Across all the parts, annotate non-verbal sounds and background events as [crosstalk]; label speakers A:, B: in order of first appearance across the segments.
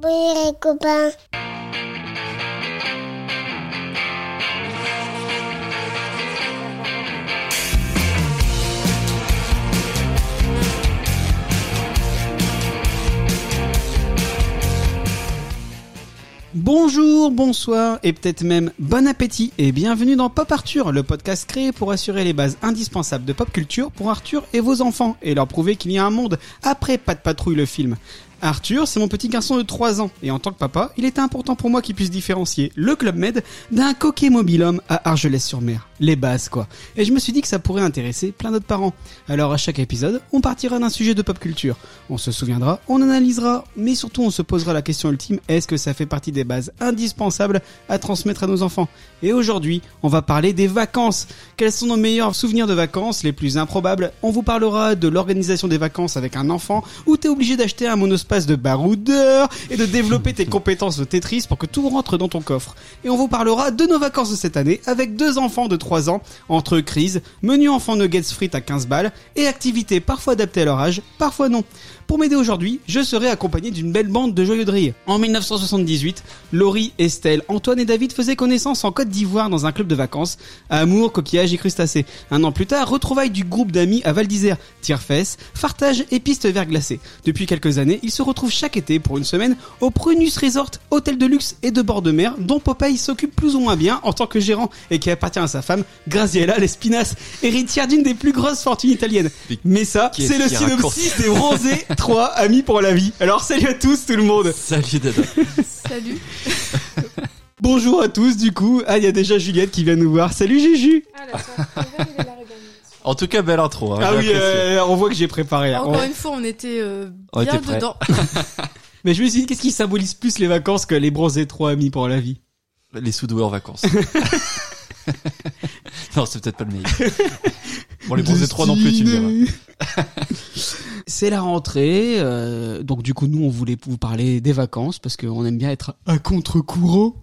A: Oui, les copains.
B: Bonjour, bonsoir et peut-être même bon appétit et bienvenue dans Pop Arthur, le podcast créé pour assurer les bases indispensables de pop culture pour Arthur et vos enfants et leur prouver qu'il y a un monde après Pas de patrouille le film. Arthur, c'est mon petit garçon de 3 ans et en tant que papa, il était important pour moi qu'il puisse différencier le Club Med d'un coquet mobilhomme à Argelès-sur-Mer. Les bases quoi. Et je me suis dit que ça pourrait intéresser plein d'autres parents. Alors à chaque épisode, on partira d'un sujet de pop culture. On se souviendra, on analysera, mais surtout on se posera la question ultime, est-ce que ça fait partie des bases indispensables à transmettre à nos enfants Et aujourd'hui, on va parler des vacances. Quels sont nos meilleurs souvenirs de vacances, les plus improbables On vous parlera de l'organisation des vacances avec un enfant, où t'es obligé d'acheter un monospace de baroudeur et de développer tes compétences de Tetris pour que tout rentre dans ton coffre. Et on vous parlera de nos vacances de cette année avec deux enfants de 3 ans, entre crises, menu enfant nuggets frites à 15 balles et activités parfois adaptées à leur âge, parfois non. Pour m'aider aujourd'hui, je serai accompagné d'une belle bande de joyeux drilles. En 1978, Laurie, Estelle, Antoine et David faisaient connaissance en Côte d'Ivoire dans un club de vacances, à Amour, Coquillage et Crustacés. Un an plus tard, retrouvailles du groupe d'amis à Val d'Isère, Tire-Fesses, Fartage et Piste Verglacée. Depuis quelques années, ils se retrouvent chaque été pour une semaine au Prunus Resort, hôtel de luxe et de bord de mer, dont Popeye s'occupe plus ou moins bien en tant que gérant et qui appartient à sa femme, Graziella Lespinasse, héritière d'une des plus grosses fortunes italiennes. Mais ça,
C: Qui est-ce
B: c'est le
C: qui raconte
B: synopsis des bronzés 3 amis pour la vie. Alors salut à tous tout le monde
C: [laughs] Salut Dada.
D: Salut.
B: Bonjour à tous du coup. Ah, il y a déjà Juliette qui vient nous voir. Salut Juju
E: Ah, la soirée de la régalise.
C: En tout cas, belle intro. hein,
B: Ah
C: j'ai
B: oui,
C: apprécié.
B: euh, on voit que j'ai préparé. là.
D: Encore
B: On-
D: une fois, on était euh,
C: On
D: bien
C: était prêts.
D: dedans.
B: Mais je me suis dit, qu'est-ce qui symbolise plus les vacances que les bronzés 3 amis pour la vie
C: Les sous-doués
B: [laughs]
C: en vacances. [laughs] non, c'est peut-être pas le meilleur.
B: [laughs]
C: Bon, les bronzés 3 non plus, tu me diras.
B: Destiné. [laughs] C'est la rentrée, euh, donc du coup nous on voulait vous parler des vacances parce qu'on aime bien être à contre-courant.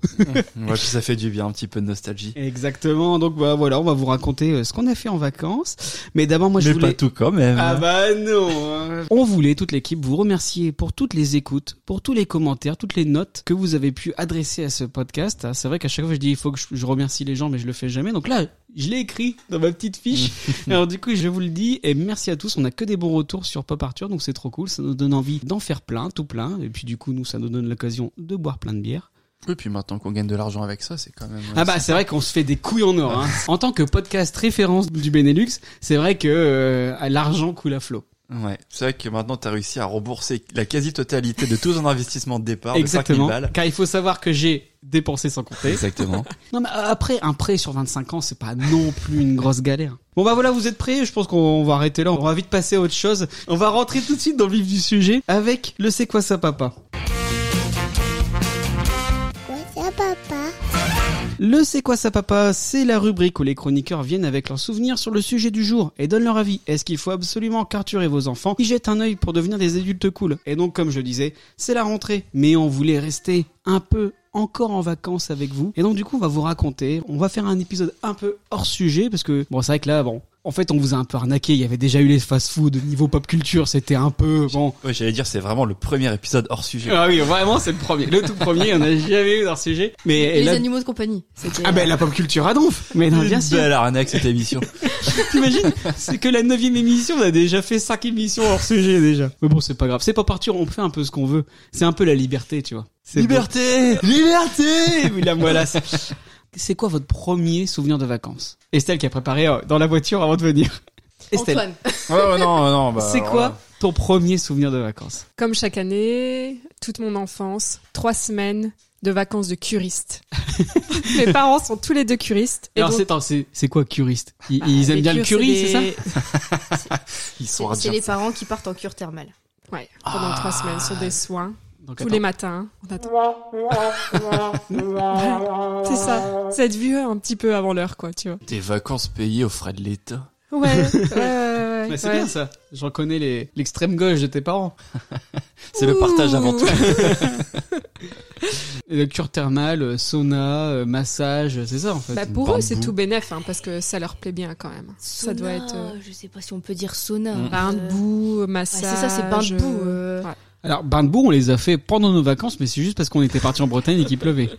C: Moi, ça fait du bien, un petit peu de nostalgie.
B: Exactement, donc bah, voilà on va vous raconter euh, ce qu'on a fait en vacances. Mais d'abord moi je
C: Mais
B: voulais...
C: pas tout quand même.
B: Ah bah non hein. On voulait, toute l'équipe, vous remercier pour toutes les écoutes, pour tous les commentaires, toutes les notes que vous avez pu adresser à ce podcast. Ah, C'est vrai qu'à chaque fois, je dis il faut que je, je remercie les gens, mais je le fais jamais. Donc là, je l'ai écrit dans ma petite [laughs] fiche. Alors du coup, je vous le dis, et merci à tous. On a que des bons retours sur Pop Arthur, donc c'est trop cool. Ça nous donne envie d'en faire plein, tout plein. Et puis du coup, nous, ça nous donne l'occasion de boire plein de bières.
C: Et puis maintenant qu'on gagne de l'argent avec ça, c'est quand même.
B: Ah bah c'est vrai qu'on se fait des couilles en or. hein. En tant que podcast référence du Benelux, c'est vrai que euh, l'argent coule à flot.
C: Ouais. C'est vrai que maintenant, t'as réussi à rembourser la quasi-totalité de tout ton investissement de départ
B: Exactement.
C: de 5000 balles.
B: Car il faut savoir que j'ai dépensé sans
C: [laughs]
B: compter.
C: Exactement.
B: Non, mais après, un prêt sur 25 ans, c'est pas non plus une grosse galère. Bon, bah voilà, vous êtes prêts. Je pense qu'on va arrêter là. On va vite passer à autre chose. On va rentrer tout de suite dans le vif du sujet avec le C'est quoi ça, papa?
A: Quoi ça, papa
B: Le C'est quoi ça papa C'est la rubrique où les chroniqueurs viennent avec leurs souvenirs sur le sujet du jour et donnent leur avis. Est-ce qu'il faut absolument qu'Arthur et vos enfants y jettent un œil pour devenir des adultes cool Et donc comme je le disais, c'est la rentrée. Mais on voulait rester un peu encore en vacances avec vous. Et donc du coup on va vous raconter, on va faire un épisode un peu hors sujet parce que bon c'est vrai que là bon... En fait, on vous a un peu arnaqué. Il y avait déjà eu les fast-food niveau pop culture. C'était un peu bon.
C: Ouais, j'allais dire, c'est vraiment le premier épisode hors sujet.
B: [laughs] Ah oui, vraiment, c'est le premier, le tout premier. On n'a jamais eu d'hors sujet. Mais et
D: les
B: là-
D: animaux de compagnie. c'était- euh,
B: ah ben la pop culture à donf. Mais Ah, non, bien
C: Une
B: sûr.
C: belle arnaque cette émission.
B: [laughs] T'imagines C'est que la neuvième émission, on a déjà fait cinq émissions hors sujet déjà. Mais bon, c'est pas grave. C'est pas partir, on fait un peu ce qu'on veut. C'est un peu la liberté, tu vois. [laughs] C'est
C: Liberté
B: beau. [laughs] Liberté Oui, la moillasse. [laughs] C'est quoi votre premier souvenir de vacances Estelle qui a préparé euh, dans la voiture avant de
E: [laughs]
B: venir. Estelle,
D: Antoine.
C: Ouais, ouais, non, non, bah,
B: c'est quoi ton premier souvenir de vacances
E: Comme chaque année, toute mon enfance, trois semaines de vacances de [laughs] curiste. Mes parents sont tous les deux curistes.
B: Alors c'est attends, c'est c'est quoi curiste Ils,
E: Ah,
B: ils aiment bien le curry, c'est ça
E: ça
C: Ils sont
D: C'est c'est
C: radiants.
D: les parents qui partent en cure thermale.
E: Ouais, pendant
B: Ah.
E: trois semaines, sur des soins,
B: Donc,
E: tous
B: attends.
E: les matins. On attend. Ouais, [laughs] c'est ça, c'est être vieux un petit peu avant l'heure, quoi, tu vois.
C: Des vacances payées aux frais de l'État.
E: [laughs] Ouais, ouais, ouais,
B: Mais
E: ouais,
B: Bah, c'est
E: ouais.
B: bien ça. Je reconnais les- l'extrême gauche de tes parents.
C: C'est le partage avant tout.
B: Et Cure thermale, euh, sauna, euh, massage, c'est ça en fait.
E: Bah, pour
C: Bambou.
E: eux, c'est tout bénef, hein, parce que ça leur plaît bien quand même. Ça doit
D: Sauna,
E: être euh,
D: Je sais pas si on peut dire sauna.
C: Mm.
E: bain de boue,
D: Ouais,
E: massage.
D: c'est ça, c'est bain de boue.
E: euh,
D: euh,
E: ouais.
B: Alors, bain de boue, on les a fait pendant nos vacances, mais c'est juste parce qu'on était parti en Bretagne et qu'il pleuvait.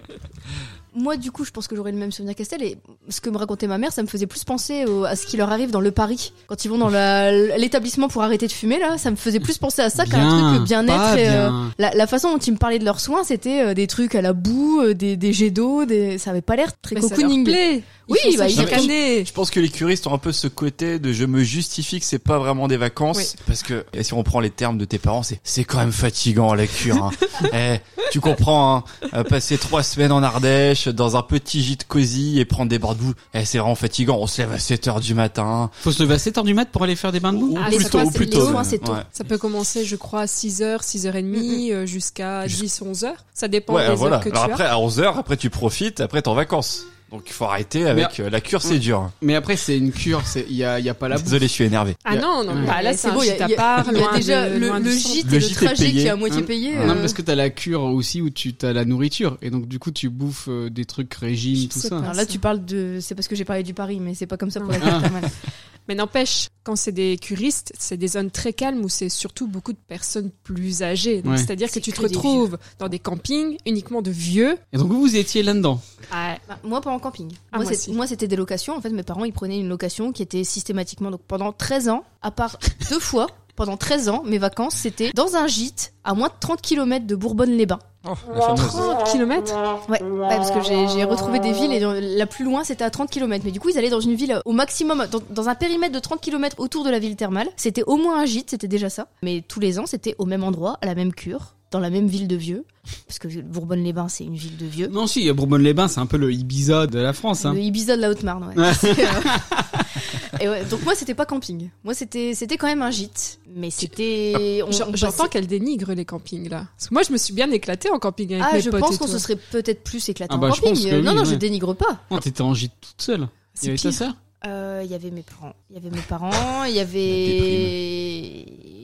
D: Moi, du coup, je pense que j'aurais le même souvenir qu'Estelle. Et ce que me racontait ma mère, ça me faisait plus penser au- à ce qui leur arrive dans le Paris. Quand ils vont dans la- l'établissement pour arrêter de fumer, là, ça me faisait plus penser à [laughs] ça qu'à un truc bien-être.
B: pas
D: et, euh,
B: bien.
D: La, la façon dont ils me parlaient de leurs soins, c'était euh, des trucs à la boue, euh, des, des jets d'eau, des... ça avait pas l'air très
E: Mais ça leur
D: cocooning.
E: plaît. Ils
D: Oui,
E: font ça
D: bah, ils
E: chaque
C: répondent.
E: année.
C: Je pense que les curistes ont un peu ce côté de je me justifie que c'est pas vraiment des vacances
E: Oui.
C: parce que et si on prend les termes de tes parents c'est c'est quand même fatigant la cure. hein. Eh, tu comprends hein, euh, passer trois semaines en Ardèche dans un petit gîte cosy et prendre des barres de boue, eh, c'est vraiment fatigant. On se lève à 7 heures du matin.
B: Faut se lever à 7h du mat pour aller faire des bains de boue
C: Ou
E: Ah,
C: plus
E: ça
C: tôt,
E: passe,
C: ou plus
E: les
C: tôt,
D: soins,
C: même.
D: c'est tôt.
C: Ouais.
E: Ça peut commencer, je crois, à 6h,
D: Mm,
E: 6h30, euh, jusqu'à
C: Jus-
E: 10, 11h. Ça dépend
C: Ouais,
E: des
C: voilà.
E: heures que
C: Alors
E: tu as.
C: après à 11 heures, après tu profites, après t'es en vacances. Donc il faut arrêter avec euh, la cure, c'est dur. hein.
B: Mais après, c'est une cure, il y a, y a pas la boue.
C: Désolé, je suis énervé.
E: Ah
B: y a-
E: non, non,
B: Ouais.
E: bah là,
D: Ouais,
E: c'est
D: bon,
E: bon,
D: il y a- il y a- il y a déjà le, le gîte
C: Le
D: et le
C: gîte est
D: trajet
C: payé.
D: qui est à moitié
B: Hum.
D: payé.
B: Non,
D: euh,
B: mais parce que t'as la cure aussi où tu t'as la nourriture. Et donc, du coup, tu bouffes euh, des trucs régime,
E: Je
B: tout
E: sais
B: ça.
E: pas.
D: Alors là, tu parles de. C'est parce que j'ai parlé du Paris, mais c'est pas comme ça pour la
B: Ah.
D: cure thermale.
E: Mais n'empêche, quand c'est des curistes, c'est des zones très calmes où c'est surtout beaucoup de personnes plus âgées. Donc,
B: Ouais.
E: C'est-à-dire que
D: C'est
E: tu te
D: que des
E: retrouves dans des campings uniquement de vieux.
B: Et donc, vous, vous étiez là-dedans.
E: Ah,
D: Bah, moi, pas en camping.
E: Ah,
D: moi,
E: moi
D: c'est-
E: si.
D: moi, c'était des locations. En fait, mes parents, ils prenaient une location qui était systématiquement. Donc, pendant 13 ans, à part [laughs] deux fois, pendant 13 ans, mes vacances, c'était dans un gîte à moins de 30 km de Bourbonne-les-Bains.
C: La fameuse.
E: 30 km
D: Ouais, ouais, parce que j'ai j'ai retrouvé des villes et dans- la plus loin, c'était à 30 km. Mais du coup, ils allaient dans une ville au maximum, dans, dans un périmètre de 30 km autour de la ville thermale. C'était au moins un gîte, c'était déjà ça. Mais tous les ans, c'était au même endroit, à la même cure, dans la même ville de vieux. Parce que Bourbonne-les-Bains, c'est une ville de vieux.
B: Non, si, Bourbonne-les-Bains, c'est un peu le Ibiza de la France. Hein.
D: Le Ibiza de la Haute-Marne, ouais.
B: Ouais.
D: C'est, euh, Et ouais, donc moi c'était pas camping, moi c'était c'était quand même un gîte, mais c'était on-
E: J'en-
D: on
E: J'entends
D: passait-
E: qu'elle dénigre les campings là. Parce que moi, je me suis bien éclatée en camping avec
D: ah
E: mes
D: je
E: potes
D: pense
E: et
D: qu'on
E: tout.
D: se serait peut-être plus éclaté
B: Ah bah,
D: en
B: je
D: camping. euh,
B: pense que
D: non
B: oui,
D: non je
B: ouais.
D: dénigre pas.
B: Non, t'étais en gîte toute seule. Il y
E: C'est
B: avait ta
E: pire.
B: sœur
D: Euh, Il y avait mes parents, il y avait mes parents, il y avait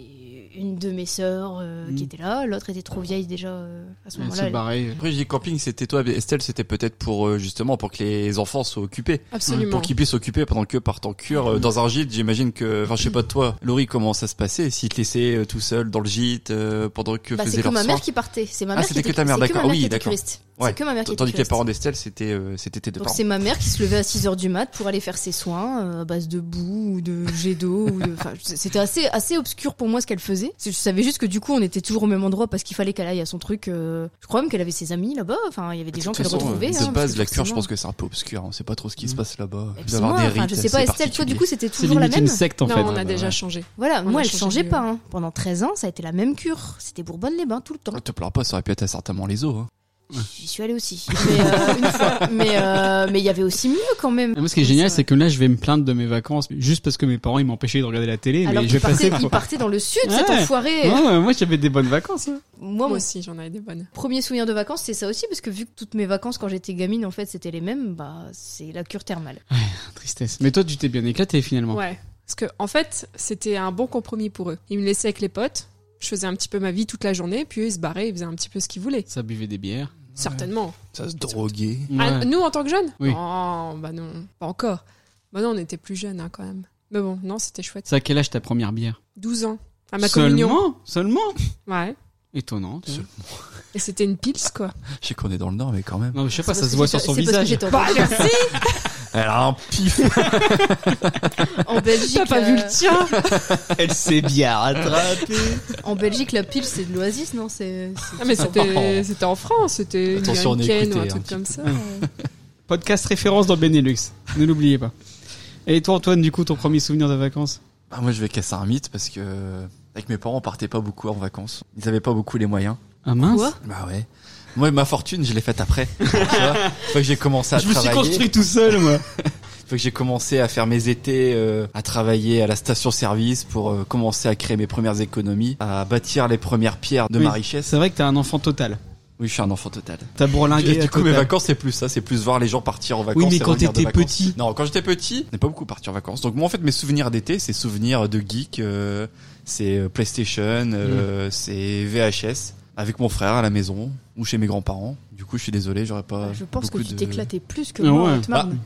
D: une de mes sœurs euh,
B: Mm.
D: qui était là, l'autre était trop vieille déjà euh, à
C: Mm,
D: ce
B: Elle
D: moment-là.
B: s'est
D: elle-
B: barrée.
C: Après, je dis camping, c'était toi, Estelle, c'était peut-être pour euh, justement pour que les enfants soient occupés.
E: Absolument.
C: Pour qu'ils puissent s'occuper pendant que partent en cure euh, dans un gîte, j'imagine que, enfin je sais pas toi, Laurie, comment ça se passait S'ils te laissaient euh, tout seul dans le gîte euh, pendant que
D: Bah, c'est
C: faisaient
D: que
C: leur
D: ma
C: soin
D: mère qui partait, c'est ma
C: Ah,
D: mère.
C: c'était
D: qui
C: que ta mère,
D: c'est ma
C: d'accord.
D: qui
C: Oui,
D: était
C: d'accord.
D: touriste.
C: Ouais.
D: C'est que ma mère qui était
C: Tandis que les
D: touriste.
C: parents d'Estelle, c'était euh, c'était tes deux
D: Donc
C: parents.
D: c'est ma mère qui se levait à 6h du mat pour aller faire ses soins euh, à base de boue ou de jet d'eau. ou de- enfin, C'était assez, assez obscur pour moi ce qu'elle faisait. Je savais juste que du coup on était toujours au même endroit parce qu'il fallait qu'elle aille à son truc. euh, Je crois même qu'elle avait ses amis là-bas. Enfin, il y avait des gens
C: De
D: qu'elle
C: toute façon,
D: retrouvait.
C: euh,
D: hein,
C: De
D: parce
C: base,
D: que
C: la cure, je
D: forcément-
C: pense que c'est un peu obscur. On sait pas trop ce qui se passe là-bas.
D: Et puis
C: D'avoir
D: moi,
C: des
D: enfin,
C: rites.
D: je sais pas,
C: c'est
D: Estelle, toi du
C: particulier.
D: coup c'était
B: C'est
D: toujours la
B: limite
D: même.
B: une secte, en
E: non,
B: fait.
E: on a
C: Ouais,
E: déjà
C: ouais.
E: changé.
D: Voilà,
E: On
D: moi
E: a
D: elle
E: changé
D: changeait
E: de-
D: pas. hein. Pendant 13 ans, ça a été la même cure. C'était Bourbonne-les-Bains tout le temps.
C: Ah, Te plains pas, ça aurait pu être à certainement les eaux. hein.
D: J'y suis allée aussi. Mais euh, [laughs] une fois. Mais euh, mais il y avait aussi mieux quand même.
B: Et Moi, ce qui est
E: Ouais,
B: génial,
E: c'est
B: c'est que là, je vais me plaindre de mes vacances juste parce que mes parents ils m'empêchaient de regarder la télé.
D: Alors
B: mais je
D: qu'il
B: vais
D: partait,
B: passer.
D: il partait dans le sud, cet
B: Ouais.
D: enfoiré.
B: Ouais, moi, j'avais des bonnes vacances. hein.
D: Moi,
E: Moi
D: mon
E: aussi, j'en avais des bonnes.
D: premier souvenir de vacances, c'est ça aussi, parce que vu que toutes mes vacances quand j'étais gamine, en fait, c'était les mêmes, bah, c'est la cure thermale.
B: Ah, Tristesse. Mais toi, tu t'es bien éclaté finalement.
E: Ouais. Parce que, en fait, c'était un bon compromis pour eux. Ils me laissaient avec les potes. Je faisais un petit peu ma vie toute la journée, puis eux, ils se barraient, ils faisaient un petit peu ce qu'ils voulaient.
B: Ça buvait des bières.
E: Certainement.
C: Ça se
D: [laughs]
C: droguait.
E: Ah,
B: Ouais.
E: nous, en tant que jeunes
B: Oui.
E: Non, bah non, pas encore. Bah non, on était plus jeunes hein, quand même. Mais bon, non, c'était chouette.
B: C'est à quel âge ta première bière
E: 12 ans. À ma communion.
B: Seulement Seulement
E: Ouais.
B: Étonnant. tu vois.
C: Seul-
E: Et c'était une pils, [laughs] quoi.
C: Je sais qu'on est dans le nord, mais quand même.
B: Non, mais je sais pas,
D: C'est
B: ça
D: parce
B: se
D: que
B: voit
D: j'étais-
B: sur son
D: c'est parce que
B: visage.
D: j'étais en
E: Bah,
D: Belgique.
E: merci
C: Elle a un pif.
D: [laughs] En Belgique,
E: T'as pas vu
D: euh,
E: le tien
B: Elle s'est bien rattrapée.
D: en Belgique, la pile, c'est de l'oasis, non C'est c'est-
E: Ah, mais c'était c'était en France, c'était une
C: Attention, on est
E: américaine ou un
C: écouté,
B: hein,
E: truc
C: un
E: comme ça.
B: [laughs] Podcast référence dans Benelux. Ne l'oubliez pas. Et toi, Antoine, du coup, ton premier souvenir de vacances
C: Ah, moi, je vais casser un mythe parce que avec mes parents, on partait pas beaucoup en vacances. Ils avaient pas beaucoup les moyens.
B: Ah mince.
D: Quoi
C: Bah ouais. Moi, ma fortune, je l'ai
B: [laughs]
C: faite après. tu vois, une fois que j'ai commencé à
B: je me suis
C: travailler,
B: construit tout seul, moi.
C: une fois que j'ai commencé à faire mes étés, euh, à travailler à la station-service pour euh, commencer à créer mes premières économies, à bâtir les premières pierres de
B: Oui.
C: ma
B: [laughs]
C: richesse.
B: C'est vrai que t'es un enfant total.
C: Oui, je suis un enfant total.
B: T'as
C: Et
B: bourlingué. à
C: du coup, mes
B: total.
C: vacances, c'est plus ça, c'est plus voir les gens partir en vacances.
B: Oui, mais
C: et
B: quand
C: revenir de
B: t'étais
C: vacances.
B: petit.
C: Non, quand j'étais petit, on n'est pas beaucoup parti en vacances. Donc moi, en fait, mes souvenirs d'été, c'est souvenirs de geek, euh, c'est euh, PlayStation,
B: Mm.
C: euh, c'est VHS, avec mon frère à la maison ou chez mes grands-parents. Du coup, je suis désolé, j'aurais pas.
D: Je pense que
C: beaucoup
D: tu
C: de-
D: t'éclatais plus que
B: Ah
D: moi en
B: ouais.
D: Haute-Marne.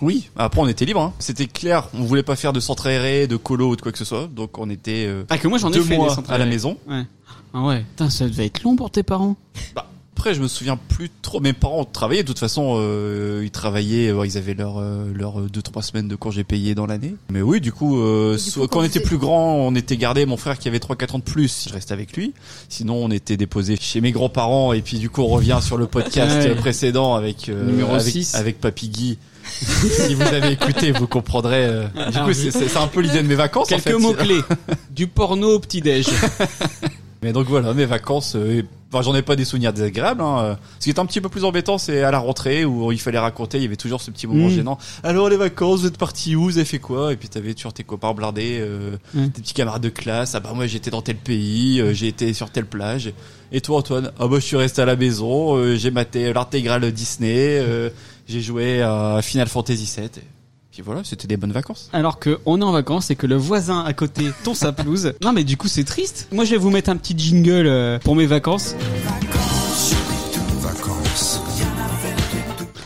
C: Oui, après on était libre. Hein. C'était clair, on voulait pas faire de centre aéré, de colo ou de quoi que ce soit. Donc on était euh,
B: Ah, que moi j'en ai
C: deux
B: fait des
C: mois
B: centres
C: à la
B: aérés.
C: maison.
B: Ouais. Ah ouais. Putain, ça devait être long pour tes parents.
C: Après, je me souviens plus trop. Mes parents travaillaient. De toute façon, euh, ils travaillaient. euh, ils avaient leur euh, leur euh, deux trois semaines de congés payés dans l'année. Mais oui, du coup, euh,
D: Et du
C: so-
D: coup,
C: quand
D: quand
C: on
D: vous
C: était
D: êtes-
C: plus grand, on était gardé. Mon frère qui avait trois quatre ans de plus, je restais avec lui. Sinon, on était déposé chez mes grands parents. Et puis, du coup, on revient sur le podcast
B: [laughs] Ouais.
C: euh, précédent avec euh,
B: Numéro
C: avec,
B: six.
C: avec Papy Guy. [laughs] si vous avez écouté, vous comprendrez. euh. Du coup, c'est- c'est c'est un peu l'idée de mes vacances. en
B: Ah, Quelques
C: fait.
B: mots [laughs] clés. du porno au petit déj.
C: Mais donc voilà, mes vacances, euh, et- enfin, j'en ai pas des souvenirs désagréables. Hein. euh. Ce qui est un petit peu plus embêtant, c'est à la rentrée où il fallait raconter, il y avait toujours ce petit moment
B: Mm.
C: gênant. Alors les vacances, vous êtes partis où, vous avez fait quoi Et puis t'avais toujours tes copains blardés, euh,
B: Mm.
C: tes petits camarades de classe. Ah bah moi j'étais dans tel pays, euh, j'ai été sur telle plage. Et toi Antoine Ah bah je suis resté à la maison, euh, j'ai maté l'intégrale Disney, euh, j'ai joué à Final Fantasy VII. Et puis voilà, c'était des bonnes vacances.
B: Alors que on est en vacances et que le voisin à côté ton sa pelouse. Non mais du coup c'est triste. Moi je vais vous mettre un petit jingle euh, pour mes vacances.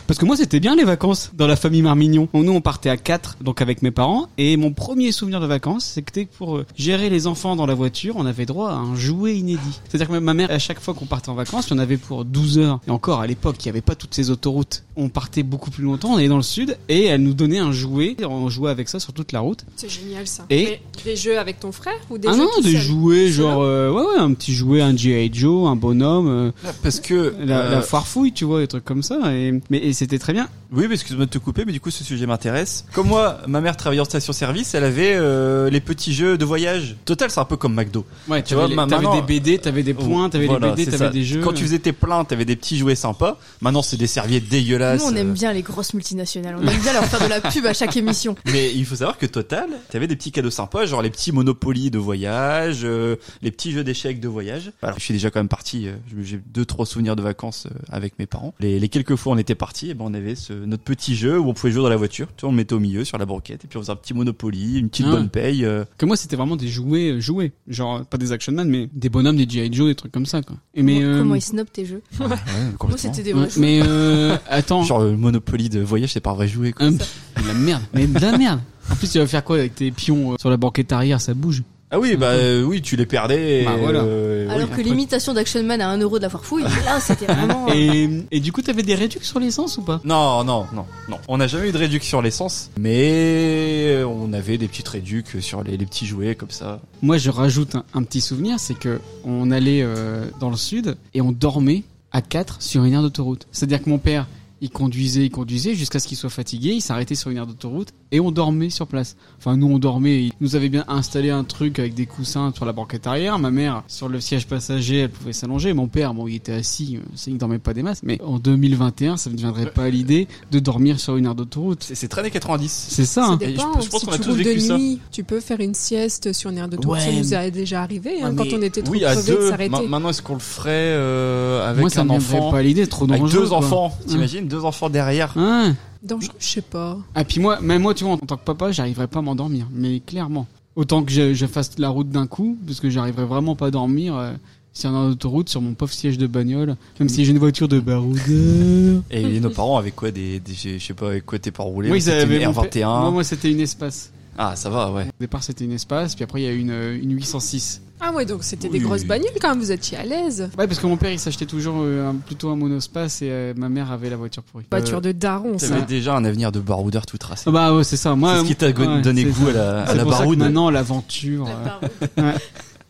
B: Parce que moi c'était bien les vacances dans la famille Marmignon. Nous on partait à 4 donc avec mes parents et mon premier souvenir de vacances c'était que pour euh, gérer les enfants dans la voiture on avait droit à un jouet inédit. C'est-à-dire que ma mère à chaque fois qu'on partait en vacances il y en avait pour 12 heures et encore à l'époque il n'y avait pas toutes ces autoroutes. On partait beaucoup plus longtemps, on allait dans le sud et elle nous donnait un jouet et on jouait avec ça sur toute la route.
E: C'est génial ça.
B: Et-
E: Mais des jeux avec ton frère ou des
B: ah
E: jeux
B: non,
E: tout
B: des
E: seul
B: jouets
E: Tout seul
B: genre euh, ouais ouais un petit jouet un G.I. Joe, un bonhomme, euh,
C: Parce que
B: la,
C: euh,
B: la foire fouille tu vois des trucs comme ça et mais et c'était très bien.
C: Oui, mais excuse-moi de te couper, mais du coup, ce sujet m'intéresse. Comme moi, ma mère travaillait en station-service, elle avait euh, les petits jeux de voyage. Total, c'est un peu comme McDo.
B: Ouais,
C: Tu vois,
B: les-
C: ma- maintenant-
B: BD, t'avais des
C: Voilà,
B: des euh,
C: c'est ça. Quand tu faisais tes pleins, t'avais des petits jouets sympas. Maintenant, c'est des serviettes dégueulasses.
D: Nous, on aime
C: euh.
D: bien les grosses multinationales. On aime bien leur faire de la pub à
C: [laughs]
D: chaque émission.
C: Mais il faut savoir que Total, t'avais des petits cadeaux sympas, genre les petits Monopoly de voyage, euh, les petits jeux d'échecs de voyage. Alors, je suis déjà quand même parti. euh, j'ai- J'ai deux, trois souvenirs de vacances euh, avec mes parents. Les, les quelques fois où on était parti, eh ben, on avait ce, notre petit jeu où on pouvait jouer dans la voiture. Tu vois, on le mettait au milieu sur la banquette et puis on faisait un petit Monopoly, une petite
B: Ah.
C: bonne paye. euh,
B: Que moi c'était vraiment des jouets euh, jouets, genre euh, pas des action man mais des bonhommes des G.I. Joe des trucs comme ça quoi. Et mais
D: Comment-
B: euh,
D: Comment ils snobent tes jeux
C: Ah Ouais,
D: Moi,
C: complètement.
D: c'était des
B: ouais,
D: vrais jeux.
B: mais euh, attends,
C: Genre le Monopoly de voyage, c'est pas un vrai jouet. Quoi.
B: Hum, de la merde, mais de la merde. En plus tu vas faire quoi avec tes pions euh, sur la banquette arrière, ça bouge.
C: Ah oui, bah euh, oui, tu les perdais. et,
B: Bah, voilà.
C: euh,
D: Alors
C: oui.
D: que l'imitation d'Action Man à 1€ euro de la
C: [laughs]
D: foire fouille, là, c'était vraiment. euh,
B: Et et du coup t'avais des réductions sur l'essence ou pas
C: Non, non, non, non. On n'a jamais eu de réduction sur l'essence, mais euh, on avait des petites réductions sur les, les petits jouets comme ça.
B: Moi, je rajoute un, un petit souvenir, c'est que on allait euh, dans le sud et on dormait à 4 sur une aire d'autoroute. C'est-à-dire que mon père, il conduisait, il conduisait jusqu'à ce qu'il soit fatigué, il s'arrêtait sur une aire d'autoroute et on dormait sur place. Enfin, nous, on dormait, il nous avait bien installé un truc avec des coussins sur la banquette arrière. Ma mère, sur le siège passager, elle pouvait s'allonger. Mon père, bon, il était assis, euh, c'est- il dormait pas des masses. Mais en 2021, ça ne viendrait pas à l'idée de dormir sur une aire d'autoroute.
C: C'est- C'est très années 90.
B: C'est ça,
E: Ça
B: hein.
C: Et je-
E: dépend.
C: je pense
E: si
C: qu'on a
E: tu
C: tous
E: roules de
C: vécu ça.
E: nuit, tu peux faire une sieste sur une aire de tour.
B: Ouais,
E: ça nous
B: mais-
E: est déjà arrivé hein,
B: Ouais, mais-
E: quand on était trop
C: oui, à
E: crevés de
C: deux. Ma-
E: s'arrêter.
C: maintenant, est-ce qu'on le ferait euh, avec
B: Moi, ça
C: un
B: ne viendrait
C: enfant
B: pas à l'idée, trop dangereux.
C: Avec deux
B: quoi. Hum.
C: enfants, t'imagines Deux enfants derrière.
B: Hein
E: Dangereux, je sais pas.
B: Ah puis moi, même moi, tu vois, en tant que papa, j'arriverais pas à m'endormir, mais clairement. Autant que je, je fasse la route d'un coup, parce que j'arriverais vraiment pas à dormir euh, sur une autoroute, sur mon pauvre siège de bagnole, même si j'ai une voiture de baroudeur.
C: Et nos parents avaient quoi des, des- je sais pas, avec quoi tes parents roulaient
B: Moi,
C: mais
B: ils
C: c'était
B: avaient
C: une
B: mon pa-
C: R21.
B: Moi, moi, c'était une espace.
C: Ah, ça va, ouais.
B: Au départ, c'était une espace, puis après, il y a eu une, euh, une 806.
E: Ah ouais, donc c'était des
C: Oui. Euh,
E: grosses bagnoles quand même, vous étiez à l'aise.
B: Ouais, parce que mon père, il s'achetait toujours euh, un- plutôt un monospace et euh, ma mère avait la voiture pourrie.
E: Voiture de daron, ça.
C: T'avais déjà un avenir de baroudeur tout tracé.
B: Ah bah ouais, c'est ça. Moi, euh,
C: c'est ce qui t'a go-
B: ouais,
C: donné
B: c'est ça.
C: goût à la, à
B: C'est
C: la
B: pour ça que
C: baroude.
B: Maintenant, l'aventure, euh,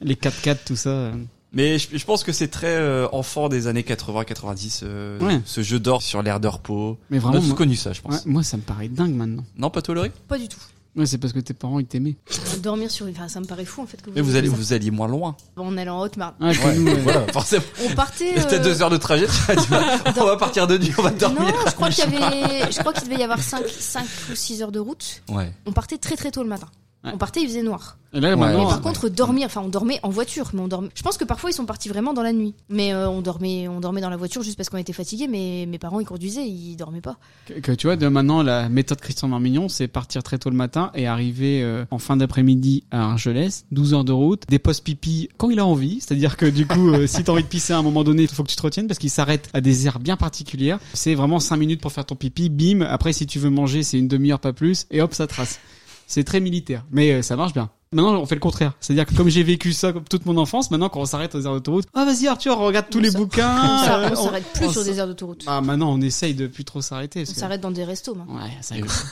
B: les 4x4, tout ça. euh.
C: Mais je, je pense que c'est très euh, enfant des années 80-90. euh,
B: Ouais.
C: Ce jeu d'or sur l'air de repos.
B: Mais
C: On a
B: vraiment,
C: tous
B: moi,
C: connu ça, je pense.
B: ouais, moi, ça me paraît dingue maintenant.
C: Non, pas toléré
D: Pas du tout.
B: Ouais, c'est parce que tes parents ils t'aimaient.
D: Dormir sur une. Enfin, ça me paraît fou en fait. Que vous
C: Mais vous
D: ayez
C: allez,
D: fait
C: vous alliez moins loin.
D: ça. On allait en Haute-Marne.
B: Ah, que nous, ouais.
C: Voilà, [laughs] forcément.
D: On partait.
C: T'as
D: euh,
C: deux heures
B: [laughs]
C: de trajet, tu vas dire, on va partir de nuit, on va
D: Non,
C: dormir.
D: je crois qu'il y avait, je crois qu'il devait y avoir 5, cinq ou 6 heures de route.
C: Ouais.
D: On partait très très tôt le matin.
B: Ouais.
D: On partait, il faisait noir.
B: Et là,
C: Ouais.
D: Mais
B: maintenant,
D: par
C: ouais.
D: contre, dormir, enfin, on dormait en voiture, mais on dormait. Je pense que parfois ils sont partis vraiment dans la nuit, mais euh, on dormait, on dormait dans la voiture juste parce qu'on était fatigués. Mais mes parents ils conduisaient, ils dormaient pas.
B: que, que tu vois, de maintenant, la méthode Christian Marmignon, c'est partir très tôt le matin et arriver euh, en fin d'après-midi à Argelès, 12 heures de route, des postes pipi quand il a envie. C'est-à-dire que du coup, euh, si t'as envie de pisser à un moment donné, il faut que tu te retiennes parce qu'il s'arrête à des aires bien particulières. C'est vraiment 5 minutes pour faire ton pipi, bim. Après, si tu veux manger, c'est une demi-heure, pas plus, et hop, ça trace. C'est très militaire, mais euh, ça marche bien. Maintenant, on fait le contraire. C'est-à-dire que comme j'ai vécu ça comme toute mon enfance, maintenant quand on s'arrête aux aires d'autoroute, ah vas-y Arthur, regarde tous
D: On
B: les
D: s'a-
B: bouquins.
D: [laughs] on
B: euh,
D: s'arrête- on
B: on-
D: s'arrête plus
B: on
D: sur
B: s-
D: des aires d'autoroute.
B: Ah maintenant, on essaye de plus trop s'arrêter.
D: on
B: parce que-
D: s'arrête dans des restos. maintenant.
B: Ouais, ça
C: Et vous, [laughs]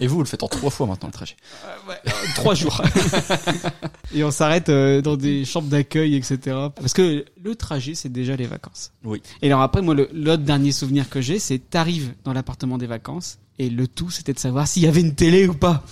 C: Et vous, vous le faites en trois fois maintenant le trajet.
B: Trois [laughs] jours. et on s'arrête euh, dans des chambres d'accueil, etc. Parce que le trajet, c'est déjà les vacances.
C: Oui.
B: Et alors après, moi, le- l'autre dernier souvenir que j'ai, c'est t'arrives dans l'appartement des vacances et le tout, c'était de savoir s'il y avait une télé ou pas.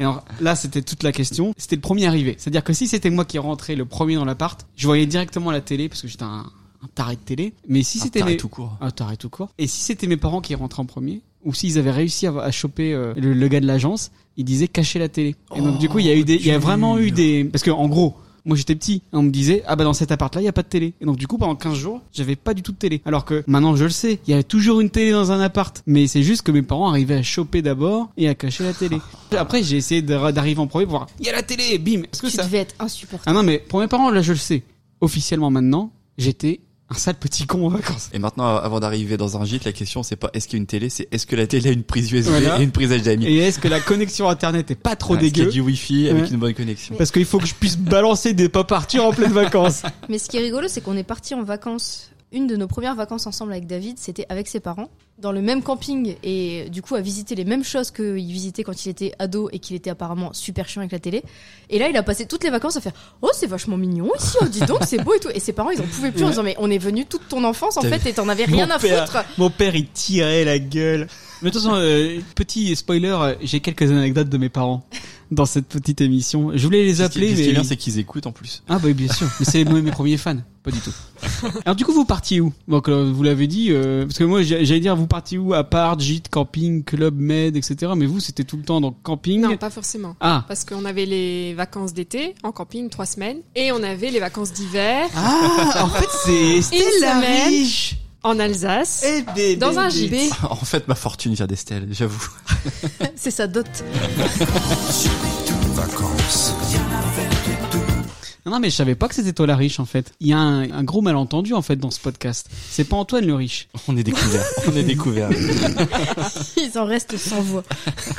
B: Et alors là, c'était toute la question. C'était le premier arrivé. C'est-à-dire que si c'était moi qui rentrais le premier dans l'appart, je voyais directement la télé parce que j'étais un, un taré de télé. Mais si
C: Un
B: c'était
C: taré
B: les-
C: tout court.
B: ah, t'arrêtes tout court. Et si c'était mes parents qui rentraient en premier, ou s'ils avaient réussi à, à choper euh, le, le gars de l'agence, ils disaient cacher la télé. Et donc, du coup, il y a eu des,
D: Oh,
B: il y a vraiment eu des, parce que, en gros, moi j'étais petit, et on me disait, ah bah dans cet appart là, il y a pas de télé. Et donc, du coup, pendant 15 jours, j'avais pas du tout de télé. Alors que, maintenant, je le sais, il y a toujours une télé dans un appart. Mais c'est juste que mes parents arrivaient à choper d'abord et à cacher la
D: [laughs]
B: télé. Après, j'ai essayé d'ar- d'arriver en premier pour voir, il y a la télé, bim! Parce que
D: tu
B: ça,
D: devais être insupportable.
B: ah non, mais pour mes parents, là, je le sais. Officiellement maintenant, j'étais un sale petit con en vacances.
C: Et maintenant, avant d'arriver dans un gîte, la question c'est pas est-ce qu'il y a une télé, c'est est-ce que la télé a une prise USB
B: Voilà.
C: et une prise HDMI.
B: Et est-ce que la connexion internet est pas trop
C: Ouais, est-ce qu'il y
B: dégueu
C: a du Wi-Fi avec
B: Ouais.
C: une bonne connexion.
B: Parce qu'il faut que je puisse balancer des pas partir en pleine [laughs] vacances.
D: Mais ce qui est rigolo, c'est qu'on est parti en vacances. Une de nos premières vacances ensemble avec David, c'était avec ses parents, dans le même camping, et du coup à visiter les mêmes choses qu'il visitait quand il était ado et qu'il était apparemment super chiant avec la télé. Et là, il a passé toutes les vacances à faire Oh, c'est vachement mignon ici, oh, dis donc, c'est beau et tout. Et ses parents, ils en pouvaient plus en disant Mais on est venu toute ton enfance en
C: T'as
D: fait, et t'en avais rien
B: Mon
D: à
B: père.
D: foutre
B: Mon père, il tirait la gueule. Mais de toute façon, euh, petit spoiler, euh, j'ai quelques anecdotes de mes parents dans cette petite émission. Je voulais les
C: Ce qui-
B: appeler,
C: ce qui est bien,
B: mais...
C: c'est qu'ils écoutent en plus. [laughs]
B: Ah bah oui, bien sûr, mais c'est moi, mes premiers fans, pas du tout. Alors du coup, vous partiez où Donc euh, vous l'avez dit, euh, parce que moi j'ai- j'allais dire vous partiez où À part gîte, camping, club med, etc. Mais vous c'était tout le temps donc camping.
E: Non, pas forcément.
B: Ah.
E: Parce qu'on avait les vacances d'été en camping, trois semaines, et on avait les vacances d'hiver
B: Ah, en fait c'est Estelle la
E: semaine.
B: riche.
E: en Alsace,
B: Eh ben,
E: dans
B: ben,
E: un
B: ben.
E: JB.
C: en fait, ma fortune vient d'Estelle, j'avoue.
D: C'est sa dot.
B: Non, non, mais je savais pas que c'était toi la riche en fait. Il y a un, un gros malentendu en fait dans ce podcast. C'est pas Antoine le riche.
C: [laughs] On est découvert. On est découvert.
D: Ils en restent sans voix.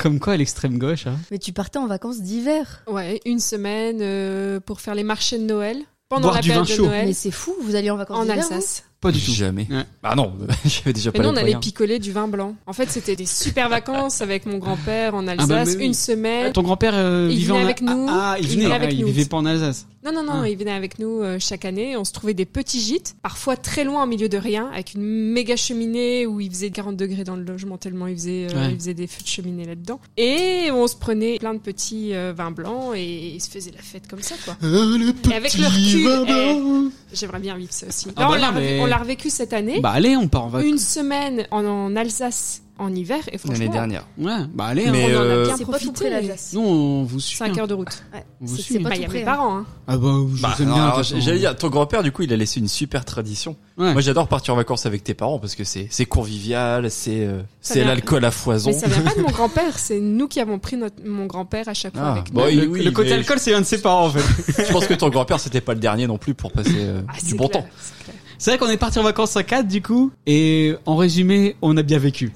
B: Comme quoi l'extrême gauche. Hein.
D: Mais tu partais en vacances d'hiver.
E: Ouais, une semaine euh, pour faire les marchés de Noël, pendant
B: Boire
E: la
B: du vin
E: période de
B: chaud.
E: Noël,
D: Mais c'est fou, vous alliez en vacances
E: en
D: d'hiver hein.
E: Alsace.
B: Pas du tout.
C: Jamais.
B: Ouais.
C: Ah non, [laughs] j'avais déjà
E: Mais
C: pas
E: nous,
C: les
E: on allait
C: moyens.
E: picoler du vin blanc. En fait, c'était des super vacances avec mon grand-père en Alsace,
B: bah, mais oui.
E: une semaine.
B: Ton grand-père euh,
E: Il
B: vivait
E: venait
B: en...
E: avec nous.
B: Ah, ah, il
E: Il
B: venait.
E: venait
B: ah,
E: avec
B: il
E: nous.
B: vivait pas en Alsace.
E: Non, non, non,
B: Ah.
E: il venait avec nous euh, chaque année. On se trouvait des petits gîtes, parfois très loin au milieu de rien, avec une méga cheminée où il faisait 40 degrés dans le logement tellement il faisait, euh,
B: Ouais.
E: il faisait des feux de cheminée là-dedans. Et on se prenait plein de petits euh, vins blancs et il se faisait la fête comme ça, quoi. Et avec le recul, eh, j'aimerais bien vivre ça aussi. Là,
B: Ah bah
E: on l'a
B: non, mais-
E: revé- on l'a revécu cette année.
B: Bah allez, on part en vacances.
E: une semaine en, en Alsace en hiver et
C: L'année
E: franchement,
C: dernière.
B: Ouais, bah allez.
C: Mais-
B: hein.
E: on en
C: euh,
E: a bien
D: C'est pas tout près
E: profité.
D: l'Alsace.
B: Non, on vous suit.
E: 5
B: hein.
E: heures de route.
D: Ouais.
B: On vous
D: C'est-
B: suit.
D: c'est pas
E: Bah, il
D: tout
E: y a
D: près,
E: mes
D: hein.
E: parents, hein.
B: Ah bah, je
C: Bah,
B: vous aime
C: non,
B: bien.
C: alors,
B: de toute façon.
C: j'allais dire, ton grand-père, du coup, il a laissé une super tradition.
B: Ouais.
C: Moi, j'adore partir en vacances avec tes parents parce que c'est c'est convivial, c'est euh, c'est
E: Ça vient-
C: l'alcool à foison.
E: Mais ça vient pas de mon grand-père, c'est nous qui avons pris notre, mon grand-père à chaque fois
C: Ah,
E: avec nous.
C: bon,
B: le,
C: oui,
B: le côté
C: mais-
B: alcool, c'est un de ses parents en fait.
C: Je pense que ton grand-père, c'était pas le dernier non plus pour passer euh,
E: Ah,
C: du
E: c'est
C: bon
E: clair,
C: temps.
E: c'est clair.
B: C'est vrai qu'on est parti en vacances à 4 du coup. Et en résumé, on a bien vécu.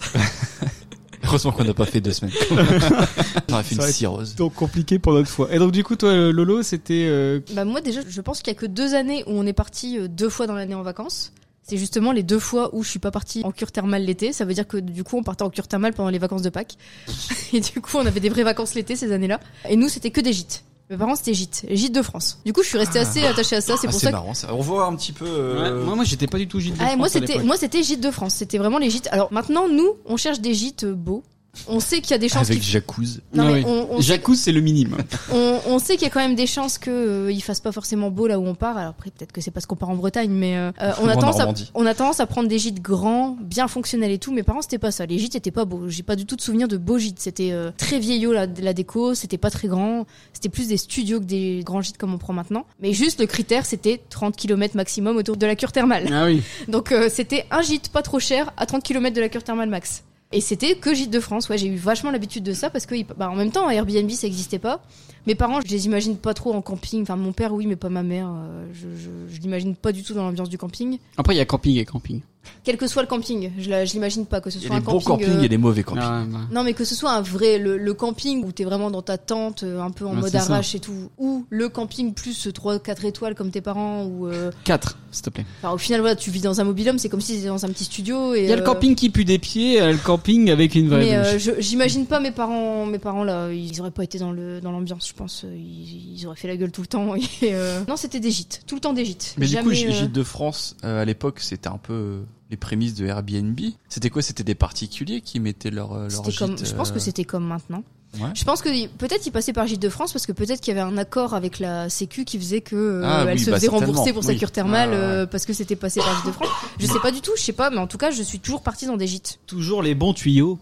C: Heureusement qu'on n'a pas fait deux [laughs] semaines. On aurait fait une
B: Ça aurait-
C: cirrhose.
B: Donc compliqué pour notre fois. Et donc du coup, toi, Lolo, c'était euh,
D: Bah moi déjà, je pense qu'il y a que deux années où on est parti euh, deux fois dans l'année en vacances. C'est justement les deux fois où je suis pas partie en cure thermale l'été. Ça veut dire que du coup, on partait en cure thermale pendant les vacances de Pâques. [laughs] Et du coup, on avait des vraies vacances l'été ces années-là. Et nous, c'était que des gîtes. Mes parents, c'était gîtes. Gîtes de France. Du coup, je suis restée assez attachée à ça. C'est
C: Ah,
D: pour
C: c'est
D: ça que...
C: marrant ça. On voit un petit peu. euh,
B: Ouais, moi, moi, j'étais pas du tout gîte de
D: Ah, et moi,
B: France à
D: c'était,
B: l'époque.
D: moi, c'était gîtes de France. C'était vraiment les gîtes. Alors maintenant, nous, on cherche des gîtes euh, beaux. on sait qu'il y a des chances
C: Avec
D: qu'il-
C: jacuzzi.
D: Non,
B: Ah oui.
D: mais on- on sait
B: Jacuzzi, c'est le minimum.
D: on, on sait qu'il y a quand même des chances que euh, il fasse pas forcément beau là où on part. Alors après peut-être que c'est parce qu'on part en Bretagne, mais euh, euh, on,
C: Ou
D: a
C: en
D: tendance à,
C: Normandie.
D: on a tendance à prendre des gîtes grands, bien fonctionnels et tout. Mes parents c'était pas ça. Les gîtes étaient pas beaux. J'ai pas du tout de souvenir de beaux gîtes. C'était euh, très vieillot la, la déco, c'était pas très grand. C'était plus des studios que des grands gîtes comme on prend maintenant. Mais juste le critère c'était 30 km maximum autour de la cure thermale.
B: [laughs] Ah oui.
D: Donc euh, c'était un gîte pas trop cher à 30 km de la cure thermale max. Et c'était que gîte de France. Ouais, j'ai eu vachement l'habitude de ça parce que bah, en même temps Airbnb ça existait pas. Mes parents, je les imagine pas trop en camping. Enfin mon père oui, mais pas ma mère. Euh, je, je, je l'imagine pas du tout dans l'ambiance du camping.
B: Après, il y a camping et camping.
D: Quel que soit le camping, je la- je l'imagine pas que ce
C: Il y
D: soit
C: a
D: un
C: des bons
D: camping.
C: campings
D: euh,
C: et des mauvais campings.
B: Ah, bah.
D: non mais que ce soit un vrai le, le camping où t'es vraiment dans ta tente euh, un peu en
B: Ouais,
D: mode
B: c'est ça.
D: arrache et tout ou le camping plus 3 4 étoiles comme tes parents ou euh,
B: Quatre, s'il te plaît.
D: enfin, au final voilà tu vis dans un mobilhome c'est comme si t'étais dans un petit studio et
B: Il y a le
D: euh,
B: camping qui pue des pieds, il y a le camping avec une vraie
D: Mais euh,
B: douche.
D: je- j'imagine pas mes parents, mes parents là, ils auraient pas été dans le dans l'ambiance, je pense. Ils, ils auraient fait la gueule tout le temps. Et euh, Non, c'était des gîtes, tout le temps des gîtes.
C: Mais
D: Jamais,
C: du coup,
D: euh,
C: Gîte de France, euh, à l'époque, c'était un peu euh, les prémices de Airbnb. C'était quoi C'était des particuliers qui mettaient leur, euh, leur
D: c'était
C: gîte.
D: comme, je pense que
C: euh,
D: c'était comme maintenant.
C: Ouais.
D: Je pense que y- peut-être ils passaient par Gîte de France parce que peut-être qu'il y avait un accord avec la Sécu qui faisait que euh,
C: Ah
D: elle
C: oui,
D: se
C: bah,
D: faisait rembourser
C: certainement,
D: pour sa
C: oui.
D: cure thermale
C: Ouais, ouais, ouais.
D: euh, parce que c'était passé par Gîte de France. Je sais pas du tout, je sais pas, mais en tout cas, je suis toujours partie dans des gîtes.
B: Toujours les bons tuyaux.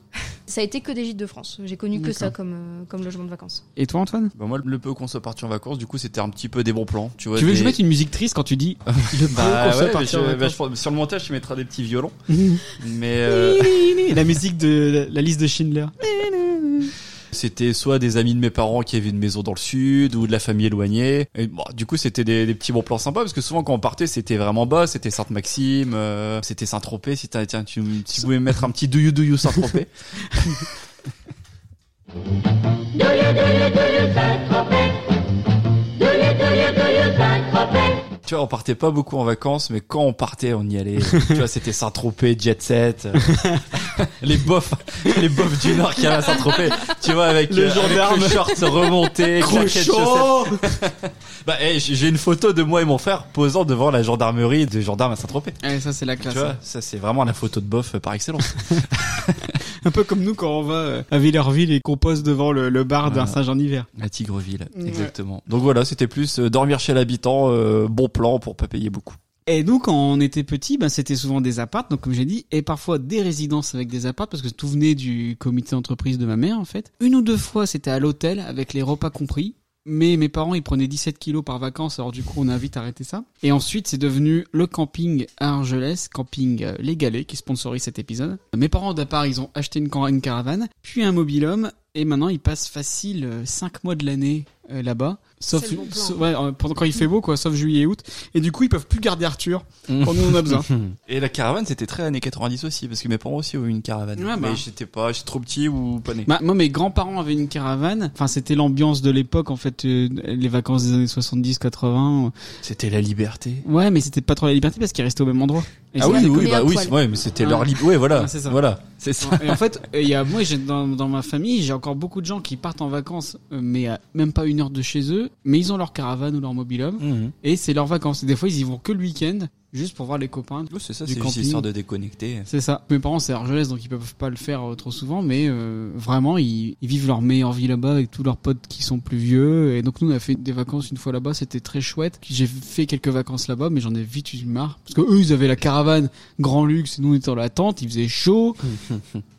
D: Ça a été que des gîtes de France. J'ai connu que
B: D'accord.
D: ça comme euh, comme logement de vacances.
B: Et toi, Antoine
C: Bah, moi, le peu qu'on soit parti en vacances, du coup, c'était un petit peu des bons plans. Tu, vois,
B: Tu veux que
C: des-
B: je mette une musique triste quand tu [laughs] dis le
C: bah,
B: peu qu'on soit
C: ouais,
B: parti
C: je-
B: en
C: bah,
B: vacances
C: je pense- Sur le montage, tu mettras des petits violons.
B: [laughs] Ni,
C: Mais euh,
B: ni, ni. La musique de la, la liste de Schindler.
C: c'était soit des amis de mes parents qui avaient une maison dans le sud ou de la famille éloignée. Et, bon, du coup, c'était des, des petits bons plans sympas parce que souvent, quand on partait, c'était vraiment bas. C'était Sainte-Maxime, euh, c'était Saint-Tropez. Si, t'as- tiens, tu, si vous voulez mettre un petit do you do you Saint-Tropez. Tu vois, on partait pas beaucoup en vacances, mais quand on partait, on
B: [laughs]
C: y allait. tu vois, c'était Saint-Tropez, Jet Set, euh,
B: [laughs]
C: les bofs, les bofs du Nord qui allaient à Saint-Tropez. Tu vois, avec
B: Le
C: euh, avec
B: gendarme.
C: le short remonté, claquettes, chaussettes. [laughs] Bah, eh, j'ai j'ai une photo de moi et mon frère posant devant la gendarmerie de gendarmes à Saint-Tropez.
B: Allez, ça c'est la
C: Tu
B: classe.
C: vois, ça c'est vraiment la photo de bof euh, par excellence.
B: [laughs] Un peu comme nous quand on va euh, à Villerville et qu'on pose devant le, le bar d'un
C: Voilà.
B: singe en hiver.
C: La Tigreville,
B: Ouais.
C: exactement. Donc voilà, c'était plus euh, dormir chez l'habitant, euh, bon plan pour pas payer beaucoup.
B: Et donc, quand on était petit, ben, c'était souvent des appartes, donc comme j'ai dit, et parfois des résidences avec des appartes, parce que tout venait du comité d'entreprise de ma mère, en fait. Une ou deux fois, c'était à l'hôtel, avec les repas compris. Mais mes parents, ils prenaient 17 kilos par vacances, alors du coup, on a vite arrêté ça. Et ensuite, c'est devenu le camping à Argelès, camping euh, Les Galets, qui sponsorise cet épisode. Mes parents, d'abord, ils ont acheté une, car- une caravane, puis un mobilhome, et maintenant, ils passent facile 5 mois de l'année euh, là-bas. Sauf,
E: C'est le bon plan.
B: sauf- ouais, euh, pendant quand il fait beau, quoi, sauf juillet et août. Et du coup, ils peuvent plus garder Arthur
C: Mmh.
B: quand nous on a besoin.
C: [laughs] Et la caravane, c'était très années 90 aussi, parce que mes parents aussi ont eu une caravane.
B: Ouais, bah.
C: Mais j'étais pas, j'étais trop petit ou pas né.
B: [laughs] Bah, moi, mes grands-parents avaient une caravane. Enfin, c'était l'ambiance de l'époque, en fait, euh, les vacances des années 70, 80.
C: C'était la liberté.
B: Ouais, mais c'était pas trop la liberté parce qu'ils restaient au même endroit. Et
C: ah
B: c'est-
C: oui,
D: la
C: oui,
D: première
C: bah oui,
D: toile.
C: c'est- ouais, mais c'était
B: Ouais.
C: leur liberté. Ouais, voilà.
B: Ouais, c'est ça.
C: Voilà. C'est ça.
B: Et en fait, il y a, moi, j'ai, dans, dans ma famille, j'ai encore beaucoup de gens qui partent en vacances, euh, mais à même pas une heure de chez eux, mais ils ont leur caravane ou leur mobilhome,
C: Mmh.
B: et c'est leurs vacances. Et des fois, ils y vont que le week-end, juste pour voir les copains.
C: Ouais, c'est ça,
B: Du
C: c'est juste
B: camping.
C: histoire de [laughs] déconnecter.
B: C'est ça. Mes parents, c'est à Argelès, donc ils peuvent pas le faire euh, trop souvent, mais euh, vraiment, ils, ils vivent leur meilleure vie là-bas avec tous leurs potes qui sont plus vieux. Et donc, nous, on a fait des vacances une fois là-bas, c'était très chouette. J'ai fait quelques vacances là-bas, mais j'en ai vite eu marre. Parce que eux, ils avaient la caravane, grand luxe, et nous, on était dans la tente, il faisait chaud.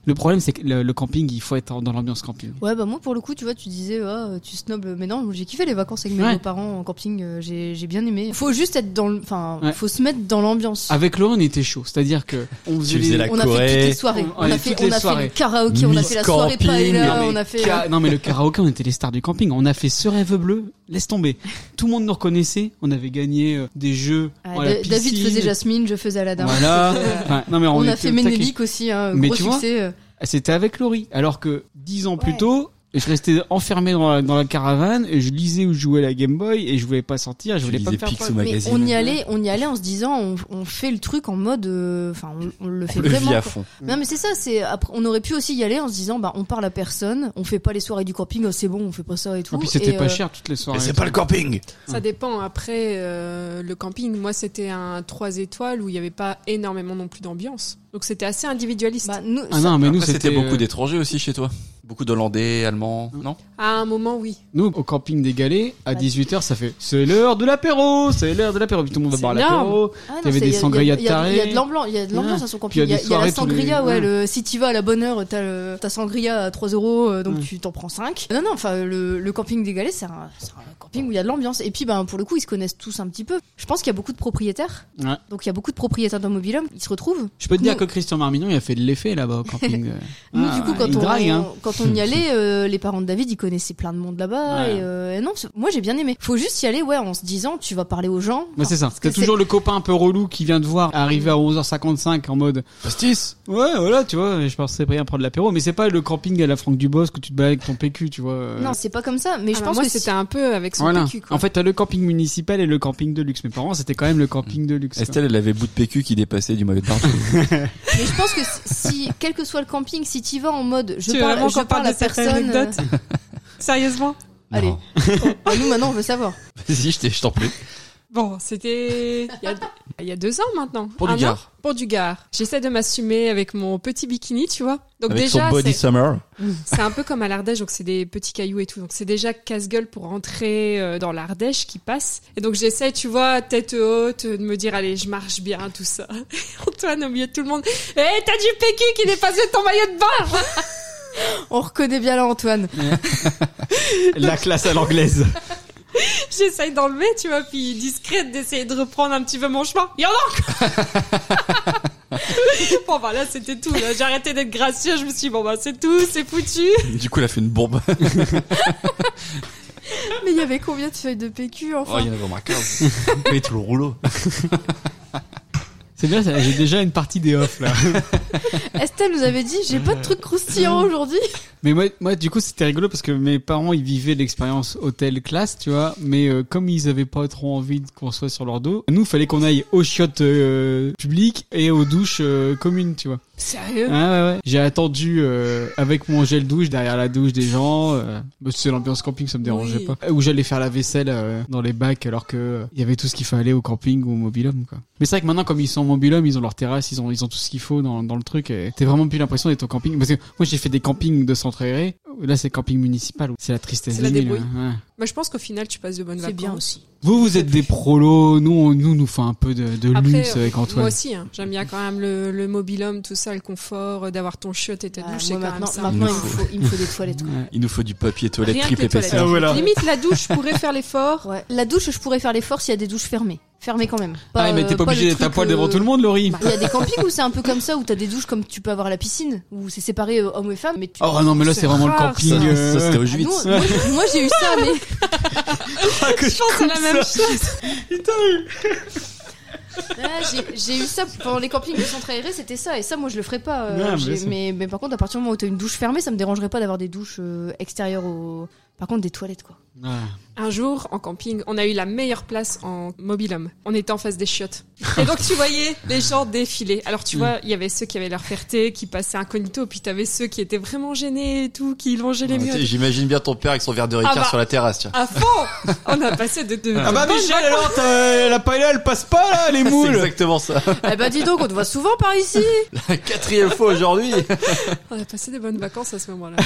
B: le problème, c'est que le, le camping, il faut être en- dans l'ambiance camping.
D: Ouais, bah moi pour le coup, tu vois, tu disais, ah, tu snobes, mais non, j'ai kiffé les vacances avec mes
B: Ouais.
D: parents en camping, euh, j'ai j'ai bien aimé. Faut juste être dans le. Enfin,
B: Ouais. Ah,
D: faut se mettre dans l'ambiance.
B: Avec Laurent, on était chaud. C'est-à-dire que on faisait,
C: Tu faisais
B: les-
C: la
D: on a fait toutes
C: Corée,
D: les soirées.
B: on-
D: On,
B: on
D: a
B: est
D: fait,
B: toutes
D: on
B: les
D: a fait
B: soirées.
D: le karaoké, on a fait la soirée
C: Miss
D: paella,
C: Camping.
D: Ah, on a fait. hein.
B: Ca- Non mais le karaoké, on était les stars du camping. On a fait ce rêve bleu, laisse tomber. Tout le monde nous reconnaissait. On avait gagné euh, des jeux.
D: Ah,
B: à la
D: Da- David
B: piscine.
D: faisait Jasmine, je faisais Aladdin.
B: Voilà. Enfin, non mais on,
D: On, a
B: était
D: fait
B: au taquet. Ah,
D: Ménélique aussi, hein,
B: Mais
D: gros
B: tu vois,
D: succès. euh.
B: C'était avec Laurie. Alors que dix ans plus
D: Ouais.
B: tôt, Et je restais enfermé dans la, dans la caravane et je lisais ou je jouais à la Game Boy et je voulais pas sortir, je
C: Tu
B: voulais pas me
C: lisais
B: faire
C: Picsou
B: prendre.
D: Mais
C: Magazine.
D: on y allait, on y allait en se disant, on, on fait le truc en mode, euh, enfin, on, on le fait
C: On le
D: vraiment.
C: vit à
D: quoi.
C: fond.
B: Mm.
D: Non, mais c'est ça. C'est après, on aurait pu aussi y aller en se disant, bah, on parle à personne, on fait pas les soirées du camping, oh, c'est bon, on fait pas ça et tout.
B: En plus, Ah, c'était
D: Et,
B: pas
D: euh,
B: cher toutes les soirées.
C: Mais c'est pas le camping
E: Ça dépend. Après, euh, le camping, moi, c'était un 3 étoiles où il n'y avait pas énormément non plus d'ambiance. Donc, c'était assez individualiste.
D: bah, nous,
B: Ah
D: ça-
B: non, mais nous,
C: Après,
B: c'était
C: c'était beaucoup
B: euh,
C: d'étrangers aussi chez toi. Beaucoup d'Hollandais, Allemands, non
E: À un moment, oui.
B: euh, Nous, au camping des Galets, à 18h, ça fait c'est l'heure de l'apéro, c'est l'heure de l'apéro. Puis tout le monde va
E: C'est
B: boire
E: énorme.
B: l'apéro.
D: ah non,
B: T'avais
D: c'est-
B: des
D: il y a-
B: sangria
D: il y a-
B: de
D: Il y a
B: taré.
D: de l'ambiance, il y a de l'ambiance
B: Ouais.
D: à son
B: Puis
D: camping.
B: il y
D: Il y
B: a
D: a,
B: des
D: il y a la
B: soirées tous les-
D: sangria, ouais.
B: ouais.
D: Le, si t'y vas à la bonne heure, t'as le, ta sangria à 3 euros, euh, donc
B: Ouais.
D: tu t'en prends 5. Non, non, enfin, le, le camping des Galets, c'est un, c'est un camping où il y a de l'ambiance. Et puis, ben, pour le coup, ils se connaissent tous un petit peu. Je pense qu'il y a beaucoup de propriétaires.
B: Ouais.
D: Donc, il y a beaucoup de propriétaires dans Mobilhome. Ils se retrouvent.
B: Je peux te dire
D: Nous-
B: que Christian Marmignon, il a fait de l'effet là-bas au
D: [laughs]
B: camping.
D: Nous,
B: Ah,
D: du coup, quand
B: il
D: on,
B: drague, hein.
D: quand on y allait, euh, les parents de David, ils connaissaient plein de monde là-bas.
B: Ouais.
D: Et, euh, et non, c'est- moi, j'ai bien aimé. Faut juste y aller, ouais, en se disant, tu vas parler aux gens.
B: Bah, c'est ça.
D: que
B: T'as toujours le copain un peu relou qui vient te voir arriver à 11h55 en mode
C: Pastis
B: Ouais, voilà, tu vois, je pensais bien prendre l'apéro, mais c'est pas le camping à la Franck Dubosc où tu te balades avec ton PQ, tu vois. euh.
D: Non, c'est pas comme ça. Mais
E: Ah
D: je
E: bah,
D: pense
E: moi,
D: que
E: c'était un peu avec son
B: Voilà.
E: PQ, quoi.
B: En fait, t'as le camping municipal et le camping de luxe. Mes parents, c'était quand même le camping de luxe. quoi.
C: Estelle, elle avait bout de PQ qui dépassait du maillot de bain.
D: Mais je pense que si, quel que soit le camping, si t'y vas en mode je
E: Tu veux
D: parle,
E: vraiment
D: je
E: qu'on
D: parle
E: parle
D: à
E: de cette
D: personne. euh,
E: [laughs] anecdote Sérieusement
D: Allez.
C: Non.
D: bah, nous maintenant on veut savoir.
C: [laughs] Vas-y, je t'ai- je t'en prie.
E: Bon, c'était il y, a... il y a deux ans maintenant.
C: Pour
E: Un
C: du
E: an
C: Gard.
E: Pour du Gard. J'essaie de m'assumer avec mon petit bikini, tu vois. Donc
C: Avec son
E: déjà,
C: body
E: c'est-
C: summer.
E: c'est un peu comme à l'Ardèche, donc c'est des petits cailloux et tout. Donc c'est déjà casse-gueule pour rentrer euh, dans l'Ardèche qui passe. Et donc j'essaie, tu vois, tête haute, euh, de me dire allez, je marche bien, tout ça. [laughs] Antoine au milieu de tout le monde. Hé, t'as du PQ qui dépasse de ton maillot de bain [laughs]
D: On reconnaît bien là Antoine.
B: La classe à l'anglaise.
E: J'essaye d'enlever, tu vois, puis discrète d'essayer de reprendre un petit peu mon chemin. Il y en a encore [laughs] Bon, bah là, c'était tout. là. J'ai arrêté d'être gracieux. Je me suis dit, bon, bah c'est tout, c'est foutu.
C: Du coup, elle a fait une bombe.
D: Mais il y avait combien de feuilles de PQ
C: Oh,
D: enfin
C: il y en avait au moins [laughs] 15. Mais tout le rouleau.
B: C'est bien, ça- j'ai déjà une partie des off là.
D: Estelle nous avait dit j'ai pas de truc croustillant aujourd'hui.
B: Mais moi, moi, du coup, c'était rigolo parce que mes parents, ils vivaient l'expérience hôtel classe, tu vois. Mais euh, comme ils avaient pas trop envie de qu'on soit sur leur dos, nous, fallait qu'on aille aux chiottes euh, publiques et aux douches euh, communes, tu vois.
E: Sérieux
B: Ah, ouais, ouais. J'ai attendu euh, avec mon gel douche derrière la douche des gens. euh, bah, c'est l'ambiance camping, ça me dérangeait
E: Oui.
B: pas. Où j'allais faire la vaisselle euh, dans les bacs alors que euh, il y avait tout ce qu'il fallait au camping ou au mobilhome, quoi. Mais c'est vrai que maintenant, comme ils sont au mobilhome, ils ont leur terrasse, ils ont, ils ont tout ce qu'il faut dans, dans le truc. Et t'as vraiment plus l'impression d'être au camping. Parce que moi, j'ai fait des campings de centre aéré. Là, c'est camping municipal. C'est la tristesse
E: C'est
B: de
E: la
B: la ville.
E: débrouille.
B: hein, ouais.
E: Bah, je pense qu'au final, tu passes de bonnes
D: C'est
E: vacances.
D: bien aussi.
B: Vous, vous êtes des prolos. Nous, on, nous, nous fait un peu de, de
E: Après,
B: luxe avec
E: Moi
B: Antoine.
E: aussi, hein. j'aime bien quand même le, le mobilhome, tout ça, le confort, euh, d'avoir ton chiotte et ta
D: Ah,
E: douche, c'est
D: moi,
E: quand même
D: maintenant,
E: ça.
D: maintenant, il,
C: Il nous
D: me faut, il me faut des toilettes. quoi.
B: Ouais.
C: Il nous faut du papier toilette
E: Rien que
C: triple
E: les toilettes.
C: épaisseur.
B: Ah, voilà.
E: Limite, la douche pourrait faire l'effort.
D: Ouais. La douche, je pourrais faire l'effort s'il y a des douches fermées. Fermées quand même.
B: Ah, mais t'es pas obligé d'être à poil
E: euh,
B: devant tout le monde, Laurie.
D: euh, bah,
E: bah,
D: Il y a des campings où c'est un peu comme ça, où t'as des douches comme tu peux avoir à la piscine, où c'est séparé euh, hommes et femmes, mais tu...
B: Oh non, mais là,
E: C'est
B: c'est vraiment
E: rare,
B: le camping.
C: Ça,
B: euh,
C: ça, c'était
D: Ah, nous,
B: [laughs]
C: Auschwitz.
D: moi, j'ai- moi, j'ai eu ça, mais
B: Ah,
E: Je pense à la même chose.
D: Ah, j'ai- j'ai eu ça pendant les campings de centre aéré, c'était ça. Et ça, moi, je le ferais pas. euh,
B: Ouais, mais
D: j'ai-
B: c'est-
D: mais, mais par contre, à partir du moment où t'as une douche fermée, ça me dérangerait pas d'avoir des douches euh, extérieures au. Par contre, des toilettes, quoi.
B: ouais.
E: Un jour, en camping, on a eu la meilleure place en mobilhome. On était en face des chiottes. Et donc, tu voyais les gens défiler. Alors,
B: Mm.
E: tu vois, il y avait ceux qui avaient leur fierté, qui passaient incognito, puis t'avais ceux qui étaient vraiment gênés et tout, qui longeaient les murs.
C: T'sais, Ah, J'imagine bien ton père avec son verre de Ricard
E: Ah bah.
C: sur la terrasse. tiens.
E: À fond On a passé de... de
B: Ah bah Michel alors t'as- la paella elle passe pas là
C: [laughs]
B: les
C: C'est
B: moules
C: exactement ça.
D: eh ben, dis donc, on te voit souvent par ici.
C: La quatrième fois aujourd'hui.
E: On a passé des bonnes vacances à ce moment-là.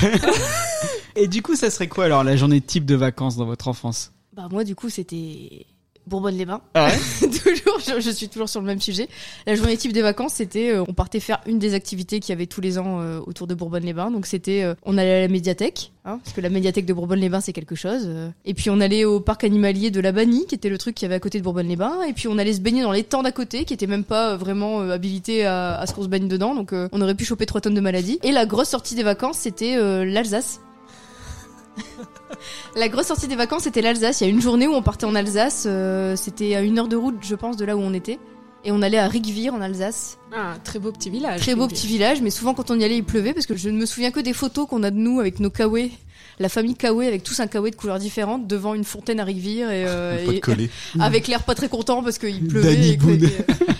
B: Et du coup ça serait quoi alors la journée type de vacances dans votre enfance
D: Bah, moi, du coup, c'était. Bourbonne-les-Bains.
B: Ah ouais
D: [laughs] toujours, je, je suis toujours sur le même sujet. La journée type des vacances, c'était euh, on partait faire une des activités qu'il y avait tous les ans euh, autour de Bourbonne-les-Bains. Donc c'était euh, on allait à la médiathèque, hein, parce que la médiathèque de Bourbonne-les-Bains c'est quelque chose. euh. Et puis on allait au parc animalier de la Bannie, qui était le truc qu'il y avait à côté de Bourbonne-les-Bains. Et puis on allait se baigner dans les temps d'à côté, qui étaient même pas euh, vraiment euh, habilités à, à ce qu'on se baigne dedans. Donc euh, on aurait pu choper trois tonnes de maladies. Et la grosse sortie des vacances, c'était euh, l'Alsace. La grosse sortie des vacances, c'était l'Alsace. Il y a une journée où on partait en Alsace. euh, c'était à une heure de route, je pense, de là où on était. Et on allait à Rigvir en Alsace.
E: Ah, un très beau petit village.
D: Très beau petit village, mais souvent quand on y allait, il pleuvait parce que je ne me souviens que des photos qu'on a de nous avec nos kawaii la famille Kawe avec tous un Kawe de couleurs différentes devant une fontaine à
C: [laughs]
D: Rigvire et, euh,
C: Pas de
D: et-
C: coller.
D: avec l'air pas très content parce qu'il pleuvait.
B: Mmh. Danny
D: et, que-
B: Boone.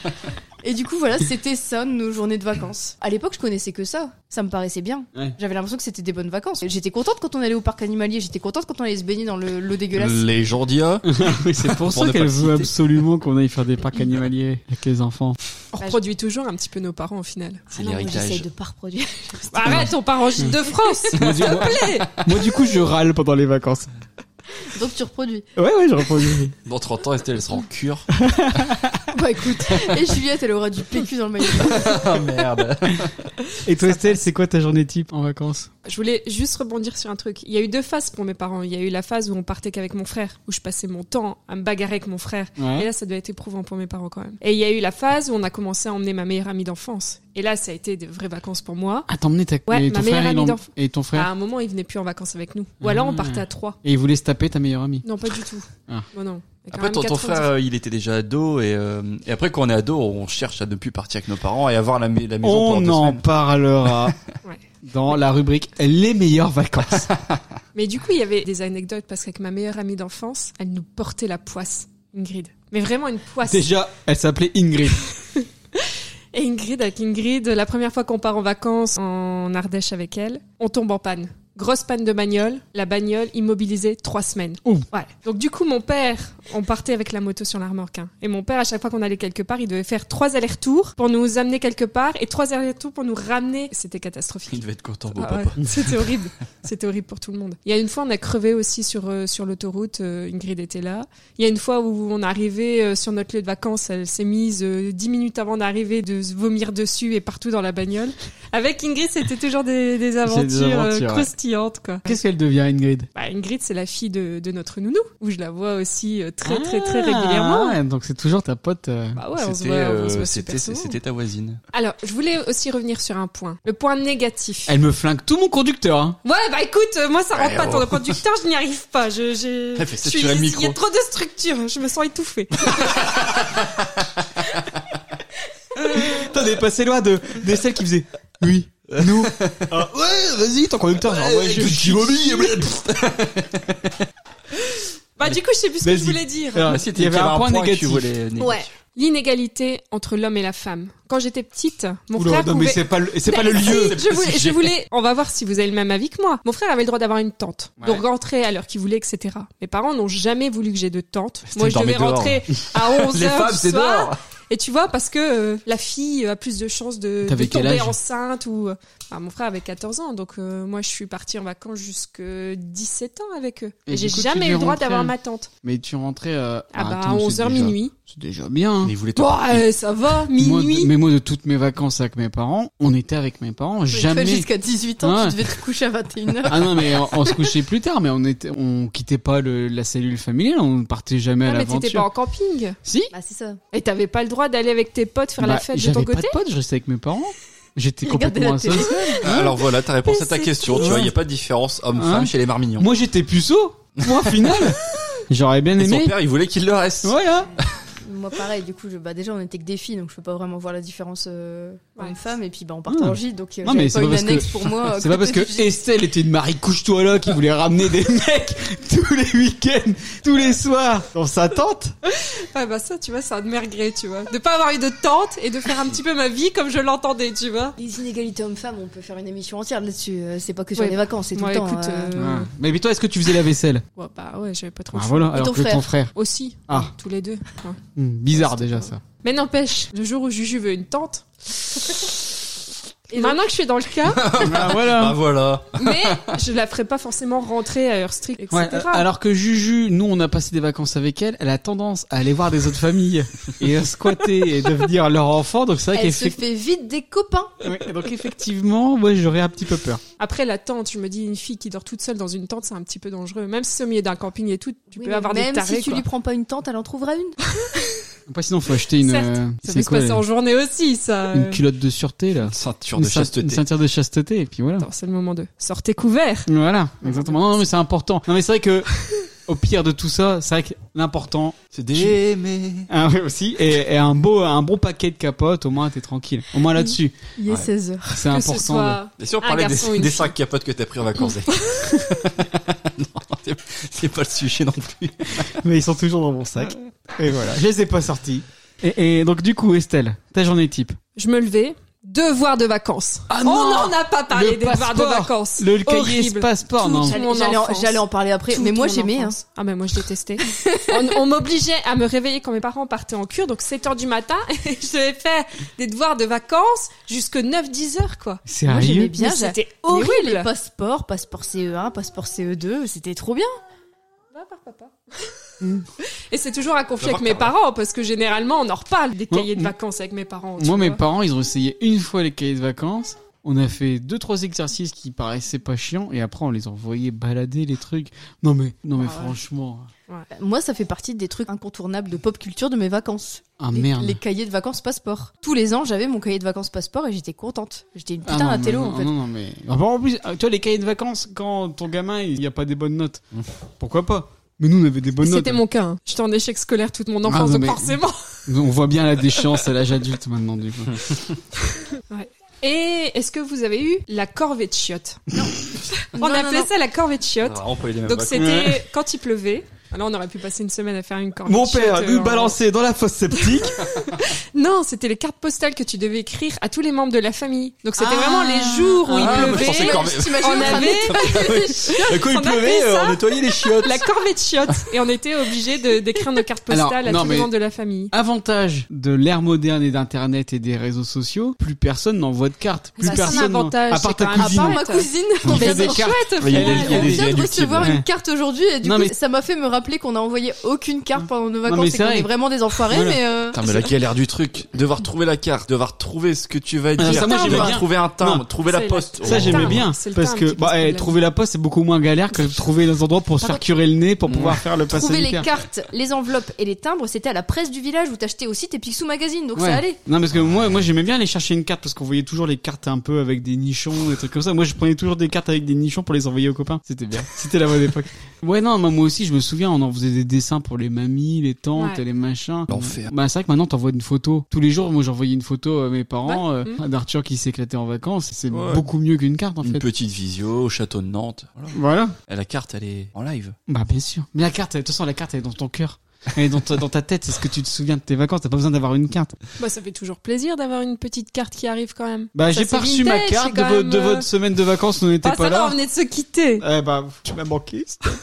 D: [laughs] et du coup, voilà, c'était ça nos journées de vacances. À l'époque, je connaissais que ça. Ça me paraissait bien.
B: Ouais.
D: J'avais l'impression que c'était des bonnes vacances. J'étais contente quand on allait au parc animalier. J'étais contente quand on allait se baigner dans le- l'eau dégueulasse.
C: Les gens
E: Ah
C: d'IA.
B: Oui, c'est pour
C: ne
B: ça
C: pas
B: qu'elle
C: le
B: veut
C: citer.
B: absolument qu'on aille faire des parcs animaliers avec les enfants.
E: On
D: je-
E: reproduit toujours un petit peu nos parents au final.
C: C'est
D: Ah non, j'essaye
C: l'héritage.
D: de pas reproduire.
E: Bah, Arrête, on part en Gîte [laughs] de France
B: Moi du, moi- [laughs] moi, du coup, je râle pendant les vacances.
D: [laughs] Donc tu reproduis.
B: Ouais, ouais, je reproduis.
C: Dans 30 ans, Estelle elle sera en cure.
D: Bah écoute, et Juliette, elle aura du PQ dans le maillot.
C: Ah merde.
B: [laughs] Et toi, Estelle, c'est quoi ta journée type en vacances
E: Je voulais juste rebondir sur un truc. Il y a eu deux phases pour mes parents. Il y a eu la phase où on partait qu'avec mon frère, où je passais mon temps à me bagarrer avec mon frère. Et
C: Hein
B: Ouais.
E: là, ça doit être éprouvant pour mes parents quand même. Et il y a eu la phase où on a commencé à emmener ma meilleure amie d'enfance. Et là, ça a été des vraies vacances pour moi.
B: Ah, t'emmenais ta
E: Ouais,
B: et ton
E: ma meilleure
B: frère il
E: amie
B: en-
E: d'enfance.
B: et ton
E: À
C: Ah.
B: frère
E: un moment, ils venaient plus en vacances avec nous. Ou alors, on
C: Mmh.
B: Ah.
E: partait à trois.
B: et il voulait se taper ta meilleure amie.
E: Non, pas du tout.
B: Ah.
E: Non, non. Il y a quand
C: Après, ton,
E: même
C: ton
E: 90.
C: frère, euh, il était déjà ado et, euh, et après, quand on est ado, on cherche à ne plus partir avec nos parents et avoir la, mai- la maison pendant
B: On
C: deux
B: en
C: semaines. [laughs]
B: parlera
E: Ouais.
B: dans la rubrique les meilleures vacances.
C: Ah,
E: Mais du coup, il y avait des anecdotes parce qu'avec ma meilleure amie d'enfance, elle nous portait la poisse, Ingrid. Mais vraiment une poisse.
B: Déjà, elle s'appelait Ingrid.
E: Et Ingrid, avec Ingrid, la première fois qu'on part en vacances en Ardèche avec elle, on tombe en panne. Grosse panne de bagnole, la bagnole immobilisée trois semaines.
B: Ouh.
E: Ouais. Donc du coup, mon père, on partait avec la moto sur la remorque. hein. Et mon père, à chaque fois qu'on allait quelque part, il devait faire trois allers-retours pour nous amener quelque part et trois allers-retours pour nous ramener. C'était catastrophique.
C: Il devait être content, beau
E: Ah
C: papa.
E: ouais,
C: [laughs]
E: C'était horrible. C'était horrible pour tout le monde. Il y a une fois, on a crevé aussi sur, euh, sur l'autoroute. euh, Ingrid était là. Il y a une fois où on est arrivé euh, sur notre lieu de vacances. Elle s'est mise euh, dix minutes avant d'arriver de se vomir dessus et partout dans la bagnole. Avec Ingrid, c'était toujours des, des aventures, euh,
B: aventures, ouais.
E: croustillantes, quoi.
B: Qu'est-ce qu'elle devient, Ingrid
E: Bah, Ingrid, c'est la fille de, de notre nounou, où je la vois aussi euh, très, très, très régulièrement.
B: Ah, donc c'est toujours ta pote. euh.
E: Bah ouais, on se
C: C'était,
E: voit, on se
C: euh, c'était,
E: voit super
C: c'est-
E: souvent.
C: c'était ta voisine.
E: Alors, je voulais aussi revenir sur un point. Le point négatif.
B: Elle me flingue tout mon conducteur. hein.
E: Ouais, bah écoute, euh, moi ça rentre
C: Ouais,
E: pas,
C: ouais.
E: ton conducteur, je n'y arrive pas. Je, j'ai-
C: Elle fait
E: je suis-
C: saturer le
E: Il y a
C: micro.
E: trop de structures, je me sens étouffée.
B: T'en es passé loin de, de celle qui faisait oui, [laughs] nous. Ah, ouais, vas-y, ton conducteur. genre, ouais, je- je-
E: Bah du coup, je sais plus ce que
B: Vas-y.
E: je voulais dire.
B: Alors,
C: Ah, si,
B: il y avait un point
C: que tu
B: négatif.
C: voulais, euh, négatif.
E: Ouais. L'inégalité entre l'homme et la femme. Quand j'étais petite, mon
B: Oula,
E: frère
B: non, mais
E: pouvait... Bah,
B: c'est pas le, Bah, c'est pas le lieu.
E: Je voulais, je voulais, on va voir si vous avez le même avis que moi. Mon frère avait le droit d'avoir une tente,
C: Ouais.
E: donc rentrer à l'heure qu'il voulait, etc. Mes parents n'ont jamais voulu que j'ai de tente.
C: C'était
E: Moi, je
C: dormir
E: devais
C: dehors.
E: rentrer à 11h
C: Les femmes, c'est dehors.
E: Et tu vois, parce que euh, la fille a plus de chances de,
B: T'avais
E: de
B: quel
E: tomber
B: âge
E: enceinte ou. Ah, mon frère avait 14 ans, donc euh, moi je suis partie en vacances jusque 17 ans avec eux.
B: Et
E: Et,
B: du
E: j'ai
B: coup, tu
E: jamais eu
B: devais
E: le droit
B: rentrer.
E: d'avoir ma tante.
B: Mais tu rentrais euh,
E: Ah, bah
B: attends,
E: à
B: c'est
E: 11h
B: déjà-
E: minuit.
B: C'est déjà bien. hein.
C: Mais il voulait te-
E: Ouais, ça
B: Moi,
E: va,
B: de-
E: minuit.
B: mais moi, de toutes mes vacances avec mes parents, on était avec mes parents, [laughs] jamais.
D: Jusqu'à 18 ans,
B: Ouais.
D: tu devais te coucher à 21h.
B: [laughs] Ah non, mais on, on se couchait plus tard, mais on était, on quittait pas le- la cellule familiale, on partait jamais
E: Ah,
B: à
E: mais t'étais
B: l'aventure.
E: pas en camping.
B: Si.
D: [laughs] Bah c'est ça.
E: Et t'avais pas le droit d'aller avec tes potes faire la
B: Bah,
E: fête de ton
B: J'avais pas
E: côté
B: de potes, je restais avec mes parents.
D: [laughs]
B: J'étais
D: Regardez
B: complètement
D: la télé.
B: seul.
C: Ah, Alors voilà, ta réponse
E: Mais
C: à ta
E: c'est
C: question. Tu
E: triste.
C: vois, il n'y a pas de différence homme-femme
B: Hein
C: chez les marmignons.
B: Moi, j'étais puceau. Moi, final. J'aurais bien
C: Et son
B: aimé. hein.
C: père, il voulait qu'il le reste.
B: Voilà.
D: Oh, Moi pareil, du coup, je, bah déjà on était que des filles, donc je peux pas vraiment voir la différence euh,
E: Ouais.
D: une femme et puis bah on partait
B: Ah.
D: en gîte, donc euh,
B: Non, mais
D: j'avais
B: c'est
D: pas
B: pas
D: une
B: parce que-
D: annexe pour moi. euh,
B: [laughs] C'est pas parce que Estelle était une Marie couche-toi là qui voulait ramener des [laughs] mecs tous les week-ends, tous les soirs, dans sa tente.
E: Ah bah ça, tu vois, c'est un de mes regrets, tu vois. De pas avoir eu de tente et de faire un petit peu ma vie comme je l'entendais, tu vois.
D: Les inégalités hommes-femmes, on peut faire une émission entière là-dessus. euh, C'est pas que sur
E: Ouais.
D: les vacances, c'est tout
E: Moi,
D: le temps.
E: écoute,
D: euh.
E: euh,
B: Ah. Mais puis toi, est-ce que tu faisais la vaisselle
E: ouais, bah ouais, j'avais pas trop.
B: Ah,
E: le choix.
B: voilà, alors
D: ton
B: que ton frère.
E: Aussi,
B: Ah,
E: tous les deux. ouais.
B: hum,
D: Ah,
B: bizarre déjà ça.
E: Mais n'empêche, le jour où Juju veut une tente. Et maintenant que je suis dans le
B: [laughs]
E: cas,
B: Ah,
C: Ah
B: voilà.
C: voilà.
E: mais je la ferai pas forcément rentrer à heure stricte, etc.
B: Ouais, euh, alors que Juju, nous on a passé des vacances avec elle, elle a tendance à aller voir des autres familles et à squatter et devenir leur enfant, donc c'est vrai
D: Elle se
B: qu'effectivement,
D: fait vite des copains.
B: donc effectivement, moi j'aurais un petit peu peur.
E: Après la tente, je me dis une fille qui dort toute seule dans une tente, c'est un petit peu dangereux. Même si c'est au milieu d'un camping et tout, tu
D: Oui,
E: peux
D: mais
E: avoir des
D: même
E: tarés.
D: si tu
E: quoi.
D: lui prends pas une tente, elle en trouvera une.
B: Après sinon faut acheter une,
E: Certes,
B: euh,
E: Ça
B: c'est
E: peut se passer
B: les-
E: en journée aussi, ça.
B: une culotte de sûreté là,
C: Ceinture
B: une,
C: de
B: ceint- une
C: chasteté.
B: ceinture de chasteté et puis voilà.
E: Attends, c'est le moment de sortez couvert.
B: Voilà, exactement. Non, mais c'est important. Non, mais c'est vrai que au pire de tout ça, c'est vrai que l'important,
C: C'est d'aimer.
B: ah oui aussi, et, et un beau, un bon paquet de capotes, au moins t'es tranquille. Au moins là-dessus,
D: Il est
C: Ouais.
D: 16h.
B: c'est
E: Que
B: important.
E: ce
B: de-
E: soit.
C: Et si on
E: Un
C: parlait
E: garçon,
C: des,
E: une
C: des
E: fille.
C: cinq capotes que t'as pris
B: [laughs]
C: en vacances eh. Non, c'est- c'est pas le sujet non plus.
B: Mais ils sont toujours dans mon sac. Et voilà, je les ai pas sortis. Et, et donc du coup, Estelle, ta journée type.
E: Je me levais. Devoir de vacances.
B: Ah
E: on n'en a pas parlé
B: Le
E: des devoirs de
B: passeport.
E: vacances.
B: Le, le cahier
E: Horrible.
B: ce passeport,
E: Tout
B: non
E: ça. Mon
D: J'allais j'allais en,
E: enfance.
D: j'allais en parler après,
E: Toute
D: mais moi
E: mon
D: j'aimais. Hein.
E: enfance. Ah ben moi je détestais. [laughs] on on m'obligeait à me réveiller quand mes parents partaient en cure, donc 7 heures du matin, [laughs] et je devais faire des devoirs de vacances jusque 9-10 heures quoi.
D: Moi j'aimais
B: Sérieux
D: bien.
E: Mais
D: j'a-
E: c'était
D: Mais oui,
E: horrible.
D: les passeports, passeport CE1, passeport CE2, c'était trop bien.
E: [laughs] Mm. Et c'est toujours à conflit
C: D'abord,
E: avec mes
C: t'as-
E: parents, parce que généralement on en reparle des
B: Moi,
E: cahiers de
B: moi-
E: vacances avec mes parents. tu
B: Moi, mes
E: vois.
B: parents, ils ont essayé une fois les cahiers de vacances. On a fait deux trois exercices qui paraissaient pas chiants et après on les envoyait balader les trucs. Non mais non mais
E: Ah ouais.
B: franchement,
D: Moi ça fait partie des trucs incontournables de pop culture de mes vacances.
B: ah
D: les,
B: merde.
D: les cahiers de vacances passeport. Tous les ans j'avais mon cahier de vacances passeport et j'étais contente. J'étais une
B: Ah
D: putain
B: non, mais
D: d'intello
B: non,
D: en fait.
B: Non non mais Ah, bon, en plus, ah, tu vois les cahiers de vacances quand ton gamin il y a pas des bonnes
E: [laughs]
B: notes, pourquoi pas Mais nous on avait des bonnes notes.
E: C'était mon cas. hein. J'étais en échec scolaire toute mon
B: Ah,
E: enfance,
B: non,
E: donc
B: mais-
E: forcément.
B: On voit bien la déchéance à l'âge adulte maintenant du
E: [laughs]
B: coup.
E: Et est-ce que vous avez eu la corvée de chiottes [laughs] On
D: Non, non,
E: appelait
D: non.
E: ça la corvée de chiottes.
C: Alors, on peut aller
B: Ah
C: les mêmes
B: bah,
E: Donc
C: vacances.
E: c'était quand il pleuvait. Alors on aurait pu passer une semaine à faire une corvée
B: Mon
E: de chiottes,
B: père
E: euh,
B: nous
E: en-
B: balançait dans la fosse septique.
E: Non, c'était les cartes postales que tu devais écrire à tous les membres de la famille. Donc c'était
D: Ah.
E: vraiment les jours où
B: bah,
C: Ah,
E: il
C: moi, je pensais
E: pleuvait.
C: corvée.
D: T'imagines en
E: On
D: train de-
E: avait [laughs]
C: quand il
E: On a
C: pleuvait,
E: fait
C: euh,
E: ça.
C: on nettoyait les
E: [laughs]
C: chiottes.
E: [laughs] la corvée de chiottes et on était obligé de d'écrire nos cartes
B: Alors,
E: postales à
B: non,
E: tous
B: mais-
E: les membres de la famille.
B: [laughs] Avantage de l'ère moderne et d'internet et des réseaux sociaux, plus personne n'envoie de cartes, plus
E: Ça, Bah, c'est un
B: personne n'en-
E: avantage,
B: à part
E: c'est
B: ta
E: quand même-
D: À part
B: cousine.
D: ma cousine,
B: On fait
E: Mais
B: des
D: [laughs]
E: c'est
B: cartes.
E: chouette, au
C: Il y a des-
E: final.
C: il y a des-
D: On vient de
C: irréductibles.
D: recevoir
B: Ouais.
D: une carte aujourd'hui et du
B: Non,
D: coup
B: mais-
D: ça m'a fait me rappeler qu'on a envoyé aucune carte pendant nos
B: mais
D: vacances
B: c'est
D: et qu'on
B: vrai.
D: est vraiment des enfoirés
B: Voilà.
D: mais euh,
C: Putain, mais la galère du truc, devoir trouver la carte, devoir trouver ce que tu vas
B: Ah,
C: dire,
B: ça,
D: moi, j'aimais
C: devoir
B: bien.
C: trouver un timbre,
B: Non.
C: trouver la
E: C'est
C: poste. Oh,
B: Ça
E: Le
B: j'aimais
E: timbre,
B: bien
E: c'est le
B: parce
E: timbre
B: que
E: qui pose
B: bah, eh,
E: problème.
B: trouver la poste c'est beaucoup moins galère que de trouver dans un endroit pour se faire curer le nez pour pouvoir faire le pass
D: trouver les
B: sanitaire.
D: cartes, les enveloppes et les timbres, c'était à la presse du village où t'achetais aussi tes Picsou magazines donc
B: Ouais.
D: ça allait.
B: Non parce que moi moi j'aimais bien aller chercher une carte parce qu'on voyait toujours les cartes un peu avec des nichons des trucs comme ça. Moi je prenais toujours des cartes avec des nichons pour les envoyer aux copains. C'était bien. C'était la bonne époque. Ouais non moi, moi aussi je me souviens on en faisait des dessins pour les mamies, les tantes,
E: Ouais.
B: et les machins.
C: L'enfer.
B: Bah c'est vrai que maintenant t'envoies une photo tous les jours. Moi j'envoyais une photo à mes parents
E: Ouais.
B: euh, d'Arthur qui s'éclatait en vacances. C'est
C: Ouais.
B: beaucoup mieux qu'une carte en
C: Une
B: fait.
C: petite visio au château de Nantes. Voilà.
B: Voilà.
C: Et La carte, elle est en live.
B: Bah bien sûr. Mais la carte, elle- de toute façon, la carte elle est dans ton cœur. Elle est dans ta, dans ta tête, c'est ce que tu te souviens de tes vacances, t'as pas besoin d'avoir une carte.
E: Bah, ça fait toujours plaisir d'avoir une petite carte qui arrive quand même.
B: Bah
E: Ça,
B: j'ai
E: c'est
B: pas reçu ma
E: vintage,
B: carte
E: c'est
B: de,
E: quand
B: vo-
E: même,
B: de
E: euh,
B: votre semaine de vacances, on n'était
E: Ah,
B: pas
E: ça va, on
B: là.
E: venait de se quitter.
B: Eh bah, tu m'as manqué.
E: [laughs]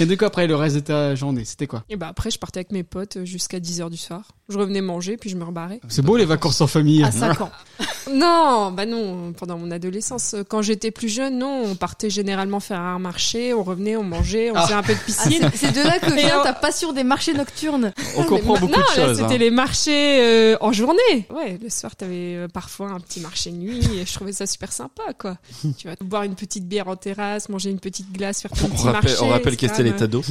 B: Et du coup, après, le reste de ta journée, c'était quoi
E: Et bah après, je partais avec mes potes jusqu'à 10h du soir. Je revenais manger, puis je me rebarrais.
B: C'est beau les vacances en famille.
E: Ah,
B: hein.
D: À 5 ans.
E: Non, bah non, pendant mon adolescence. Quand j'étais plus jeune, non, on partait généralement faire un marché, on revenait, on mangeait, on
B: Ah.
E: faisait un peu de
D: Ah,
E: piscine.
D: c'est c'est de
B: [laughs]
D: là que vient
E: alors-
D: ta passion des marchés nocturnes.
C: On comprend
E: Mais ma-
C: beaucoup
E: non,
C: de
E: là,
C: choses.
E: c'était
C: hein.
E: les marchés euh, en journée. Ouais, le soir, t'avais euh, parfois un petit marché nuit et je trouvais ça super sympa, quoi.
C: [laughs]
E: tu vas boire une petite bière en terrasse, manger une petite glace, faire ton
C: On
E: petit
C: rappelle,
E: marché.
C: on rappelle
E: c'est
C: qu'Estelle
E: quand
C: est
E: même-
C: ado.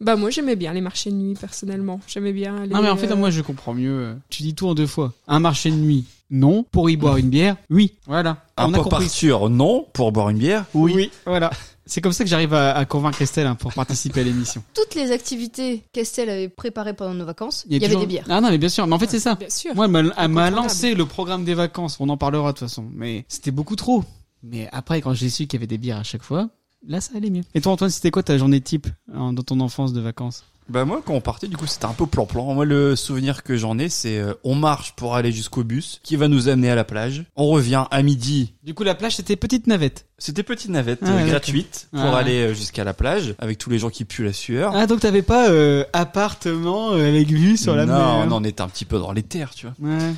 E: Bah moi, j'aimais bien les marchés nuit, personnellement. J'aimais bien les...
B: Non mais en fait,
E: euh,
B: moi je comprends mieux. Tu dis tout en deux fois. Un marché de nuit, non. Pour y boire une bière, oui. Voilà.
C: Un
B: on a
C: pop
B: compris.
C: Arthur, non. Pour boire une bière,
B: Oui. Voilà. C'est comme ça que j'arrive à, à convaincre Estelle hein, pour participer à l'émission.
D: Toutes les activités qu'Estelle avait préparées pendant nos vacances, il y,
B: a
D: avait
B: toujours-
D: des bières.
B: Ah non, mais bien sûr. Mais en fait, c'est ça.
E: Bien sûr.
B: [laughs] Moi, elle m'a- elle m'a
E: Incontournable.
B: lancé le programme des vacances. On en parlera de toute façon. Mais c'était beaucoup trop. Mais après, quand j'ai su qu'il y avait des bières à chaque fois, là, ça allait mieux. Et toi, Antoine, c'était quoi ta journée type hein, dans ton enfance de vacances
C: Bah moi quand on partait du coup c'était un peu plan-plan. Moi le souvenir que j'en ai c'est euh, on marche pour aller jusqu'au bus qui va nous amener à la plage. On revient à midi.
B: Du coup, la plage, c'était petite navette.
C: C'était petite navette
B: Ah,
C: euh,
B: ouais,
C: gratuite
B: ok.
C: pour
B: Ah.
C: aller euh, jusqu'à la plage avec tous les gens qui puent la sueur.
B: Ah, donc t'avais pas euh, appartement euh, avec vue sur la
C: non,
B: mer
C: non, on était un petit peu dans les terres, tu vois.
B: Ouais.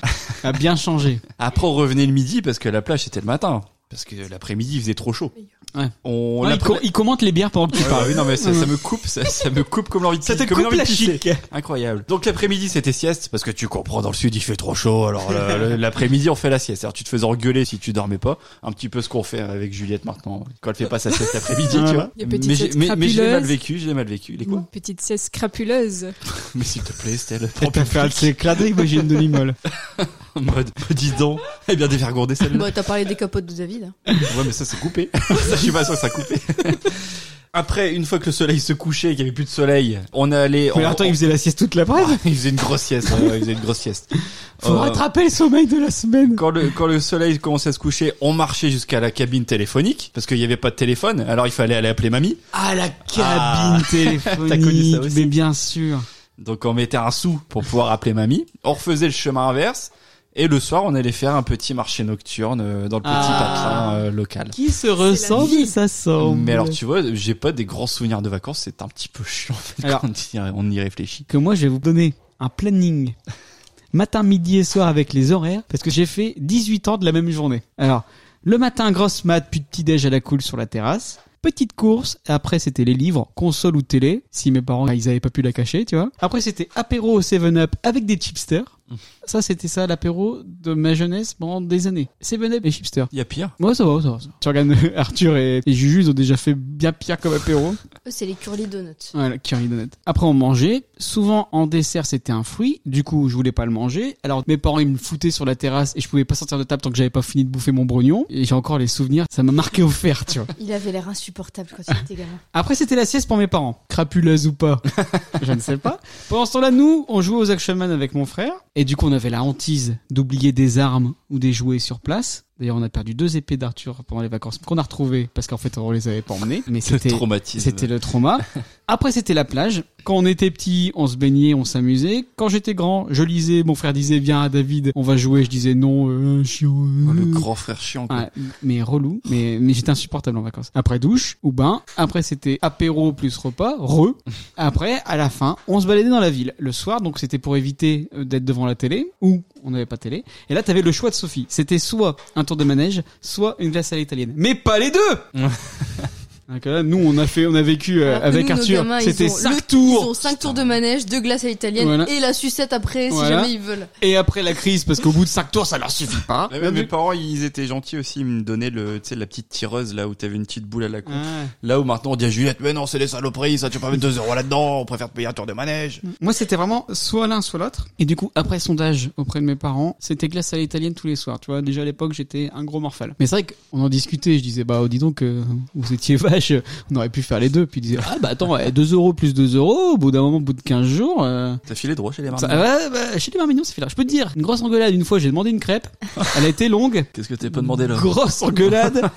B: a bien changé.
C: Après on revenait le midi parce que la plage c'était le matin parce que l'après-midi il faisait trop chaud.
B: Ouais.
C: [laughs] On
B: Ouais, il,
C: l'après-
B: co- il commente les bières pendant que tu
C: Ouais,
B: parles.
C: ouais, non mais ça, ça me coupe, ça, ça me coupe comme l'envie de
B: Ça te
C: comme
B: coupe
C: l'envie de
B: la
C: pisser.
B: [laughs] chic.
C: Incroyable. Donc l'après-midi c'était sieste parce que tu comprends dans le sud il fait trop chaud alors
B: [laughs]
C: le- le- l'après-midi on fait la sieste. Alors tu te faisais engueuler si tu dormais pas, un petit peu ce qu'on fait avec Juliette maintenant quand elle fait pas sa sieste l'après-midi, tu vois.
E: Des petites
C: Mais j'ai-
E: siestes
C: mais, mais je l'ai mal
E: crapuleuses.
C: vécu, je l'ai mal vécu. Les quoi
E: Une petite sieste scrapuleuse.
C: Mais s'il te plaît Estelle, prends
B: Elle t'a
C: plus
B: fait un de ces clins d'œil, moi j'ai une
C: [laughs]
B: demi-molle.
C: en mode dis
B: [laughs]
C: donc, eh bien dévergondée celle-là.
D: Bah, t'as parlé des capotes de David.
B: [laughs]
C: Ouais mais ça c'est coupé. ça je suis pas sûr que ça a coupé. [laughs] Après, une fois que le soleil se couchait, qu'il y avait plus de soleil, on allait.
B: Mais
C: on-
B: attends,
C: on-
B: il faisait la sieste toute l'après-midi.
C: Ah, [laughs] il faisait une grosse sieste. ouais, ouais, il faisait une grosse sieste.
B: Faut
C: Euh,
B: rattraper le sommeil de la semaine.
C: quand le, quand le soleil commençait à se coucher, on marchait jusqu'à la cabine téléphonique parce qu'il n'y avait pas de téléphone. Alors il fallait aller appeler mamie.
B: Ah, la
C: Ah.
B: cabine
C: [laughs]
B: téléphonique.
C: T'as connu ça aussi
B: Mais bien sûr.
C: Donc on mettait un sou pour pouvoir appeler mamie. On refaisait le chemin inverse. Et le soir, on allait faire un petit marché nocturne euh, dans le petit
B: Ah.
C: patelin euh, local.
B: Qui se ressemble,
E: vie.
B: ça semble.
C: Mais alors tu vois, j'ai pas des grands souvenirs de vacances, c'est un petit peu chiant en fait,
B: Alors-
C: quand on y- on y réfléchit.
B: que moi je vais vous donner un
C: [laughs]
B: planning matin, midi et soir avec les horaires parce que j'ai fait 18 ans de la même journée. Alors, le matin, grosse mat, puis petit déj à la cool sur la terrasse. Petite course, et après c'était les livres, console ou télé, si mes parents ils avaient pas pu la cacher, tu vois. Après c'était apéro au 7-Up avec des chipsters.
C: Mmh.
B: Ça c'était ça l'apéro de ma jeunesse pendant des années. 7-Up et chipsters.
C: Il y a pire.
B: Moi ça va, ça va. ça va. Tu regardes [laughs] euh, Arthur et, et Juju, ils ont déjà fait bien pire comme apéro.
D: Eux, c'est les curly donuts.
B: Ouais, le curry donut. Après, on mangeait. Souvent, en dessert, c'était un fruit. Du coup, je voulais pas le manger. Alors, mes parents, ils me foutaient sur la terrasse et je pouvais pas sortir de table tant que j'avais pas fini de bouffer mon brognon. Et j'ai encore les souvenirs. Ça m'a marqué au fer, tu vois.
D: Il avait l'air insupportable quand il était gamin.
B: Après, c'était la sieste pour mes parents. Crapuleuse ou [laughs] pas, je ne sais pas. Pendant ce temps-là, nous, on jouait aux Action Man avec mon frère. Et du coup, on avait la hantise d'oublier des armes ou des jouets sur place. D'ailleurs, on a perdu deux épées d'Arthur pendant les vacances qu'on a retrouvées parce qu'en fait, on les avait pas emmenées. [laughs] Mais
C: C'est
B: c'était
C: traumatisme.
B: c'était le trauma. Après, c'était la plage. Quand on était petit, on se baignait, on s'amusait. Quand j'étais grand, je lisais. Mon frère disait Viens, David, on va jouer. Je disais Non, euh, chiant. euh.
C: Oh, le grand frère chiant. quoi.
B: Ouais, mais relou. Mais, mais j'étais insupportable en vacances. Après douche ou bain. Après, c'était apéro plus repas. Re. Après, à la fin, on se baladait dans la ville le soir. Donc, c'était pour éviter euh, d'être devant la télé ou on n'avait pas de télé. Et là, t'avais le choix de Sophie. C'était soit un tour de manège, soit une glace à l'italienne. Mais pas les deux! Donc là, nous, on a fait, on a vécu euh,
D: Alors que
B: avec
D: Ah, nous, nos
B: Arthur.
D: gamins, ils
B: C'était
D: ont le-
B: cinq
D: Ils ont
B: tours.
D: 5 tours de manège, deux glaces à l'italienne
B: Voilà.
D: et la sucette après si
B: Voilà.
D: jamais ils veulent.
B: Et après la crise, parce qu'au bout de cinq tours, ça leur suffit pas.
C: Ouais, mais mes parents, ils étaient gentils aussi, ils me donnaient le, tu sais, la petite tireuse là où t'avais une petite boule à la con.
B: Ouais.
C: Là où maintenant on dit à Juliette, mais non, c'est des saloperies, ça, tu peux pas mettre 2 euros là-dedans, on préfère te payer un tour de manège.
B: Moi, c'était vraiment soit l'un, soit l'autre. Et du coup, après sondage auprès de mes parents, c'était glace à l'italienne tous les soirs. Tu vois, déjà à l'époque, j'étais un gros morphal. Mais c'est vrai qu'on en discutait. Je disais, bah, oh, dis donc, euh, vous étiez [laughs] vache, euh, on aurait pu faire les deux. Puis ils disaient, ah, bah, attends, 2 euros plus 2 euros, au bout d'un moment, au bout de 15 jours. euh,
C: T'as filé droit chez les
B: ça-
C: marins.
B: ouais, bah, chez les Marmignons, ça fait là. Je peux te dire, une grosse engueulade. Une fois, j'ai demandé une crêpe. Elle a été longue.
C: Qu'est-ce que t'es pas demandé là?
B: Grosse engueulade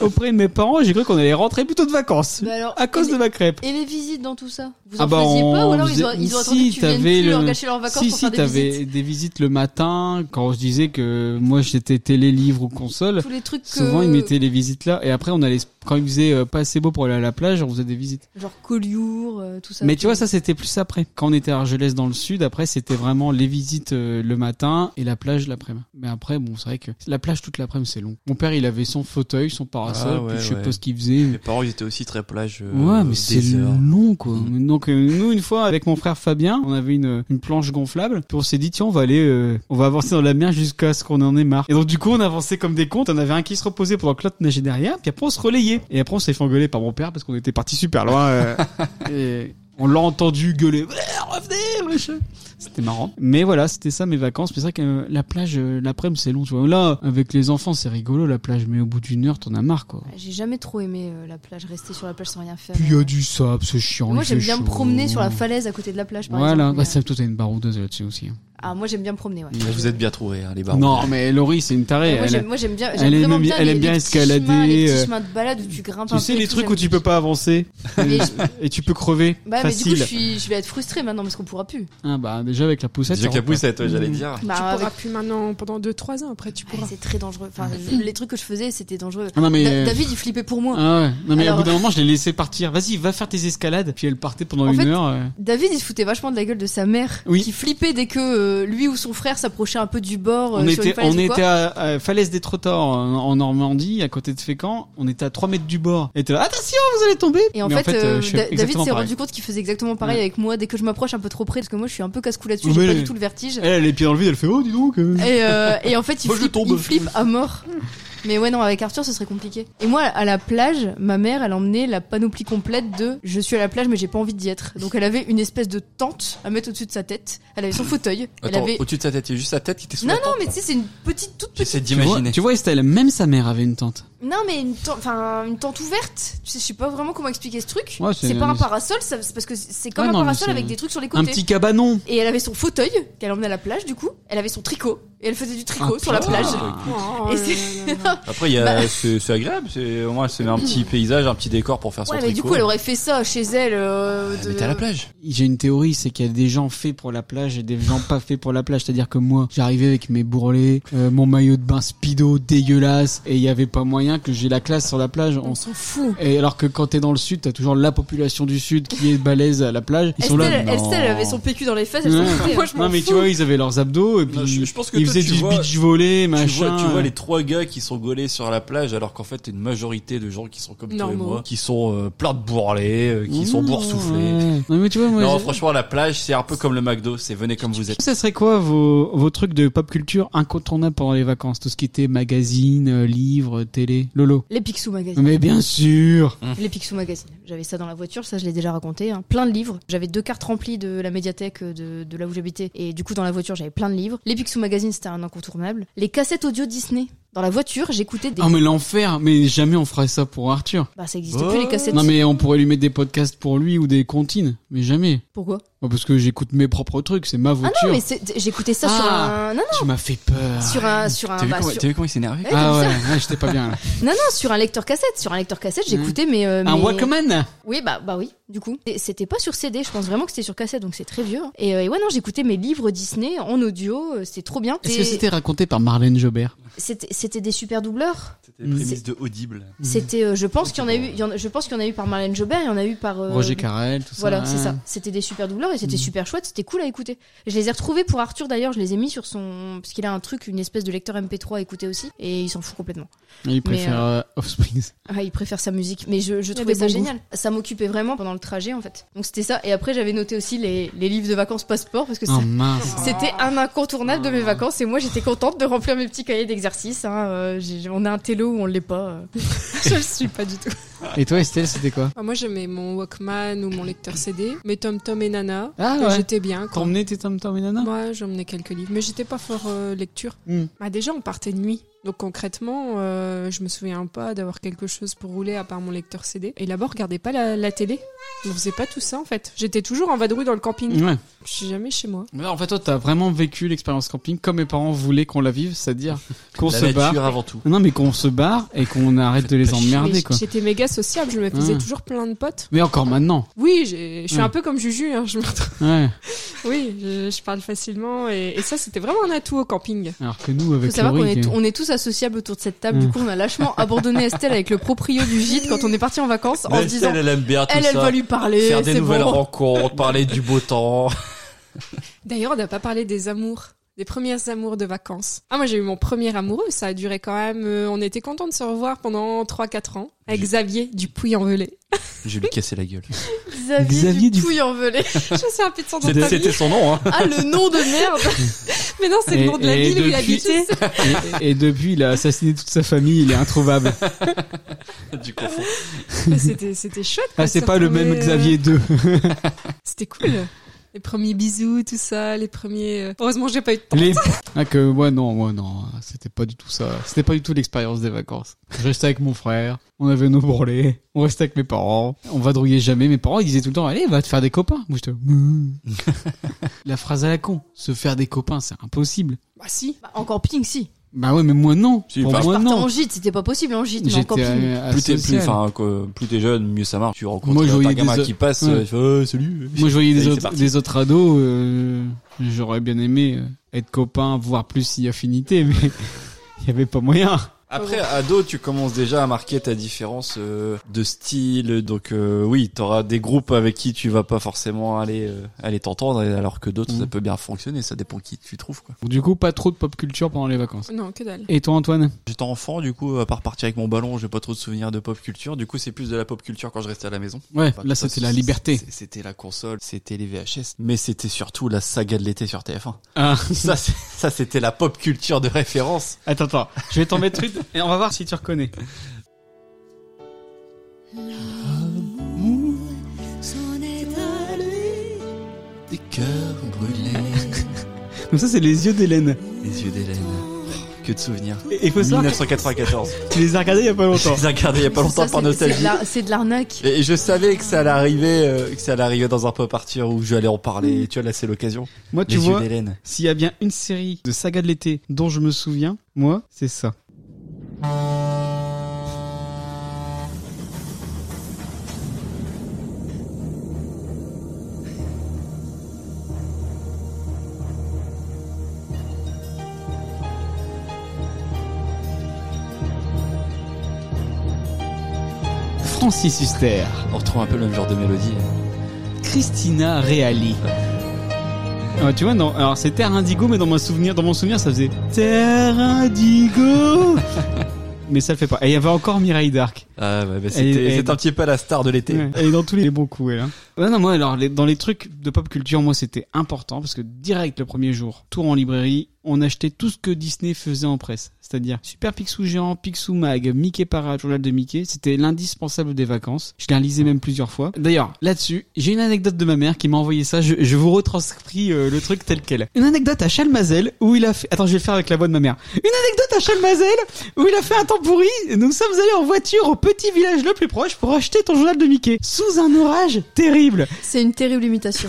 B: auprès de mes parents. J'ai cru qu'on allait rentrer plutôt de vacances.
D: Bah alors,
B: À cause
D: et
B: de ma crêpe.
D: les- Et les visites dans tout ça Vous en
B: Ah bah,
D: faisiez pas
B: on
D: ou alors ils ont,
B: faisait- si,
D: ils ont attendu que tu viennes
B: t'avais
D: plus leur
B: le-
D: gâcher leurs vacances
B: si,
D: pour
B: si,
D: faire des
B: t'avais
D: visites
B: des visites le matin, quand je disais que moi j'étais télé, livre ou console,
D: Tous les trucs que...
B: souvent ils mettaient les visites là, et après on allait, quand ils faisaient euh, pas assez beau pour aller à la plage, on faisait des visites.
D: Genre Collioure, euh, tout ça.
B: Mais tu vois, ça c'était plus après. Quand on était à Argelès dans le sud, après c'était vraiment les visites euh, le matin et la plage l'après-midi. Mais après, bon, c'est vrai que la plage toute l'après-midi c'est long. Mon père il avait son fauteuil, son parasol,
C: Ah ouais,
B: puis je sais
C: ouais.
B: pas ce qu'il faisait.
C: Mes parents, ils étaient aussi très plage. euh,
B: Ouais, mais
C: des
B: c'est
C: heures.
B: long, quoi.
C: Mm.
B: Donc, euh, nous, une fois, avec mon frère Fabien, on avait une, une planche gonflable. Puis on s'est dit, tiens, on va aller, euh, on va avancer dans la mer jusqu'à ce qu'on en ait marre. Et donc, du coup, on avançait comme des cons. On avait un qui se reposait pendant que l'autre nageait derrière. Puis après, on se relayait. Et après, on s'est fait engueuler par mon père parce qu'on était parti super loin.
C: [laughs]
B: euh, et on l'a entendu gueuler. Ouais, revenez, wesh. C'était marrant. Mais voilà, c'était ça mes vacances. Mais c'est vrai que euh, la plage, euh, l'après-midi, c'est long, tu vois. Là, avec les enfants, c'est rigolo, la plage. Mais au bout d'une heure, t'en as marre, quoi.
D: Ouais, J'ai jamais trop aimé euh, la plage, rester sur la plage sans rien faire.
B: Puis il y a du sable, c'est chiant.
D: euh, Moi
B: il
D: j'aime
B: fait
D: bien me
B: chaud.
D: promener sur la falaise à côté de la plage par
B: voilà,
D: exemple.
B: bah,
D: mais,
B: c'est toi t'as une baroudeuse là-dessus aussi. hein.
D: euh, Ah moi j'aime bien me promener ouais.
C: Vous êtes bien trouvés, hein, les barons.
B: Non, mais Laurie, c'est une tarée.
D: Ouais, Moi
B: elle-
D: j'aime- moi, j'aime bien,
B: elle
D: j'aime
B: aime
D: vraiment
B: bien-
D: bien,
B: elle
D: les-
B: aime bien
D: les petits chemins,
B: escalader,
D: les petits
B: euh,
D: chemins de balade où tu grimpes un
B: tu
D: peu
B: sais
D: et
B: les
D: tout,
B: trucs
D: j'aime
B: où tu
D: bien.
B: peux pas
D: [laughs]
B: avancer
D: Mais je-
B: [laughs] et tu peux crever
D: Bah, mais du
B: facile.
D: coup, je, suis, je vais être frustrée maintenant parce qu'on pourra plus.
B: Ah bah déjà avec la poussette.
C: Déjà
B: ça
C: qu'à
B: repart.
C: poussette, ouais, j'allais dire.
D: Bah,
E: tu pourras
D: avec-
E: plus maintenant pendant 2-3 ans après tu
D: Ouais,
E: pourras.
D: c'est très dangereux. Enfin, les trucs que je faisais, c'était dangereux.
B: Ah non mais
D: Da- David, il flippait pour moi.
B: ah ouais. Non mais
D: Alors-
B: au bout d'un moment, je l'ai laissé partir. Vas-y, va faire tes escalades. Puis elle partait pendant
D: En
B: une
D: fait-
B: heure. euh.
D: David, il se foutait vachement de la gueule de sa mère,
B: Oui.
D: qui flippait dès que euh, lui ou son frère s'approchait un peu du bord. euh,
B: On
D: sur une
B: était,
D: falaise
B: on
D: ou quoi.
B: était à, à Falaise des Trottoirs en, en Normandie, à côté de Fécamp. On était à 3 mètres du bord. Et t'es là, attention, vous allez tomber.
D: Et en
B: Mais
D: fait, euh,
B: je suis
D: Da- David
B: exactement
D: s'est
B: pareil.
D: rendu compte qu'il faisait exactement pareil
B: Ouais.
D: avec moi dès que je m'approche un peu trop près, parce que moi, je suis un peu casse-cou là-dessus,
B: Oui,
D: j'ai
B: mais-
D: pas du tout le vertige.
B: Elle a les pieds dans le vide, elle fait oh dis donc. euh.
D: Et, euh, et en fait, il,
B: Moi, je
D: flippe,
B: tombe.
D: il flippe à mort. Mais ouais, non, avec Arthur, ce serait compliqué. Et moi, à la plage, ma mère, elle emmenait la panoplie complète de je suis à la plage, mais j'ai pas envie d'y être. Donc elle avait une espèce de tente à mettre au-dessus de sa tête. Elle avait son fauteuil. Elle
C: Attends,
D: avait.
C: au-dessus de sa tête, il y a juste sa tête qui était sous
D: Non,
C: la
D: non,
C: tente.
D: mais tu sais, c'est une petite, toute petite.
C: J'essaie
B: Tu vois,
C: d'imaginer.
B: tu vois Estelle, même sa mère avait une tente.
D: Non, mais une tente, enfin, une tente ouverte. Tu sais, je sais pas vraiment comment expliquer ce truc.
B: Ouais, c'est-
D: c'est pas un parasol, ça- c'est parce que c'est comme
B: Ouais,
D: un
B: non, mais
D: parasol
B: c'est-
D: avec des trucs sur les
B: Un
D: côtés.
B: petit cabanon.
D: Et elle avait son fauteuil qu'elle emmenait à la plage, du coup. Elle avait son tricot. Et elle faisait du tricot sur la
C: putain.
D: plage.
E: Oh
D: Et
E: là
D: c'est- [laughs]
E: là là là.
C: Après, il y
D: Bah.
C: a, c'est, c'est agréable. C'est, au moins, c'est un petit paysage, un petit décor pour faire son
D: Ouais, mais du
C: tricot.
D: coup, elle aurait fait ça chez elle. euh, de-
C: Ah, Mais t'es à la plage.
B: J'ai une théorie, c'est qu'il y a des gens faits pour la plage et des gens pas faits pour la plage. C'est-à-dire que moi, j'arrivais avec mes bourrelets, euh, mon maillot de bain speedo dégueulasse, et il y avait pas moyen que j'ai la classe sur la plage. On
E: On
B: s-
E: s'en fout.
B: Et alors que quand t'es dans le sud, t'as toujours la population du sud qui est balèze à la plage. Ils sont là.
D: Estelle,
C: non.
D: Estelle avait son PQ dans les fesses, elle
B: Ouais.
D: s'en foutait. hein.
E: Moi, je m'en
B: Non mais tu
E: fous.
B: vois, ils avaient leurs abdos et puis
C: Non, je- je pense que
B: ils
C: toi,
B: faisaient
C: tu
B: du
C: vois-
B: beach volley, machin.
C: Tu vois, tu vois les trois gars qui sont gaulés sur la plage, alors qu'en fait, t'as une majorité de gens qui sont comme toi et
E: Normaux.
C: moi, qui sont euh, pleins de bourrelets, euh, qui sont
B: Mmh,
C: boursouflés.
B: ouais. Non mais tu vois, moi,
C: Non,
B: je-
C: franchement, la plage, c'est un peu comme le McDo, c'est venez comme vous êtes.
B: Ça serait quoi vos, vos trucs de pop culture incontournables pendant les vacances Tout ce qui était magazine, euh, livre, télé, Lolo
D: Les Picsou Magazine.
B: Mais bien sûr
D: Les Picsou Magazine. J'avais ça dans la voiture, ça je l'ai déjà raconté. hein. Plein de livres. J'avais deux cartes remplies de la médiathèque euh, de, de là où j'habitais. Et du coup, dans la voiture, j'avais plein de livres. Les Picsou Magazine, c'était un incontournable. Les cassettes audio Disney. Dans la voiture, j'écoutais des.
B: Oh mais l'enfer Mais jamais on ferait ça pour Arthur
D: Bah, ça existe plus, les cassettes.
B: Oh. Non mais on pourrait lui mettre des podcasts pour lui ou des comptines, mais jamais
D: Pourquoi
B: Oh, Parce que j'écoute mes propres trucs, c'est ma
D: Ah
B: voiture
D: non, mais c'est- j'écoutais ça sur
B: Ah.
D: un. Non,
B: Tu m'as fait peur
D: non, sur un. Sur
C: T'as
D: un.
C: vu,
D: bah,
C: comment-
D: sur-
C: t'as vu comment il s'est énervé
D: Ouais,
B: Ah
D: comme
B: ouais,
D: ça.
B: ouais, j'étais pas bien là.
D: Non, non, sur un lecteur cassette. Sur un lecteur cassette, j'écoutais, mais. euh,
B: Hmm. Un
D: mais-
B: Walkman
D: Oui, bah, bah oui, du coup. Et C'était pas sur CD, je pense vraiment que c'était sur cassette, donc c'est très vieux. hein. Et, euh, et ouais, non, j'écoutais mes livres Disney en audio, euh, c'était trop bien.
B: Est-ce
D: Et
B: que c'était raconté par Marlène Jobert
D: C'était c'était des super doubleurs.
C: C'était les prémices de Audible.
B: Mmh.
D: C'était, euh, je pense qu'il y en a eu, il y en a- je pense qu'il y en a eu par Marlène Jobert, il y en a eu par. euh,
B: Roger Carrel, Mmh. tout ça
D: Voilà, c'est
B: hein.
D: ça. C'était des super doubleurs et c'était super chouette, c'était cool à écouter. Je les ai retrouvés pour Arthur d'ailleurs, je les ai mis sur son. Parce qu'il a un truc, une espèce de lecteur MP3 à écouter aussi, et il s'en fout complètement.
B: Il préfère euh, Offspring.
D: Ah, il préfère sa musique, mais je, je
E: a
D: trouvais
E: des
D: ça
E: bons goûts.
D: génial. Ça m'occupait vraiment pendant le trajet en fait. Donc c'était ça. Et après j'avais noté aussi les, les livres de vacances passeport parce que
B: Oh
D: ça-
B: mince
D: c'était un incontournable de mes vacances et moi j'étais contente de remplir mes petits cahiers d'exercice. hein. Euh, j'ai- on a un télo ou on l'est pas. euh.
E: [laughs] Je le suis pas du tout.
B: Et toi Estelle, c'était quoi
E: Enfin, moi, j'aimais mon Walkman ou mon lecteur CD, mes Tom Tom et Nana.
B: Ah
E: quand
B: ouais.
E: J'étais bien. Quand...
B: T'emmenais tes tom tom et nana
E: Moi, j'emmenais quelques livres, mais j'étais pas fort euh, lecture.
B: Hmm.
E: Bah, déjà, on partait de nuit. Donc concrètement, euh, je me souviens pas d'avoir quelque chose pour rouler à part mon lecteur CD. Et là-bas, on regardait pas la, la télé. On faisait pas tout ça en fait. J'étais toujours en vadrouille dans le camping.
B: Ouais.
E: Je suis jamais chez moi.
B: Mais en fait, toi, t'as vraiment vécu l'expérience camping comme mes parents voulaient qu'on la vive, c'est-à-dire qu'on
C: La
B: se barre.
C: nature avant tout.
B: Non, mais qu'on se barre et qu'on arrête de les
C: pas chier.
E: Mais
B: emmerder, quoi.
E: J'étais méga sociable. Je me faisais
B: Ah.
E: toujours plein de potes.
B: Mais encore maintenant.
E: Oui, j'ai- je suis
B: Ouais.
E: un peu comme Juju. hein, je me retrouve-
B: Ouais.
E: Oui, je, je parle facilement et, et ça, c'était vraiment un atout au camping.
B: Alors que nous,
D: Faut
B: avec
D: savoir qu'on
B: Laurie,
D: est,
B: qui-
D: on est tous associables autour de cette table.
B: Mm.
D: Du coup on a lâchement abandonné Estelle avec le proprio du gîte quand on est parti en vacances en se disant
C: Estelle, elle aime bien tout
D: elle elle
C: ça.
D: va lui parler.
C: Faire des
D: c'est
C: nouvelles
D: bon.
C: rencontres, parler du beau temps. [laughs]
E: D'ailleurs, on n'a pas parlé des amours, des premières amours de vacances. Ah, moi, j'ai eu mon premier amoureux. Ça a duré quand même. euh, on était contents de se revoir pendant 3-4 ans avec Xavier du Puy-en-Velay.
C: Je vais lui casser la gueule.
D: Xavier,
B: Xavier
D: du
B: du-
D: Pouillenvelay.
E: [laughs] je sais un peu de son nom de
C: C'était
E: famille.
C: c'était son nom, hein.
D: Ah le nom de merde.
E: Mais non, c'est le
B: Et-
E: nom de la
B: et
E: ville où il
B: depuis-
E: habitait.
B: et, et depuis, il a assassiné toute sa famille, il est
D: [laughs]
B: introuvable.
C: [laughs] Du coup, faut-
E: [laughs] Mais C'était c'était chouette. quoi,
B: Ah, c'est
E: de
B: pas
E: se
B: le même
E: retrouver, euh,
B: Xavier 2.
E: C'était cool. Les premiers bisous, tout ça, les premiers. euh, Heureusement, j'ai pas eu de temps.
B: Les... Ah, que moi, non, moi, non. C'était pas du tout ça. C'était pas du tout l'expérience des vacances. Je restais avec mon frère. On avait nos brûlés. On restait avec mes parents. On vadrouillait jamais. Mes parents, ils disaient tout le temps, allez, va te faire des copains. Moi, j'étais, Mouh. [laughs] la phrase à la con. Se faire des copains, c'est impossible.
E: Bah si.
D: Bah, en camping si.
B: Bah ouais, mais moi, non.
C: Si,
B: Pour
C: enfin,
B: moi,
D: Partant en
B: non.
D: gîte, c'était pas possible en gîte, mais en
B: J'étais
D: camping.
B: euh,
C: plus t'es plus,
B: asocial.
C: enfin, quoi, plus t'es jeune, mieux ça marche. Tu rencontres
B: Moi, je
C: un
B: voyais
C: gamin
B: des-
C: qui passe,
B: Ouais.
C: euh, il fait, euh, salut.
B: Moi, je voyais des
C: Ça y est, c'est
B: autres,
C: parti.
B: des autres ados. euh, J'aurais bien aimé euh, être copain, voir plus si affinité, mais [laughs] il y avait pas moyen.
C: Après, ado, tu commences déjà à marquer ta différence euh, de style. Donc euh, oui, t'auras des groupes avec qui tu vas pas forcément aller euh, aller t'entendre, et alors que d'autres
B: Mhm.
C: ça peut bien fonctionner. Ça dépend qui tu trouves quoi.
B: Du coup, pas trop de pop culture pendant les vacances.
E: Non, que dalle.
B: Et toi, Antoine
C: J'étais enfant, du coup, à part partir avec mon ballon, j'ai pas trop de souvenirs de pop culture. Du coup, c'est plus de la pop culture quand je restais à la maison.
B: Ouais,
C: Enfin,
B: là
C: ça,
B: c'était la liberté.
C: c'est- C'était la console, c'était les VHS, mais c'était surtout la saga de l'été sur TF1.
B: Ah,
C: ça, c'est- ça c'était la pop culture de référence.
B: [laughs] attends, attends, je vais t'en mettre une et on va voir si tu reconnais.
C: Des cœurs brûlés, [laughs]
B: Comme ça, c'est les yeux d'Hélène.
C: les yeux d'Hélène. Que de souvenirs.
B: Et il faut savoir que
C: 1994. [laughs]
B: tu les as regardés il y a pas
C: Je [laughs]
B: longtemps.
C: les ai regardés il y a pas longtemps par
D: Ça, c'est- c'est de
C: nostalgie.
D: la- C'est de l'arnaque.
C: Et je savais que ça allait arriver, euh, que ça allait arriver dans un peu partir où je vais aller en parler. Et tu vois, là, c'est l'occasion.
B: Moi,
C: Les
B: tu
C: yeux
B: vois,
C: d'Hélène.
B: s'il y a bien une série de saga de l'été dont je me souviens, moi, c'est ça. Francis Huster,
C: On retrouve un peu le même genre de mélodie.
B: Christina Reali. Ah, tu vois, non, alors c'est Terre Indigo, mais dans mon souvenir, dans mon souvenir, ça faisait Terre Indigo. mais ça le fait pas. Et il y avait encore Mireille Dark.
C: Ah, ouais, bah,
B: Et- et-
C: c'était, c'est un petit peu la star de l'été.
B: Ouais. Et dans tous les bons coups, elle. hein. Ouais, non, moi, alors les- dans les trucs de pop culture, moi, c'était important parce que direct le premier jour, tour en librairie, on achetait tout ce que Disney faisait en presse, c'est-à-dire Super Picsou géant, Picsou mag, Mickey Parade, Journal de Mickey. C'était l'indispensable des vacances. Je l'ai lisais même plusieurs fois. D'ailleurs, là-dessus, j'ai une anecdote de ma mère qui m'a envoyé ça. Je, je vous retranscris euh, le truc tel quel. Une anecdote à Chalmazel où il a fait. Attends, je vais le faire avec la voix de ma mère. Une anecdote à Chalmazel où il a fait un temps pourri. Nous sommes allés en voiture au petit village le plus proche pour acheter ton journal de Mickey. Sous un orage terrible,
D: C'est une terrible imitation.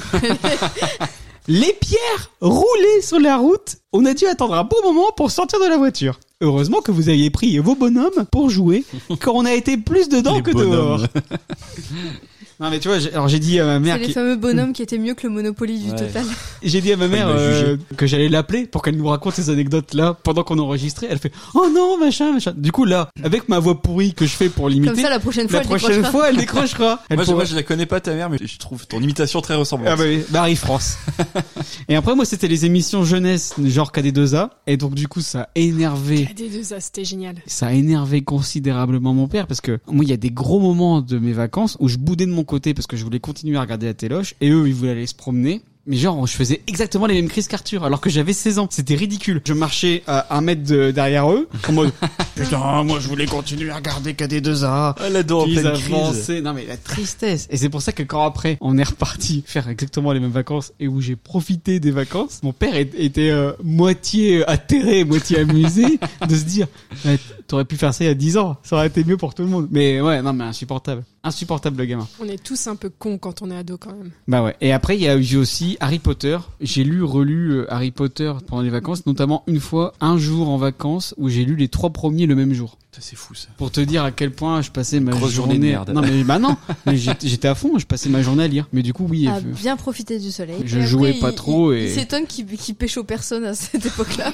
B: les pierres roulaient sur la route. On a dû attendre un bon moment pour sortir de la voiture. Heureusement que vous aviez pris vos bonhommes pour
C: [laughs]
B: jouer quand on a été plus dedans
C: Les
B: que dehors.
C: bonhommes.
B: Non mais tu vois, j'ai- alors j'ai dit à ma
D: C'est
B: mère,
D: les
B: qui-
D: fameux bonhommes qui étaient mieux que le Monopoly du
C: Ouais.
D: total.
B: j'ai dit à ma mère
C: me
B: euh, que j'allais l'appeler pour qu'elle nous raconte ces anecdotes là pendant qu'on enregistrait. Elle fait oh non machin machin. Du coup là, avec ma voix pourrie que je fais pour l'imiter,
D: Comme ça, la prochaine fois,
B: la
D: elle
B: prochaine
D: décrochera.
B: fois, elle décrochera. Elle
C: Moi, je,
B: pourra-
C: moi, je la connais pas, ta mère, mais je trouve ton imitation très ressemblante.
B: Ah bah oui, Marie [laughs] France. et après moi c'était les émissions jeunesse genre KD2A et donc du coup ça a énervé
E: Ah, des deux, c'était génial.
B: ça a énervé considérablement mon père parce que moi il y a des gros moments de mes vacances où je boudais de mon côté parce que je voulais continuer à regarder la téloche et eux ils voulaient aller se promener mais genre je faisais exactement les mêmes crises qu'Arthur alors que j'avais 16 ans c'était ridicule je marchais à un mètre de- derrière eux en mode putain moi je voulais continuer à regarder KD2A
C: Elle adore en
B: puis ils
C: pleine crise.
B: avançaient. Non mais la tristesse. Et c'est pour ça que quand après on est reparti [laughs] faire exactement les mêmes vacances et où j'ai profité des vacances, mon père est- était euh, moitié atterré, moitié amusé [laughs] de se dire Ouais, t'aurais pu faire ça il y a 10 ans, ça aurait été mieux pour tout le monde. Mais ouais, non mais insupportable, insupportable le gamin.
E: On est tous un peu cons quand on est ado quand même.
B: Bah ouais. Et après, il y a eu aussi Harry Potter. J'ai lu, relu euh, Harry Potter pendant les vacances, notamment une fois, un jour en vacances, où j'ai lu les trois premiers le même jour.
C: Putain, C'est fou, ça.
B: Pour te dire à quel point je passais ma
C: Grosse
B: journée.
C: journée de merde.
B: Non mais bah
C: [laughs]
B: non, mais j'étais j'étais à fond, je passais ma journée à lire. Mais du coup oui,
D: à
B: euh,
D: bien profiter du soleil.
B: Je
D: Et après,
B: jouais pas
D: il-
B: trop
D: il-
B: et-
D: Il s'étonne qu'il qu'il pêche aux personnes à cette époque-là.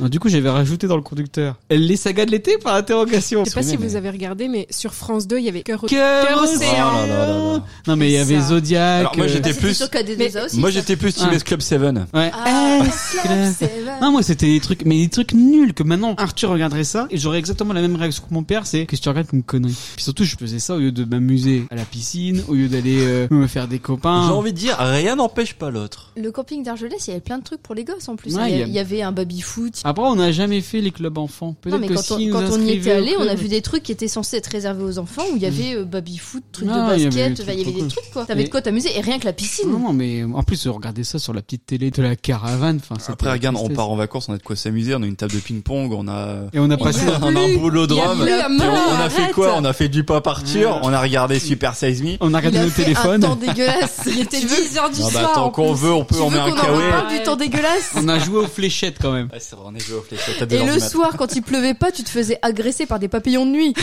B: non, du coup j'avais rajouté dans le conducteur. Les sagas de l'été par interrogation.
E: Je sais pas si
C: mais-
E: vous avez regardé, mais sur France 2, il y avait Cœur
B: Cœur
E: Océan.
B: océan.
C: Oh là là là là.
B: Non mais il y avait
E: Ça.
B: Zodiac.
C: Alors, moi,
B: euh,
C: j'étais-
D: Bah,
C: T'es
D: c'était
C: plus-
D: sur KD2A aussi.
C: Moi,
D: ça.
C: j'étais plus Team
B: Ah.
C: S Club 7.
B: Ouais.
D: Ah,
B: Eh,
D: Slap, c'est vrai.
B: Non, moi, c'était des trucs, mais des trucs nuls que maintenant Arthur regarderait ça et j'aurais exactement la même réaction que mon père, c'est qu'est-ce que tu regardes comme connerie. Puis surtout, je faisais ça au lieu de m'amuser à la piscine, au lieu d'aller euh, me faire des copains.
C: J'ai envie de dire, rien n'empêche pas l'autre.
D: Le camping d'Argelès, il y avait plein de trucs pour les gosses en plus.
B: Ouais,
D: il, y
B: il y
D: a-
B: a-
D: il y avait un baby-foot.
B: Après, on n'a jamais fait les clubs enfants.
D: Non,
B: Peut-être
D: mais
B: que
D: quand,
B: si
D: on,
B: nous
D: quand on y était
B: inscrivaient au
D: allé, on a
B: club- Mm.
D: vu des trucs qui étaient censés être réservés aux enfants où il y avait euh, baby-foot, trucs de
B: Ah, il y avait des
D: basket,
B: trucs
D: enfin, il y avait
B: trop
D: des
B: cool.
D: trucs quoi. T'avais
B: Mais-
D: de quoi t'amuser et rien que la
B: Non,
D: piscine.
B: non, mais en plus, regarder ça sur la petite télé de la caravane, enfin, c'était
C: Après,
B: la
C: regarde, on
B: tristesse. Ah,
C: part en vacances, on a de quoi s'amuser, on a une table de ping-pong, on a...
B: Et on a
D: On
B: passé.
D: y va.
C: [laughs] On a un boulodrome.
E: Il y a plus la
C: Et on- On a
E: marée,
C: fait quoi
E: arrête.
C: On a fait du pas partir,
B: Ouais.
C: on a regardé Super Size Me.
B: On a regardé
D: il a
B: nos
D: fait un temps
B: téléphones.
D: dégueulasse. [laughs] Il était 10h du
C: Non, bah
D: soir, en
C: tant qu'on
D: plus.
C: veut, on peut,
D: Tu
C: on
D: veux
C: met un
D: qu'on en
C: kawé.
D: reparle
E: Ouais.
D: du temps dégueulasse
B: On a joué aux fléchettes quand même.
C: Ouais, c'est vrai, on est joué au fléchettes à deux
D: Et
C: heures
D: le
C: du mat.
D: soir, quand il pleuvait pas, tu te faisais agresser par des papillons de nuit.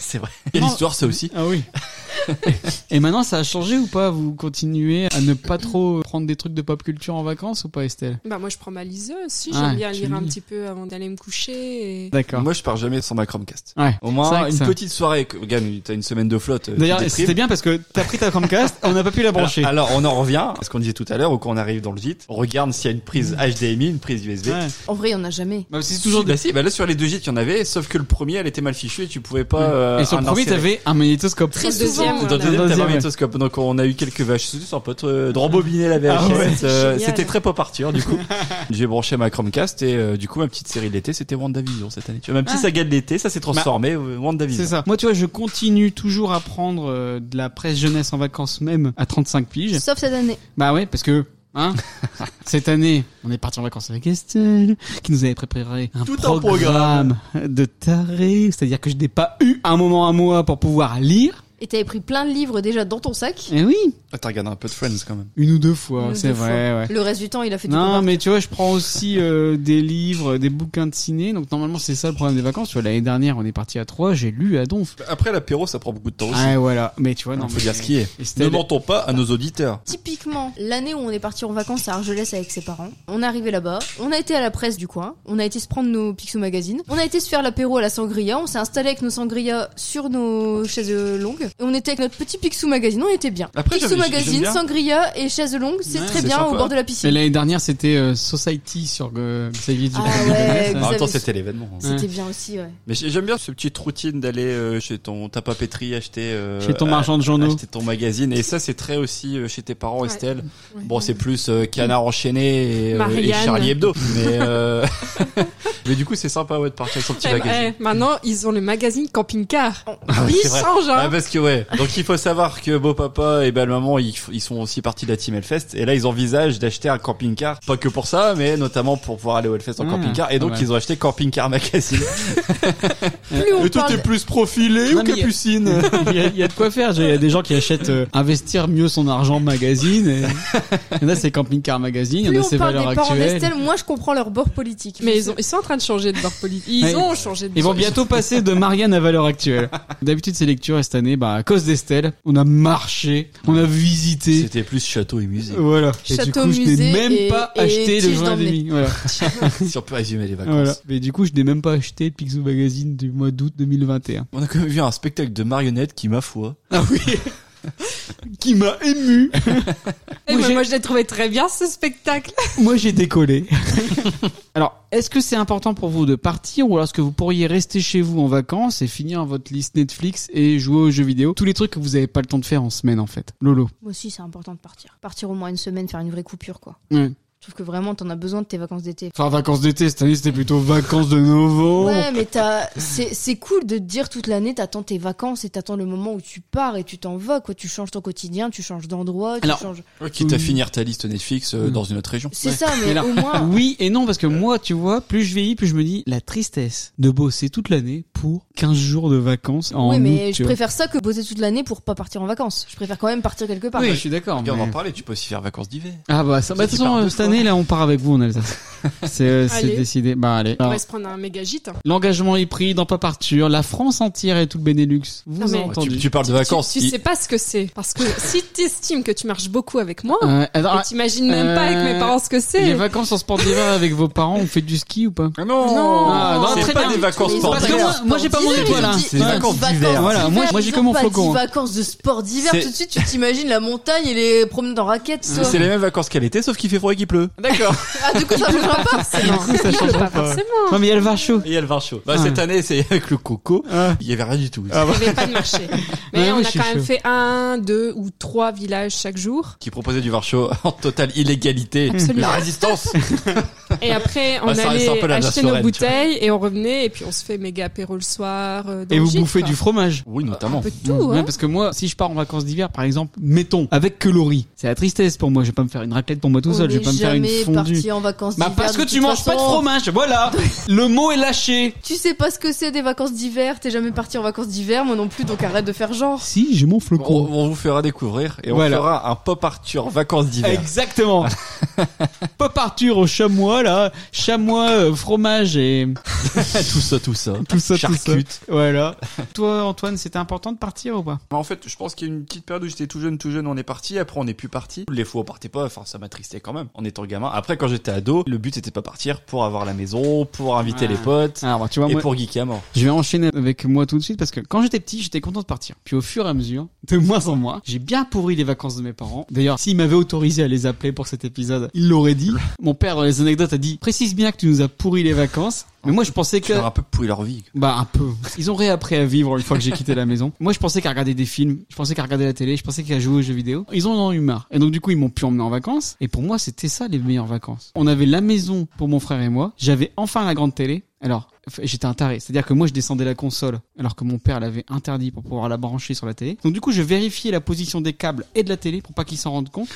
C: C'est vrai. Il y a l'histoire, ça aussi.
B: Ah oui. Et maintenant, ça a changé ou pas Vous continuez à ne pas trop prendre des trucs de pop culture en vacances ou pas, Estelle
E: Bah moi je prends ma liseuse, si
B: Ah,
E: j'aime bien
B: tu
E: lire un
B: lis. Bah,
E: petit peu avant d'aller me coucher. Et...
B: D'accord.
C: Moi, euh, je pars jamais sans ma Chromecast.
B: Ouais.
C: Au
B: C'est vrai
C: moins,
B: que
C: une
B: ça-
C: petite soirée. que- Regarde, t'as une semaine de flotte. euh, tu
B: D'ailleurs,
C: te déprimes.
B: c'était bien parce que t'as pris ta Chromecast, on n'a pas pu la brancher.
C: Alors, alors, on en revient à ce qu'on disait tout à l'heure, ou quand on arrive dans le gîte, on regarde s'il y a une prise HDMI, une prise USB.
B: Mm. Ouais.
D: En vrai, on a jamais.
B: Bah, c'est toujours
C: Bah
B: des...
C: si, bah là sur les deux gîtes, il y en avait, sauf que le premier, elle était mal fichue et tu pouvais pas. euh,
B: Et sur le
C: en
B: premier,
C: insérer.
B: t'avais un magnétoscope.
D: Très
E: Dans le deuxième,
C: Dans
D: souvent.
C: le
E: Voilà.
C: deuxième, t'avais
B: Deuxième,
C: un
B: ouais.
C: magnétoscope. Donc on a eu quelques VHS sans pote euh, de rembobiner la VHS.
B: Ah ouais.
C: euh,
E: Génial.
C: c'était très pop arture du coup.
B: [laughs]
C: J'ai branché ma Chromecast et euh, du coup ma petite série de l'été, c'était WandaVision cette année. Tu vois, ma petite
B: Ah.
C: saga de l'été, ça s'est transformé euh, WandaVision.
B: C'est ça. Moi, tu vois, je continue toujours à prendre euh, de la presse jeunesse en vacances, même à 35 piges.
D: Sauf cette année.
B: Bah ouais, parce que Hein Cette année, on est parti en vacances avec Estelle, qui nous avait préparé un
C: Tout un
B: programme, de taré. C'est-à-dire que je n'ai pas eu un moment à moi pour pouvoir lire.
D: Et t'avais pris plein de livres déjà dans ton sac.
B: Eh oui,
C: Ah, t'as regardé un peu de Friends quand même.
B: une ou deux fois,
D: Une ou
B: c'est
D: deux
B: vrai, ouais.
D: Le reste du temps, il a fait du
B: Non,
D: combat.
B: mais tu vois, je prends aussi euh, des livres, des bouquins de ciné. Donc normalement, c'est ça le problème des vacances. Tu vois, l'année dernière, on est parti à Troyes, j'ai lu à Donf.
C: Bah, Après l'apéro, ça prend beaucoup de temps aussi.
B: Ah voilà, mais tu vois, non,
C: faut
B: mais-
C: dire ce qui est.
B: Estelle-
C: Ne mentons pas à nos auditeurs.
D: Typiquement, l'année où on est parti en vacances à Argelès avec ses parents, on est arrivé là-bas, on a été à la presse du coin, on a été se prendre nos Picsou magazines, on a été se faire l'apéro à la sangria, on s'est installé avec nos sangria sur nos chaises longues, et on était avec notre petit Picsou magazine, on était bien.
C: Après, j'aime-
D: Picsou
C: j'aime
D: magazine,
C: bien.
D: sangria et chaises longues, c'est
B: Ouais,
D: très
C: c'est
D: bien au
C: sympa.
D: bord de la
B: Mais
D: piscine.
B: l'année dernière, c'était euh, Society sur euh, Xavier
D: Ah
B: Dupont de
D: ouais,
B: Ligonnès.
C: En même temps,
D: avez-
C: c'était l'événement. hein.
D: C'était bien aussi, ouais.
C: Mais j'ai- j'aime bien cette petite routine d'aller euh, chez ton ta papeterie acheter euh,
B: Chez ton
C: à-
B: marchand de journaux.
C: acheter ton magazine et ça c'est très aussi euh, chez tes parents
E: Ouais.
C: Estelle.
E: Ouais.
C: Bon c'est plus euh, canard enchaîné et, euh, et
E: Marianne.
C: Charlie
E: [laughs]
C: Hebdo mais euh, [laughs] mais du coup c'est sympa ouais de partir avec son petit
E: Eh,
C: magazine.
E: eh, maintenant, ils ont le magazine camping-car.
C: c'est
E: Ils
C: vrai.
E: changent,
C: Ah
B: bah,
E: hein.
C: parce que ouais. Donc il faut savoir que beau papa et belle maman ils, f- ils sont aussi partis de la Team Hellfest et là ils envisagent d'acheter un camping-car pas que pour ça mais notamment pour pouvoir aller au Hellfest en
B: Ah,
C: camping-car et donc
B: pas mal.
C: ils ont acheté camping-car
E: [laughs]
C: magazine.
D: Plus on
C: et tout
D: parle
C: est plus profilé
B: Non,
C: ou
B: mais il y a-
C: capucine.
B: il, y a, il y a de quoi faire. Il y a des gens qui achètent euh, investir mieux son argent magazine. et- Il y en a c'est camping car magazine, il y
D: plus
B: en a
D: on
B: c'est
D: parle
B: valeurs
D: des parents
B: actuelles.
D: d'Estelle, moins je comprends leur bord politique.
E: Mais
D: Je
E: ils, ont, ils sont en train de changer de bord politique. Ils
B: Ouais.
E: ont changé de
B: Ils vont
E: bord.
B: bientôt passer de Marianne à valeur actuelle. D'habitude ces lectures et cette année, bah à cause d'Estelle, on a marché, on a visité.
C: C'était plus château et musée.
B: Voilà. et du
D: Château,
B: coup, je n'ai
D: musée
B: même
D: et-
B: pas
D: et
B: acheté le
D: tige
B: joint
D: d'emblée.
B: demi. Voilà.
C: [laughs] si on peut résumer les vacances.
B: Voilà. Mais du coup, je n'ai même pas acheté le Picsou Magazine du mois d'août 2021.
C: On a quand même vu un spectacle de marionnettes qui, ma foi.
B: Ah oui. [laughs] Qui m'a ému.
E: Eh,
B: Moi,
E: mais
B: j'ai-
E: moi, je l'ai trouvé très bien, ce spectacle.
B: Moi, j'ai décollé. [laughs] Alors, est-ce que c'est important pour vous de partir ou alors est-ce que vous pourriez rester chez vous en vacances et finir votre liste Netflix et jouer aux jeux vidéo Tous les trucs que vous n'avez pas le temps de faire en semaine, en fait. Lolo.
D: Moi aussi, c'est important de partir. Partir au moins une semaine, faire une vraie coupure, quoi.
B: Ouais.
D: Je trouve que vraiment, t'en as besoin de tes vacances d'été.
B: Enfin, vacances d'été, cette année, c'était plutôt vacances de nouveau. [laughs]
D: Ouais, mais t'as, c'est, c'est cool de te dire toute l'année, t'attends tes vacances et t'attends le moment où tu pars et tu t'en vas, quoi. Tu changes ton quotidien, tu changes d'endroit, tu
B: Alors,
D: changes.
C: Quitte à
B: Mm.
C: finir ta liste Netflix euh,
B: Mm.
C: dans une autre région.
D: C'est ça, mais,
B: Mais là-
D: au moins.
B: Oui et non, parce que moi, tu vois, plus je vieillis, plus je me dis la tristesse de bosser toute l'année pour 15 jours de vacances [laughs] en
D: oui, mais
B: août, euh. tu
D: je
B: vois.
D: préfère ça que bosser toute l'année pour pas partir en vacances. Je préfère quand même partir quelque part.
B: Oui, je suis d'accord.
C: Regarde,
B: mais-
C: on en parlait, tu peux aussi faire vacances d'hiver.
B: Ah bah ça, bah, de
C: Tu
B: toute façon
C: pars
B: euh,
C: deux
B: cette
C: fois.
B: année là on part avec vous en
C: [laughs]
B: Alsace. c'est euh, c'est
E: Allez.
B: décidé. Bah allez.
E: On
B: Alors,
E: va se prendre un méga gîte. hein.
B: L'engagement est pris dans Pas Parture, la France entière et tout le Benelux. Vous
E: Non, mais-
B: avez entendu.
C: Tu, tu parles de vacances.
E: Tu, tu
C: Il-
E: sais pas ce que c'est. Parce
B: [laughs]
E: que si t'estimes que tu marches beaucoup avec moi,
B: Euh, alors,
E: et t'imagines même pas avec
B: euh,
E: mes parents ce que
B: les
E: c'est.
B: vacances en sport d'hiver avec vos parents, on fait du ski ou pas
C: Ah non,
E: Non.
B: Ah, non,
C: c'est
B: très
C: pas
B: bien.
C: des vacances
D: Mais
B: Parce que
C: sportives.
B: moi, moi j'ai pas mon
D: Sportif,
B: étoile.
D: il
B: hein.
D: dit-
C: C'est les
B: Ouais.
C: vacances
D: Vacances
C: d'hiver.
B: Voilà, moi, moi, j'ai
D: Ils
B: que
D: ont
B: mon
D: pas
B: flocon,
D: dit
B: hein.
D: vacances de sport d'hiver,
C: C'est-
D: tout de suite, tu t'imagines la montagne et les promenades en raquette,
C: C'est c'est les mêmes vacances qu'à l'été, sauf qu'il fait froid et qu'il pleut. D'accord.
D: Ah, du coup, ça
B: [laughs]
D: changera pas.
E: Forcément.
B: ça change
E: Pas
B: pas.
E: forcément.
B: Non mais il y a le vin chaud.
C: [laughs] Et il y a le vin chaud. Bah,
B: Ah.
C: cette année, c'est avec le coco.
B: Ah.
C: Il y avait rien du tout.
E: Il n'y avait pas de marché.
B: [laughs]
E: Mais
B: Ouais,
E: on
B: ouais,
E: a
B: je suis
E: quand même
B: chaud.
E: fait un, deux ou trois villages chaque jour.
C: Qui proposait du vin chaud [laughs] en totale illégalité.
E: Absolument.
C: La résistance.
E: Et après, on
C: Bah, ça reste un peu
E: allait
C: la
E: acheter
C: nature
E: nos
C: reine,
E: bouteilles et on revenait et puis on se fait méga apéro le soir. euh, dans
B: Et
E: le
B: vous
E: gîte,
B: bouffez
E: quoi.
B: du fromage.
C: Oui,
E: Un
C: notamment.
E: peu de tout,
B: Ouais,
E: hein.
B: parce que moi, si je pars en vacances d'hiver, par exemple, mettons, avec que le riz, c'est la tristesse pour moi. Je vais pas me faire une raclette pour moi tout
D: On
B: seul. Je
D: est
B: vais pas me faire une
D: jamais
B: fondue.
D: parti en vacances
B: Bah
D: d'hiver,
B: parce que
D: de
B: tu
D: toute
B: manges pas de
D: façon.
B: fromage.
D: [laughs]
B: Voilà. Le mot est lâché.
D: Tu sais pas ce que c'est des vacances d'hiver, t'es jamais parti en vacances d'hiver, moi non plus, donc arrête de faire genre.
B: Si, j'ai mon
C: On,
B: flocon.
C: on vous fera découvrir et on
B: Voilà.
C: fera un pop Arthur vacances d'hiver.
B: [laughs] Exactement. Pop Arthur au chamois là, chamois euh, fromage et
C: tout ça, tout ça.
B: tout ça tout
C: Charcute.
B: ça. Voilà. Toi Antoine, c'était important de partir ou pas
C: Bah, En fait, je pense qu'il y a une petite période où j'étais tout jeune, tout jeune, on est parti. Après, on n'est plus parti. Les fois, où on partait pas. Enfin, ça m'attristait quand même. En étant gamin. Après, quand j'étais ado, le but c'était pas partir pour avoir la maison, pour inviter
B: Ouais.
C: les potes
B: Alors bah, tu vois
C: et
B: moi,
C: pour geeker à mort.
B: je vais enchaîner avec moi tout de suite parce que quand j'étais petit, j'étais content de partir. Puis au fur et à mesure, de moins en moins, j'ai bien pourri les vacances de mes parents. D'ailleurs, s'ils m'avaient autorisé à les appeler pour cet épisode, ils l'auraient
C: [laughs]
B: dit. Mon père dans les anecdotes a dit "Précise bien que tu nous as pourri les vacances." Mais moi je pensais
C: Tu
B: que
C: leur as un peu pourri leur vie.
B: Bah un peu. Ils ont réappris à vivre une fois que j'ai quitté la maison. Moi je pensais qu'à regarder des films, je pensais qu'à regarder la télé, je pensais qu'à jouer aux jeux vidéo. Ils en ont eu marre. Et donc du coup ils m'ont pu emmener en vacances. Et pour moi c'était ça les meilleures vacances. On avait la maison pour mon frère et moi. J'avais enfin la grande télé. Alors f- j'étais un taré. C'est-à-dire que moi je descendais la console alors que mon père l'avait interdit pour pouvoir la brancher sur la télé. Donc du coup je vérifiais la position des câbles et de la télé pour pas qu'ils s'en rendent compte.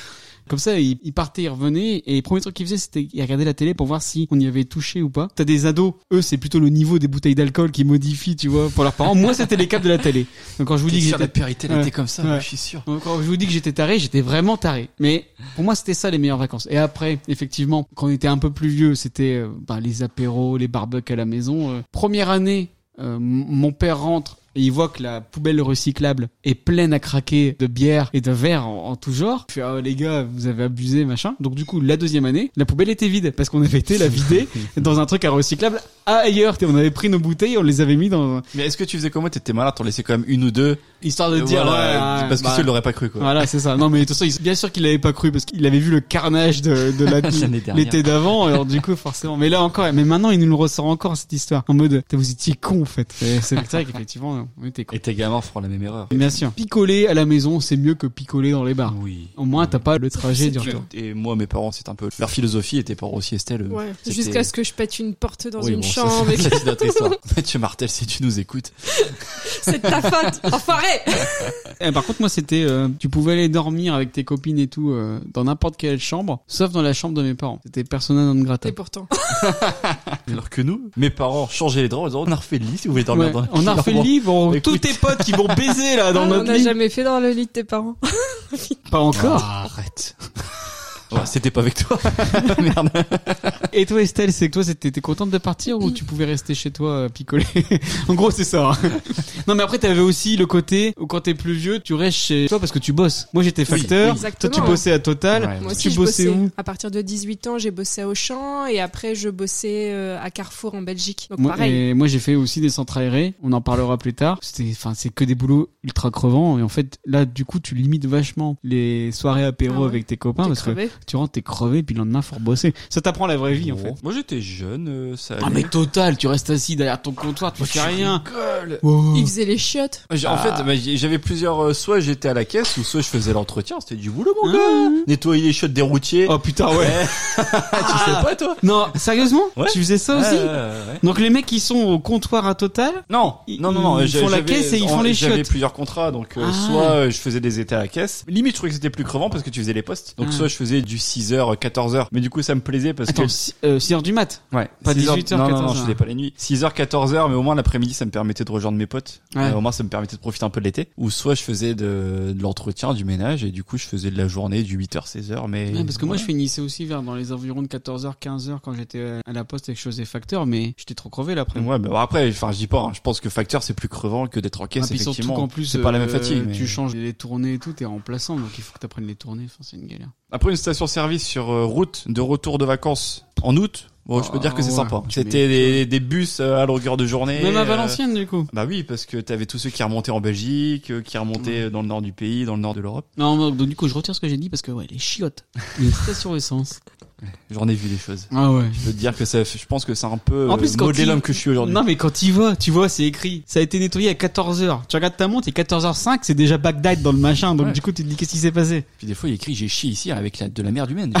B: Comme ça, ils, ils partaient, ils revenaient, et le premier truc qu'ils faisaient, c'était qu'ils regardaient la télé pour voir si on y avait touché ou pas. T'as des ados, eux, c'est plutôt le niveau des bouteilles d'alcool qui modifient, tu vois, pour leurs parents. Moi, c'était les câbles de la télé. Donc quand je vous dis que
C: Sur la
B: j'étais
C: périté, elle
B: Ouais.
C: était comme ça,
B: Ouais.
C: moi, je suis sûr.
B: donc, quand je vous dis que j'étais taré, j'étais vraiment taré. Mais pour moi, c'était ça les meilleures vacances. Et après, effectivement, quand on était un peu plus vieux, c'était euh, bah, les apéros, les barbecues à la maison. Euh, première année, euh, m- mon père rentre et il voit que la poubelle recyclable est pleine à craquer de bière et de verre en, en tout genre. Je fais, ah les gars, vous avez abusé, machin. Donc du coup, la deuxième année, la poubelle était vide parce qu'on avait été la
C: [laughs]
B: vider dans un truc à recyclable ailleurs. On avait pris nos bouteilles, on les avait mis dans... un-
C: Mais est-ce que tu faisais comment T'étais malade, t'en laissais quand même une ou deux.
B: Histoire de
C: Euh,
B: dire...
C: voilà,
B: ouais,
C: parce que
B: bah,
C: tu l'aurais pas cru, quoi.
B: Voilà, c'est ça. Non, mais de toute façon, il- bien sûr qu'il l'avait pas cru parce qu'il avait vu le carnage de, de
C: [laughs]
B: la-
C: L'année dernière.
B: l'été d'avant. Alors du coup, forcément. Mais là encore, mais maintenant, il nous le ressort encore cette histoire en mode vous étiez con en fait. C'est c'est vrai qu'effectivement, on était con.
C: Et tes gamins feront la même erreur.
B: Bien sûr. Picoler à la maison, c'est mieux que picoler dans les bars.
C: Oui.
B: Au moins, t'as pas le trajet du retour.
C: Et moi, mes parents, c'est un peu leur philosophie, et tes parents aussi, Estelle. euh,
E: Ouais.
C: c'était-
E: Jusqu'à ce que je pète une porte dans
C: Oui,
E: une
C: bon, [laughs] ça,
E: chambre. et que-
C: C'est une autre histoire. Mathieu Martel, si tu nous écoutes.
E: C'est de ta faute,
B: [laughs]
E: enfoiré
B: Eh, par contre, moi, c'était, euh, tu pouvais aller dormir avec tes copines et tout euh, dans n'importe quelle chambre, sauf dans la chambre de mes parents. C'était persona non grata.
E: Et pourtant.
C: Alors que nous, mes parents changeaient les draps en disant on a refait le lit si vous voulez dormir
B: Ouais.
C: dans
B: on a refait le livre,
C: Écoute.
B: tous tes potes qui vont baiser là dans
E: Ah, on
B: notre
E: n'a
B: lit. Ah,
E: jamais fait dans le lit de tes parents.
B: Pas encore.
C: Ah, arrête. [laughs] Ouais, C'était pas avec [laughs] toi. Merde.
B: Et toi Estelle, c'est que toi c'était- t'étais contente de partir ou tu pouvais rester chez toi euh, picoler [laughs] En gros c'est ça. hein.
E: [laughs]
B: non mais après t'avais aussi le côté où quand t'es plus vieux tu restes chez toi parce que tu bosses. Moi j'étais facteur,
E: oui.
B: toi tu
E: Exactement.
B: bossais à Total.
C: Ouais.
E: Moi
B: Tu
E: aussi, je
B: bossais
E: bossais.
B: où
E: à partir de 18 ans, j'ai bossé à Auchan et après, je bossais euh, à Carrefour en Belgique. Donc,
B: Moi,
E: pareil.
B: et moi j'ai fait aussi des centres aérés, on en parlera plus tard. C'était enfin c'est que des boulots ultra crevants et en fait là du coup tu limites vachement les soirées apéro
E: Ah ouais.
B: avec tes copains
E: T'es
B: parce
E: crevé.
B: que tu rentres t'es crevé puis le lendemain faut bosser. Ça t'apprend la vraie vie
E: Oh.
B: en fait.
C: Bon, Moi j'étais jeune, euh, ça.
B: Ah
C: allait.
B: mais Total, tu restes assis derrière ton comptoir, tu
C: Oh,
B: fais
C: tu
B: rien.
C: rigoles.
B: Wow.
E: Il faisait les chiottes.
C: J'ai- En fait, bah, j'ai- j'avais plusieurs. euh, soit j'étais à la caisse, ou soit je faisais l'entretien. C'était du boulot, mon Hein
B: Ah.
C: gars. Nettoyer les chiottes des routiers.
B: Oh putain ouais.
C: [laughs] tu sais pas, toi
B: [laughs] Non, sérieusement
C: Ouais.
B: Tu faisais ça aussi
C: Ouais, ouais, ouais.
B: Donc les mecs qui sont au comptoir à Total
C: Non,
B: Ils-
C: non, non, non.
B: ils
C: j'ai-
B: font la
C: j'avais-
B: caisse et ils
C: en-
B: font les
C: J'avais
B: chiottes.
C: plusieurs contrats, donc euh,
B: Ah.
C: soit euh, je faisais des étés à la caisse. Limite, je trouvais que c'était plus crevant parce que tu faisais les postes. Donc
B: Ah.
C: soit je faisais du 6h, 14h. Mais du coup, ça me plaisait parce
B: Attends,
C: que
B: 6 h du mat.
C: Ouais,
B: Pas
C: 6 heures-
B: 18 heures,
C: non,
B: 14
C: Non, non,
B: heures.
C: je faisais pas les nuits. 6h, 14h, mais au moins l'après-midi, ça me permettait de rejoindre mes potes.
B: Ouais.
C: Euh, au moins, ça me permettait de profiter un peu de l'été. Ou soit je faisais de, de l'entretien, du ménage, et du coup, je faisais de la journée du 8h, 16h, mais...
B: Ouais, parce que moi
C: voilà.
B: je finissais aussi vers dans les environs de 14h, 15h quand j'étais euh, à la poste et que je faisais facteur, mais j'étais trop crevé Ah, l'après.
C: Ouais, mais bon, après, enfin, je dis pas, hein, je pense que facteur, c'est plus crevant que d'être en
B: Ah,
C: caisse,
B: puis surtout
C: effectivement.
B: qu'en plus,
C: c'est pas la même
B: euh,
C: fatigue. mais-
B: Tu changes les tournées et tout, t'es remplaçant, donc il faut que t'apprennes les tournées, enfin, c'est une galère.
C: Après, une station-service sur euh, route de retour de vacances en août, bon, je peux
B: Ah,
C: dire que c'est
B: ouais,
C: sympa.
B: tu
C: C'était des, des bus euh, à longueur de journée.
B: Même à
C: euh,
B: Valenciennes du coup.
C: Bah oui, parce que t'avais tous ceux qui remontaient en Belgique, euh, qui remontaient euh, dans le nord du pays, dans le nord de l'Europe.
B: Non, donc du coup je retire ce que j'ai dit parce que ouais, les [laughs] chiottes, les stations essence.
C: J'en ai vu des choses.
B: Ah ouais.
C: Je veux te dire que ça, je pense que c'est un peu
B: En plus,
C: euh,
B: quand
C: modeler
B: il-
C: l'homme que je suis aujourd'hui.
B: Non mais quand tu vois, tu vois, c'est écrit. Ça a été nettoyé à 14h. Tu regardes ta montre et 14h05, c'est déjà Bagdad dans le machin. Donc
C: Ouais.
B: du coup, tu te dis qu'est-ce qui s'est passé
C: Puis des fois, il écrit j'ai chié ici avec la, de la merde humaine.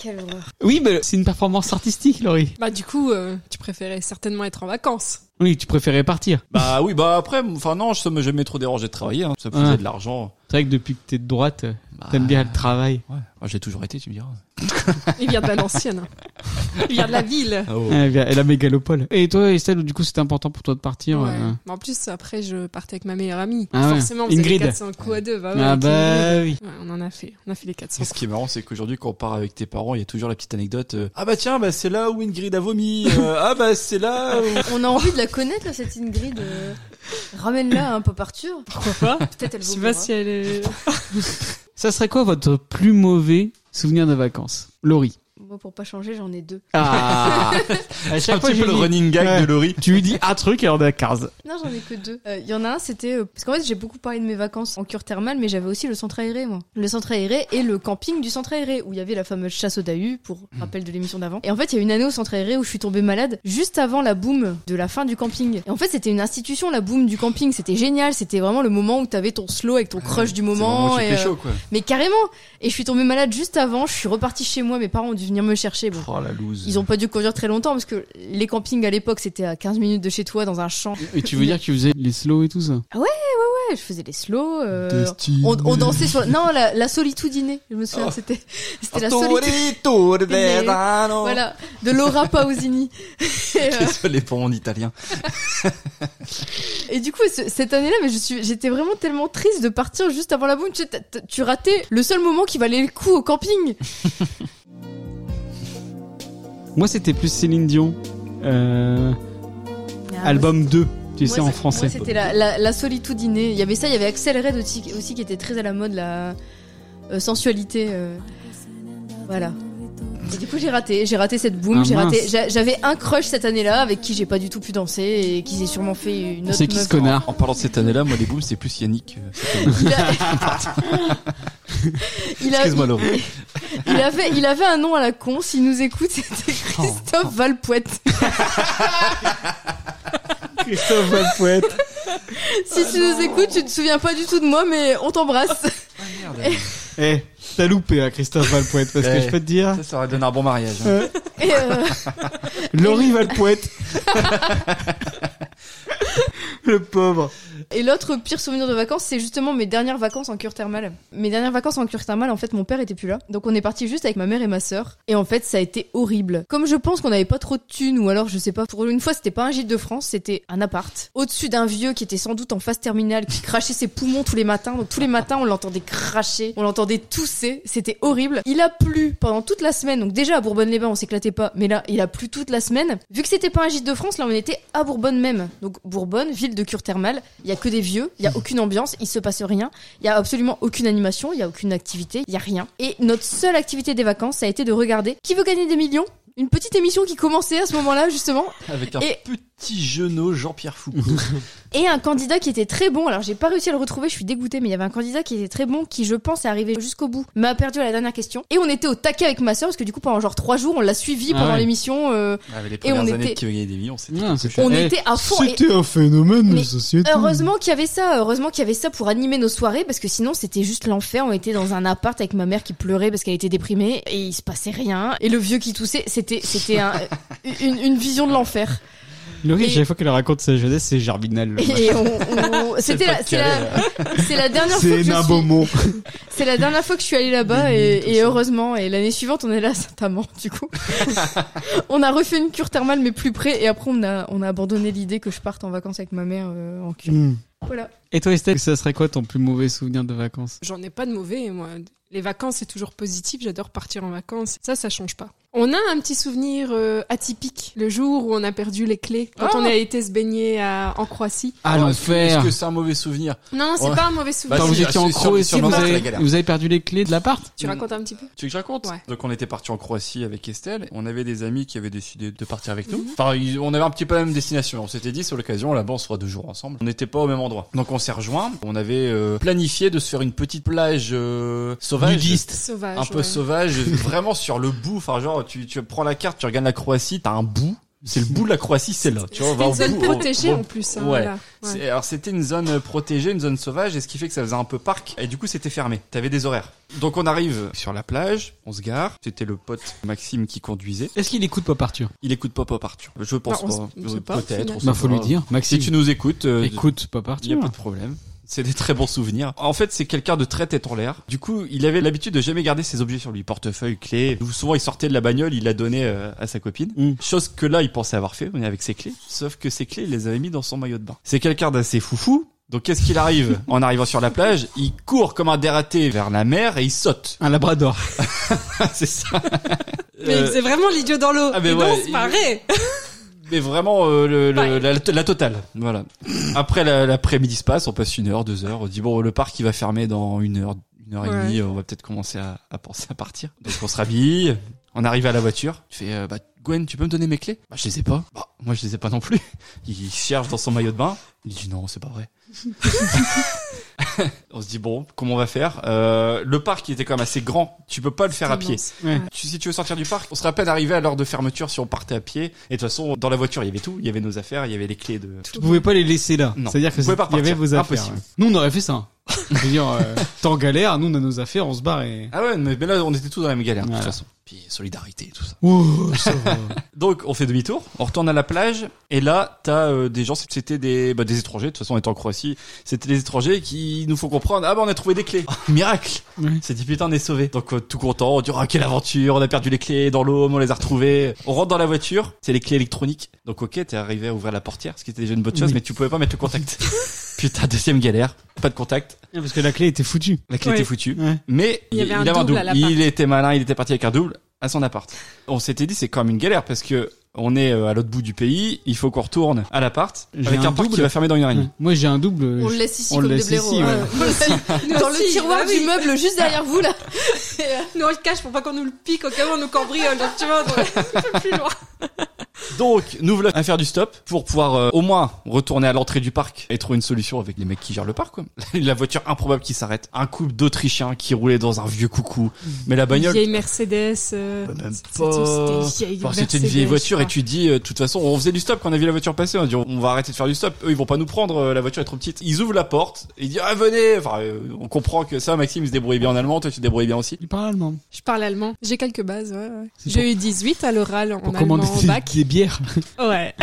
D: Quelle horreur.
B: Oui, mais c'est une performance artistique, Laurie.
E: Bah, du coup, euh, tu préférais certainement être en vacances.
B: Oui, tu préférais partir.
C: [laughs] bah oui, bah après, enfin non, ça m'a jamais trop dérangé de travailler. hein. Ça me faisait
B: Ouais.
C: de l'argent.
B: C'est vrai que depuis que t'es de droite, euh,
C: Bah,
B: t'aimes bien le travail.
C: Ouais, Moi, j'ai toujours été, tu me diras.
E: Il vient de Valenciennes. hein. Il vient de la ville.
C: Ah
B: Ouais, bien, Et la mégalopole. Et toi, Estelle, du coup, c'était important pour toi de partir
E: Ouais.
B: euh,
E: Mais en plus, après, je partais avec ma meilleure amie.
B: Ah ouais.
E: Forcément, vous avez
B: Ingrid.
E: 400 coups à deux. Bah ouais,
B: Ah
E: avec Ingrid.
B: bah oui.
E: Ouais, on en a fait. On a fait les 400
C: Et ce qui est marrant, c'est qu'aujourd'hui, quand on part avec tes parents, il y a toujours la petite anecdote. euh, ah bah tiens, bah c'est là où Ingrid a vomi. euh, ah bah c'est là. Où...
D: On a envie de la connaître, là, cette Ingrid. euh. Ramène-la un peu partout.
E: Pourquoi pas
D: Peut-être elle
E: Je sais
D: vaut
E: pas
D: mieux,
E: si elle est...
B: [laughs] Ça serait quoi votre plus mauvais souvenir de vacances Laurie.
D: hein. Moi, pour pas changer, j'en ai deux.
B: Ah [laughs]
D: [laughs]
B: À
C: C'est un
B: chaque fois,
C: petit
B: je
C: peu le
B: dis-
C: running gag
B: Ouais.
C: de Laurie.
B: Tu lui dis un truc et on a 15.
D: Non, j'en ai que deux. Euh, Il y en a un, c'était. euh, parce qu'en fait, j'ai beaucoup parlé de mes vacances en cure thermale, mais j'avais aussi le centre aéré, moi. Le centre aéré et le camping du centre aéré, où il y avait la fameuse chasse au Dahu, pour
C: Mmh.
D: rappel de l'émission d'avant. Et en fait, il y a une année au centre aéré où je suis tombée malade, juste avant la boom de la fin du camping. Et en fait, c'était une institution, la boom du camping. C'était génial. C'était vraiment le moment où t'avais ton slow avec ton crush du moment.
C: Ah, C'est
D: et,
C: vraiment
D: euh,
C: chaud, quoi.
D: mais carrément Et je suis tombée malade juste avant, je suis repartie chez moi, mes parents ont dû venir me chercher. Bon.
C: Oh la loose.
D: Ils ont pas dû conduire très longtemps parce que les campings à l'époque c'était à 15 minutes de chez toi dans un champ.
B: Et tu veux dire que tu faisais les slow et tout ça
D: je faisais les slow. euh, on, on dansait sur. Non, la, la solitudine. Je me souviens,
C: Oh.
D: c'était c'était la solitude.
C: hein.
D: Voilà, de Laura Pausini. Et, euh,
C: [laughs] Désolé pour mon italien.
D: Et du coup, ce- cette année-là, mais je suis, j'étais vraiment tellement triste de partir juste avant la boum. Tu, sais, t'as- t'as- tu ratais le seul moment qui valait le coup au camping.
B: Moi, c'était plus Céline Dion. Euh, album 2, tu
D: Ah Moi,
B: sais, en
D: c'est-
B: français.
D: moi, C'était la, la, la solitudinée. Il y avait ça, il y avait Accéléré aussi, aussi qui était très à la mode, la euh, sensualité. euh, Voilà. Et du coup, j'ai raté, j'ai raté cette boum,
B: Ah,
D: j'ai raté.
B: mince.
D: j'a- J'avais un crush cette année-là avec qui j'ai pas du tout pu danser et qui s'est sûrement fait une autre
B: C'est qui ce
D: meuf.
B: connard
C: En parlant de cette année-là, moi, les booms, c'est plus Yannick. euh, c'est comme-
D: Il a- Il a-
C: Excuse-moi, Laurent.
D: Il avait, il avait un nom à la con. S'il nous écoute, c'était
B: Oh.
D: Christophe Valpoète.
B: Christophe Valpoët.
D: Si tu nous écoutes, tu te souviens pas du tout de moi, mais on t'embrasse.
B: [laughs] Eh, t'as loupé à Christophe Valpoët, parce que
C: Eh.
B: je peux te dire.
C: Ça, ça aurait donné un bon mariage. hein.
B: euh,
D: Et euh,
B: Laurie Valpoët. [laughs] Le pauvre.
D: et l'autre pire souvenir de vacances, c'est justement mes dernières vacances en cure thermale. Mes dernières vacances en cure thermale, en fait, mon père était plus là. Donc on est parti juste avec ma mère et ma sœur. Et en fait, ça a été horrible. Comme je pense qu'on avait pas trop de thunes, ou alors je sais pas, pour une fois, c'était pas un gîte de France, c'était un appart. Au-dessus d'un vieux qui était sans doute en phase terminale, qui [laughs] crachait ses poumons tous les matins. Donc tous les matins, on l'entendait cracher, on l'entendait tousser. C'était horrible. Il a plu pendant toute la semaine. Donc déjà, à Bourbonne-les-Bains, on s'éclatait pas. Mais là, il a plu toute la semaine. Vu que c'était pas un gîte de France, là, on était à Bourbonne même. Donc Bourbonne, ville de cure thermale. Il y a que des vieux. Il y a aucune ambiance. Il se passe rien. Il y a absolument aucune animation. Il y a aucune activité. Il y a rien. Et notre seule activité des vacances, ça a été de regarder Qui veut gagner des millions? Une petite émission qui commençait à ce moment-là, justement.
C: Avec un
D: Et-
C: petit jeuneau Jean-Pierre
D: [laughs]
C: Foucault.
D: Et un candidat qui était très bon, alors j'ai pas réussi à le retrouver, je suis dégoûtée, mais il y avait un candidat qui était très bon, qui je pense est arrivé jusqu'au bout, m'a perdu à la dernière question. Et on était au taquet avec ma soeur, parce que du coup pendant genre trois jours, on l'a suivi
B: Ah
D: pendant
B: ouais.
D: l'émission, euh,
C: Avec Ah, les
D: Et on
C: premières années
D: était-
C: de qui veut gagner des millions, c'était
D: on était à fond. Et
B: Eh, un phénomène
D: Mais
B: société.
D: heureusement qu'il y avait ça, heureusement qu'il y avait ça pour animer nos soirées, parce que sinon c'était juste l'enfer, on était dans un appart avec ma mère qui pleurait parce qu'elle était déprimée, et il se passait rien, et le vieux qui toussait, c'était, c'était un- une, une vision de l'enfer.
B: Laurie,
D: Et-
B: chaque fois qu'elle raconte sa jeunesse, c'est germinal.
D: [laughs] Et on, on- c'était la, c'est la, c'est la dernière fois que je suis-
B: mot.
D: C'est la dernière fois que je suis allée là-bas et, et heureusement. Et l'année suivante, on est là [laughs] à Saint-Amand,
B: [laughs]
D: du coup. on a refait une cure thermale, mais plus près. Et après, on a, on a abandonné l'idée que je parte en vacances avec ma mère euh, en cure. Voilà.
B: Et toi, Estelle, ça serait quoi ton plus mauvais souvenir de vacances
E: J'en ai pas de mauvais, moi. Les vacances, c'est toujours positif. J'adore partir en vacances. Ça, ça change pas. On a un petit souvenir euh, atypique, le jour où on a perdu les clés, quand
D: Oh
E: on a été se baigner à- en Croatie.
B: À
C: Alors,
B: Ah, l'enfer.
C: Est-ce que c'est un mauvais souvenir
E: Non, c'est
C: Ouais.
E: pas un mauvais souvenir.
B: Quand
C: Bah,
B: vous
C: si,
B: étiez
C: ah,
B: en
C: c'est sûr,
B: Croatie,
C: sur
B: vous,
C: l'enfer,
B: avez-
C: la galère.
B: vous avez perdu les clés de l'appart
E: Tu racontes un petit peu
C: Tu veux que je raconte
E: Ouais.
C: Donc on était parti en Croatie avec Estelle, on avait des amis qui avaient décidé de partir avec nous.
E: Mhm.
C: Enfin, ils- on avait un petit peu la même destination. On s'était dit, c'est l'occasion, là-bas on sera deux jours ensemble. On n'était pas au même endroit. Donc on s'est rejoints, on avait euh, planifié de se faire une petite plage euh, sauvage.
B: Nudiste.
E: Sauvage.
C: Un peu
E: ouais.
C: sauvage, [laughs] vraiment sur le bout. Enfin, genre, tu, tu prends la carte, tu regardes la Croatie, t'as un bout. C'est le bout de la Croatie, c'est là. Tu vois, on
E: C'était
C: va
E: une
C: au
E: zone
C: bout, on-
E: protégée
C: on-
E: en plus. hein,
C: ouais.
E: voilà. Ouais.
C: c'est- Alors c'était une zone protégée, une zone sauvage, et ce qui fait que ça faisait un peu parc, et du coup c'était fermé, t'avais des horaires. Donc on arrive sur la plage, on se gare, c'était le pote Maxime qui conduisait,
B: Est-ce qu'il écoute Pop Arthur
C: il écoute Pop Pop Arthur, je pense
E: Bah, on
C: pas,
E: s- on sait pas,
C: peut-être,
E: au
C: on
B: Bah,
C: sait
B: faut
C: pas.
B: lui dire.
C: Si
B: Maxime,
C: tu nous écoutes, euh,
B: écoute Pop
C: il y a
B: Arthur.
C: pas de problème. C'est des très bons souvenirs. En fait, c'est quelqu'un de très tête en l'air. Du coup, il avait l'habitude de jamais garder ses objets sur lui, portefeuille, clé. Souvent, il sortait de la bagnole, il la donnait euh, à sa copine.
B: Mm.
C: Chose que là, il pensait avoir fait, on est avec ses clés. Sauf que ses clés, il les avait mis dans son maillot de bain. C'est quelqu'un d'assez foufou. Donc, qu'est-ce
B: [laughs]
C: qu'il arrive En arrivant sur la plage, il court comme un dératé vers la mer et il saute. [laughs]
B: Un labrador.
C: c'est ça.
E: Mais
C: Euh,
E: c'est vraiment l'idiot dans l'eau.
C: ah, mais
E: Et non,
C: ouais,
E: c'est
C: il-
E: pas vrai.
C: mais vraiment euh, le, le-
E: Ouais.
C: la, la totale. Voilà. Après la- l'après-midi se passe, on passe une heure, deux heures. On dit bon, le parc il va fermer dans une heure, une heure et
E: Ouais.
C: demie. On va peut-être commencer à, à penser à partir. Donc on se rhabille, on arrive à la voiture. Je fais euh, bah Gwen, tu peux me donner mes clés Bah je les ai pas. Bah moi je les ai pas non plus. Il cherche dans son maillot de bain. Il dit non, c'est pas
E: [laughs]
C: vrai. [laughs] on se dit bon, comment on va faire Euh, Le parc il était quand même assez grand. Tu peux pas le faire à pied.
B: Ouais.
C: Tu- si tu veux sortir du parc, on serait à peine arrivé à l'heure de fermeture si on partait à pied. Et de toute façon, dans la voiture, il y avait tout. Il y avait nos affaires, il y avait les clés de.
B: Vous pouvez pas les laisser là.
C: Non.
B: C'est-à-dire que
C: Vous pouvez pas
B: il y avait
C: repartir.
B: vos affaires.
C: Impossible.
B: ouais. Nous, on aurait fait ça. hein.
C: [laughs]
B: Je veux dire, euh, t'es en galère, nous, on a nos affaires, on se barre et...
C: Ah ouais, mais mais là, on était tous dans la même galère, de
B: Voilà.
C: toute façon. puis solidarité et tout ça.
B: Ouh, [laughs] ça va.
C: Donc on fait demi-tour, on retourne à la plage et là t'as euh, des gens, c'était des bah, des étrangers. De toute façon, on était en Croatie, c'était des étrangers qui nous font comprendre. Ah bah on a trouvé des
B: [laughs]
C: clés, miracle.
B: Ouais.
C: C'est dit putain on est sauvé. Donc euh, tout content, on dit ah quelle aventure, on a perdu les clés dans l'eau, mais on les a retrouvées. On rentre dans la voiture, c'est les clés électroniques. Donc ok t'es arrivé à ouvrir la portière, ce qui était déjà une bonne chose,
B: Oui.
C: mais tu pouvais pas mettre
B: [laughs]
C: le contact. putain deuxième galère, pas de contact,
B: Ouais, Parce que la clé était foutue.
C: la clé
E: Ouais.
C: était foutue.
B: Ouais.
C: Mais
E: Il y avait un double à l'appart.
C: Il était malin, il était parti avec un double à son appart. On s'était dit c'est quand même une galère parce que on est euh, à l'autre bout du pays, il faut qu'on retourne à l'appart
B: J'ai
C: avec
B: un
C: un, parc
B: double.
C: qui va fermer dans une heure et demie.
B: Moi j'ai un double. euh,
D: On
B: je-
D: le laisse ici
B: on le
D: comme des
B: laisse
D: blaireaux.
B: ici, ouais.
D: hein. On le laisse Dans
E: [laughs] Nous aussi,
D: le tiroir
E: bah
D: du
E: oui.
D: meuble, juste derrière vous là.
E: Nous on le cache pour pas qu'on nous le pique au cas où on nous cambriole. Donc [laughs] tu vois, on est un peu plus loin.
B: Mmh.
C: Donc nous voulons faire du stop pour pouvoir euh, au moins retourner à l'entrée du parc et trouver une solution avec les mecs qui gèrent le parc. Quoi. [laughs] La voiture improbable qui s'arrête, un couple d'Autrichiens qui roulait dans un vieux coucou,
E: Mmh.
C: mais la bagnole.
E: Vieille Mercedes. euh,
C: Bah, même
E: c'était-
C: pas.
E: C'était une vieille
C: Enfin, c'était une
E: Mercedes,
C: vieille
E: je
C: voiture et
E: crois.
C: tu dis, euh, de toute façon, on faisait du stop quand on a vu la voiture passer. On dit, on va arrêter de faire du stop. Eux, ils vont pas nous prendre. euh, la voiture est trop petite. Ils ouvrent la porte. Ils disent, ah venez. Enfin, euh, on comprend que ça, Maxime, il se débrouille bien en allemand. Toi, tu te débrouilles bien aussi.
B: Il parle allemand.
E: Je parle allemand. J'ai quelques bases. Ouais, ouais.
B: C'est
E: J'ai eu 18 à l'oral en
B: Pour
E: allemand
B: commander
E: au
B: des,
E: bac.
B: des bières.
E: Ouais.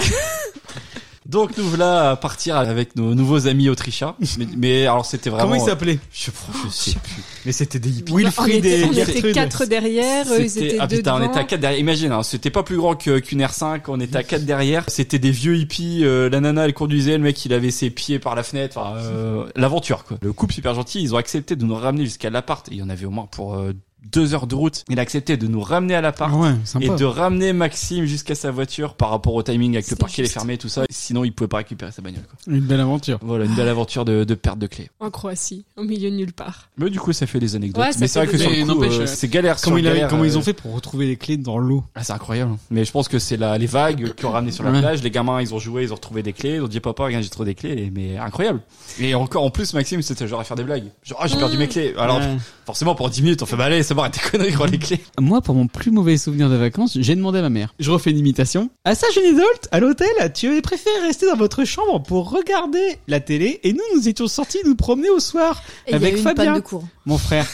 C: Donc, nous voilà à partir avec nos nouveaux amis autrichiens. Mais, mais alors, c'était vraiment. euh,
B: Comment il s'appelait
C: je, je sais plus. Mais c'était des hippies.
B: Wilfried
E: on était,
B: et
E: on était
B: Gertrude.
E: quatre derrière. Eux, ils
C: C'était-
E: étaient
C: ah
E: deux
C: putain, on
E: devant.
C: était à 4 derrière. Imagine, hein, c'était pas plus grand que- qu'une R5, on était à 4 derrière. C'était des vieux hippies, euh, la nana elle conduisait, le mec il avait ses pieds par la fenêtre, Enfin, euh, l'aventure quoi. Le couple super gentil, ils ont accepté de nous ramener jusqu'à l'appart, Et il y en avait au moins pour euh, deux heures de route. Il a accepté de nous ramener à l'appart.
B: Ah ouais, sympa.
C: Et de ramener Maxime jusqu'à sa voiture par rapport au timing avec le
E: C'était
C: parquet est
E: juste.
C: fermé et tout ça. Sinon, il pouvait pas récupérer sa bagnole, quoi.
B: Une belle aventure.
C: Voilà, une
E: Ah.
C: belle aventure de, de perte de clé.
E: En Croatie, au milieu de nulle
C: [laughs]
E: part.
C: Mais du coup, ça fait des anecdotes.
E: Ouais, ça
C: Mais c'est
E: fait
C: vrai que
E: des-
C: sur le
B: Mais
C: coup,
B: n'empêche,
C: euh,
B: euh,
C: c'est galère sur
B: Comment, il a-
C: galère,
B: comment ils
C: euh,
B: ont fait pour retrouver les clés dans l'eau
C: Ah, c'est incroyable. Mais je pense que c'est la, les vagues qui ont ramené sur la
B: Ouais.
C: plage. Les gamins, ils ont joué, ils ont retrouvé des clés. Ils ont dit, papa, regarde, j'ai trouvé des clés. Mais incroyable. Et encore, en plus, Maxime, c'était genre à faire des blagues. Genre, ah, j'ai perdu mes clés. Alors,
B: Ouais.
C: forcément, pour 10 minutes, on fait, bah allez, c'est bon, arrête tes conneries, gros, les clés.
B: Moi, pour mon plus mauvais souvenir de vacances, j'ai demandé à ma mère. Je refais une imitation. À ça, jeune adulte, à l'hôtel, tu préfères rester dans votre chambre pour regarder la télé et nous, nous étions sortis nous promener au soir.
D: Et il y a
B: Avec
D: eu une
B: Fabien.
D: panne de cours.
B: mon frère.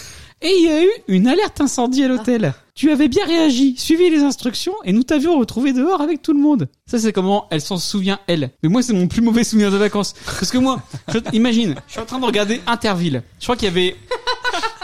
B: Et il y a eu une alerte incendie à l'hôtel. Tu avais bien réagi, suivi les instructions et nous t'avions retrouvé dehors avec tout le monde. Ça, c'est comment elle s'en souvient, elle. Mais moi, c'est mon plus mauvais souvenir de vacances. Parce que moi, je- imagine, je suis en train de regarder Interville. Je crois qu'il y avait,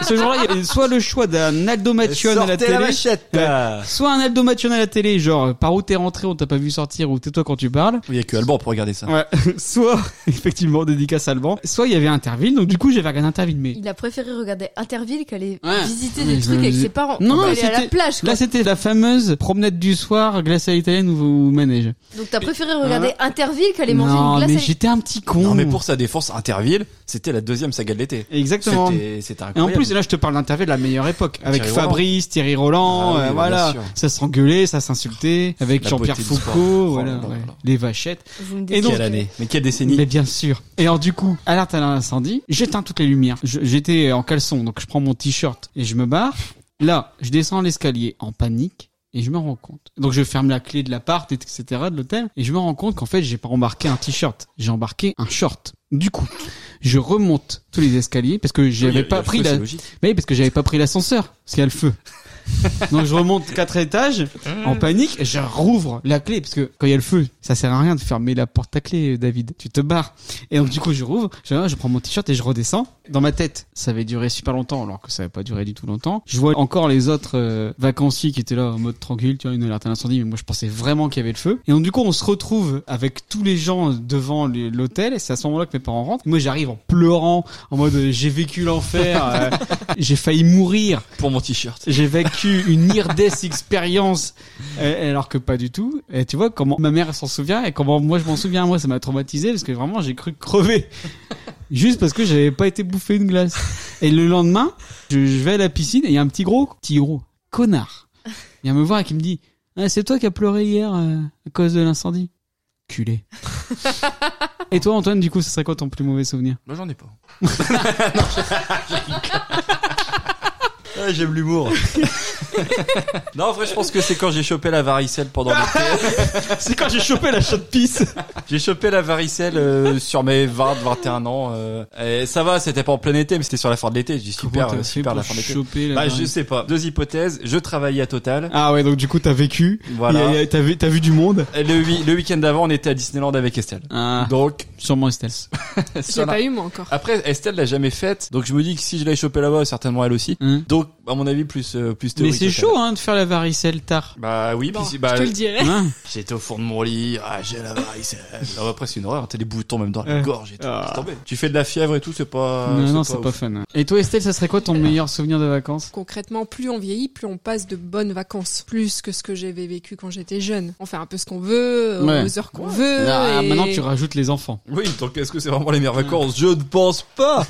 B: ce jour-là, il y avait soit le choix d'un Aldo Macchione à la
C: Sortez
B: télé.
C: machette.
B: Ouais.
C: Ah.
B: Soit un Aldo Macchione à la télé, genre, euh, par où t'es rentré, on t'a pas vu sortir, ou tais-toi quand tu
C: [laughs]
B: parles.
C: Il y a que Alban pour regarder ça.
B: Ouais. Soit, effectivement, dédicace à Alban. Soit il y avait Interville, donc du coup, j'avais regardé Interville, mais
D: Il a préféré regarder Interville qu'aller
B: Ouais.
D: visiter
B: Mais
D: des
B: je
D: trucs
B: me
D: avec
B: dis-
D: ses parents.
B: Non,
D: Non, aller à la
B: c'était-
D: plage. Quoi.
B: Là, c'était la fameuse promenade du soir, glace à l'italienne ou, ou manège.
D: Donc t'as préféré regarder Interville qu'aller manger
B: non,
D: une glace.
B: mais
D: avec-
B: j'étais un petit con.
C: Non, mais pour sa défense, Interville, c'était la deuxième saga de l'été.
B: Exactement. Et
C: C'était, c'était
B: en
C: incroyable.
B: plus, là, je te parle d'interview de la meilleure époque. Avec
C: Thierry
B: Fabrice, Thierry Roland,
C: Ah oui,
B: euh,
C: bien
B: voilà.
C: sûr.
B: Ça s'engueulait, ça s'insultait. Avec
C: La
B: Jean-Pierre
C: beauté du sport.
B: Foucault,
C: Oh
B: voilà.
C: là là
B: ouais.
C: là.
B: Les vachettes.
D: Vous me
B: Et
D: dites
B: donc-
C: Quelle année. Mais quelle décennie.
B: Mais bien sûr. Et alors du coup, alerte à l'incendie, j'éteins toutes les lumières. Je- J'étais en caleçon, donc je prends mon t-shirt et je me barre. Là, je descends l'escalier en panique et je me rends compte. Donc je ferme la clé de l'appart, etc., de l'hôtel, et je me rends compte qu'en fait, j'ai pas embarqué un t-shirt, j'ai embarqué un short. Du coup, je remonte tous les escaliers parce que
C: Il y a- il y
B: j'avais
C: a
B: pas
C: le
B: pris
C: feu,
B: la...
C: c'est logique.
B: Mais oui, parce que j'avais pas pris l'ascenseur, parce qu'il y a le feu. Donc je remonte quatre étages en panique, je rouvre la clé parce que quand il y a le feu, ça sert à rien de fermer la porte à clé, David. Tu te barres. Et donc du coup je rouvre, je, je prends mon t-shirt et je redescends. Dans ma tête, ça avait duré super longtemps, alors que ça avait pas duré du tout longtemps. Je vois encore les autres euh, vacanciers qui étaient là en mode tranquille, tu vois, une alerte à l'incendie, mais moi je pensais vraiment qu'il y avait le feu. Et donc du coup on se retrouve avec tous les gens devant les- l'hôtel et c'est à ce moment-là que mes parents rentrent. Moi j'arrive en pleurant, en mode euh, j'ai vécu l'enfer, euh, j'ai failli mourir.
C: Pour mon t-shirt.
B: J'ai vécu une near death expérience euh, alors que pas du tout. Et tu vois comment ma mère s'en souvient et comment moi je m'en souviens. Moi ça m'a traumatisé parce que vraiment j'ai cru crever juste parce que j'avais pas été bouffé une glace. Et le lendemain, je, je vais à la piscine et il y a un petit gros, petit gros connard. Il vient me voir et qui me dit Ah, c'est toi qui as pleuré hier euh, à cause de l'incendie. Culé. et toi Antoine, du coup, ce serait quoi
C: [laughs]
B: ton plus mauvais souvenir
C: Moi, j'en ai pas. Ah, J'aime l'humour. [laughs] non, en vrai, je pense que c'est quand j'ai chopé la varicelle [laughs] pendant l'été.
B: C'est quand j'ai chopé la chaude pisse.
C: J'ai chopé la varicelle euh, sur mes 20, 21 ans. euh, et ça va, c'était pas en plein été, mais c'était sur la fin de l'été. J'ai dit super, euh, super la fin de l'été. Bah, je sais pas. Deux hypothèses. Je travaillais à Total.
B: Ah ouais, donc du coup, t'as vécu.
C: Voilà.
B: Et, et, T'as vu, t'as vu du monde.
C: Et Le, wi- le week-end d'avant, on était à Disneyland avec Estelle.
B: Ah,
C: Donc,
B: sûrement Estelle.
E: J'ai
C: ça n'a-
E: pas eu moi encore.
C: après, Estelle l'a jamais faite, donc je me dis que si je l'avais chopé là-bas, certainement elle aussi.
B: Hein.
C: Donc, à mon avis, plus euh, plus
B: Mais
C: théorique.
B: c'est
C: Estelle.
B: chaud, hein, de faire la varicelle tard.
C: Bah oui, puis
E: Bon,
C: si- bah,
E: je te le dirai.
B: Hein
C: j'étais au fond de mon lit, ah, j'ai la varicelle. Ah, après, c'est une horreur, t'as des boutons même dans la
B: Euh.
C: gorge et tout.
B: Ah.
C: laisse tomber. Tu fais de la fièvre et tout, c'est pas.
B: non, non, Ah, c'est pas,
C: ouf.
B: fun. Et toi, Estelle, ça serait quoi ton meilleur souvenir de vacances
E: Concrètement, plus on vieillit, plus on passe de bonnes vacances, plus que ce que j'avais vécu quand j'étais jeune. On fait un peu ce qu'on veut, euh,
B: Ouais.
E: aux heures qu'on veut.
B: Ah,
E: et-
B: Maintenant, tu rajoutes les enfants.
C: Oui, donc est-ce que c'est vraiment les meilleures vacances Je ne pense pas.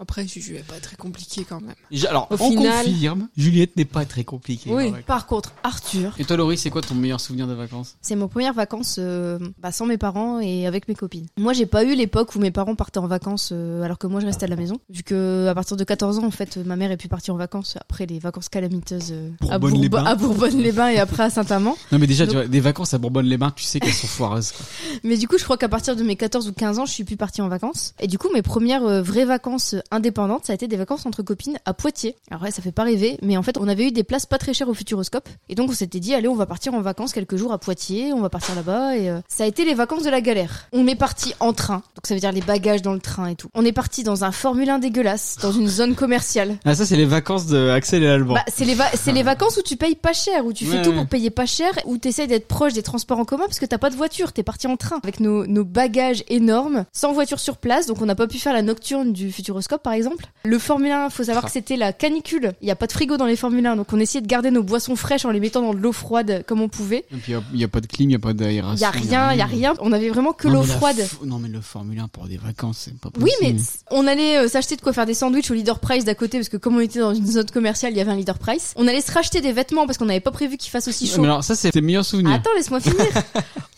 E: Après, je je vais pas très compliqué quand même.
B: J- Alors,
E: Au
B: on
E: final-
B: confirme, Juliette n'est pas très compliquée. hein,
E: Oui.
B: en vrai.
D: Par contre, Arthur,
B: Et toi, Laurie, c'est quoi ton meilleur souvenir de vacances
D: c'est mes premières vacances euh, bah, sans mes parents et avec mes copines. Moi, j'ai pas eu l'époque où mes parents partaient en vacances euh, alors que moi je restais à la maison. Vu que à partir de 14 ans, en fait, euh, ma mère est pu partir en vacances après les vacances calamiteuses euh, à,
B: Bourbonne-les-Bains.
D: Bourbo- à Bourbonne-les-Bains et après à Saint-Amand.
B: Non, mais déjà,
D: Donc-
B: tu vois, des vacances à Bourbonne-les-Bains, tu sais qu'elles sont foireuses. quoi.
D: Mais du coup, je crois qu'à partir de mes 14 ou 15 ans, je suis plus partie en vacances. Et du coup, mes premières euh, vraies vacances euh, indépendantes, ça a été des vacances entre copines à Poitiers. Alors ouais, ça fait pas rêver, mais en fait, on avait eu des places pas très chères au Futuroscope. Et donc, on s'était dit, allez, on va partir en vacances quelques jours à Poitiers, on va partir là-bas. Et euh, ça a été les vacances de la galère. On est parti en train, donc ça veut dire les bagages dans le train et tout. On est parti dans un Formule 1 dégueulasse, dans une zone commerciale.
B: Ah, ça, c'est les vacances de Axel et Alban.
D: Bah, c'est les, va- c'est les vacances où tu payes pas cher, où tu fais
B: Ouais,
D: tout
B: ouais.
D: pour payer pas cher, où tu d'être proche des transports en commun parce que t'as pas de voiture, t'es parti en train avec nos, nos bagages énormes, sans voiture sur place, donc on n'a pas pu faire la nocturne du Futuroscope par exemple. Le Formule 1, faut savoir
C: Ah.
D: que c'était la canicule, il y a pas de frigo dans les Formule 1, donc on essayait de garder nos boissons fraîches en les mettant dans de l'eau froide comme on pouvait.
B: Et puis, il n'y a pas de clim, il n'y a pas d'aération.
D: Il y a rien, il y a rien, on avait vraiment que
B: Non,
D: l'eau
B: Ah, mais la
D: froide.
B: fo- Non, mais le Formule 1 pour des vacances, c'est pas possible.
D: Oui, mais on allait euh, s'acheter de quoi faire des sandwichs au Leader Price d'à côté, parce que comme on était dans une zone commerciale, il y avait un Leader Price. On allait se racheter des vêtements parce qu'on n'avait pas prévu qu'il fasse aussi
B: Ouais,
D: chaud.
B: Mais alors, ça, c'est tes meilleurs souvenirs.
D: Attends,
B: [laughs]
D: laisse-moi finir.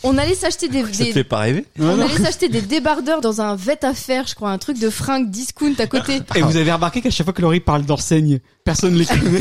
D: on allait s'acheter des,
C: Ça te
D: des-
C: fait pas rêver
B: Ouais,
D: on
B: non.
D: allait s'acheter des débardeurs dans un vet à faire, je crois, un truc de fringues discount à côté.
B: [laughs] Et vous avez remarqué qu'à chaque fois que Laurie parle d'enseigne, personne ne les connaît.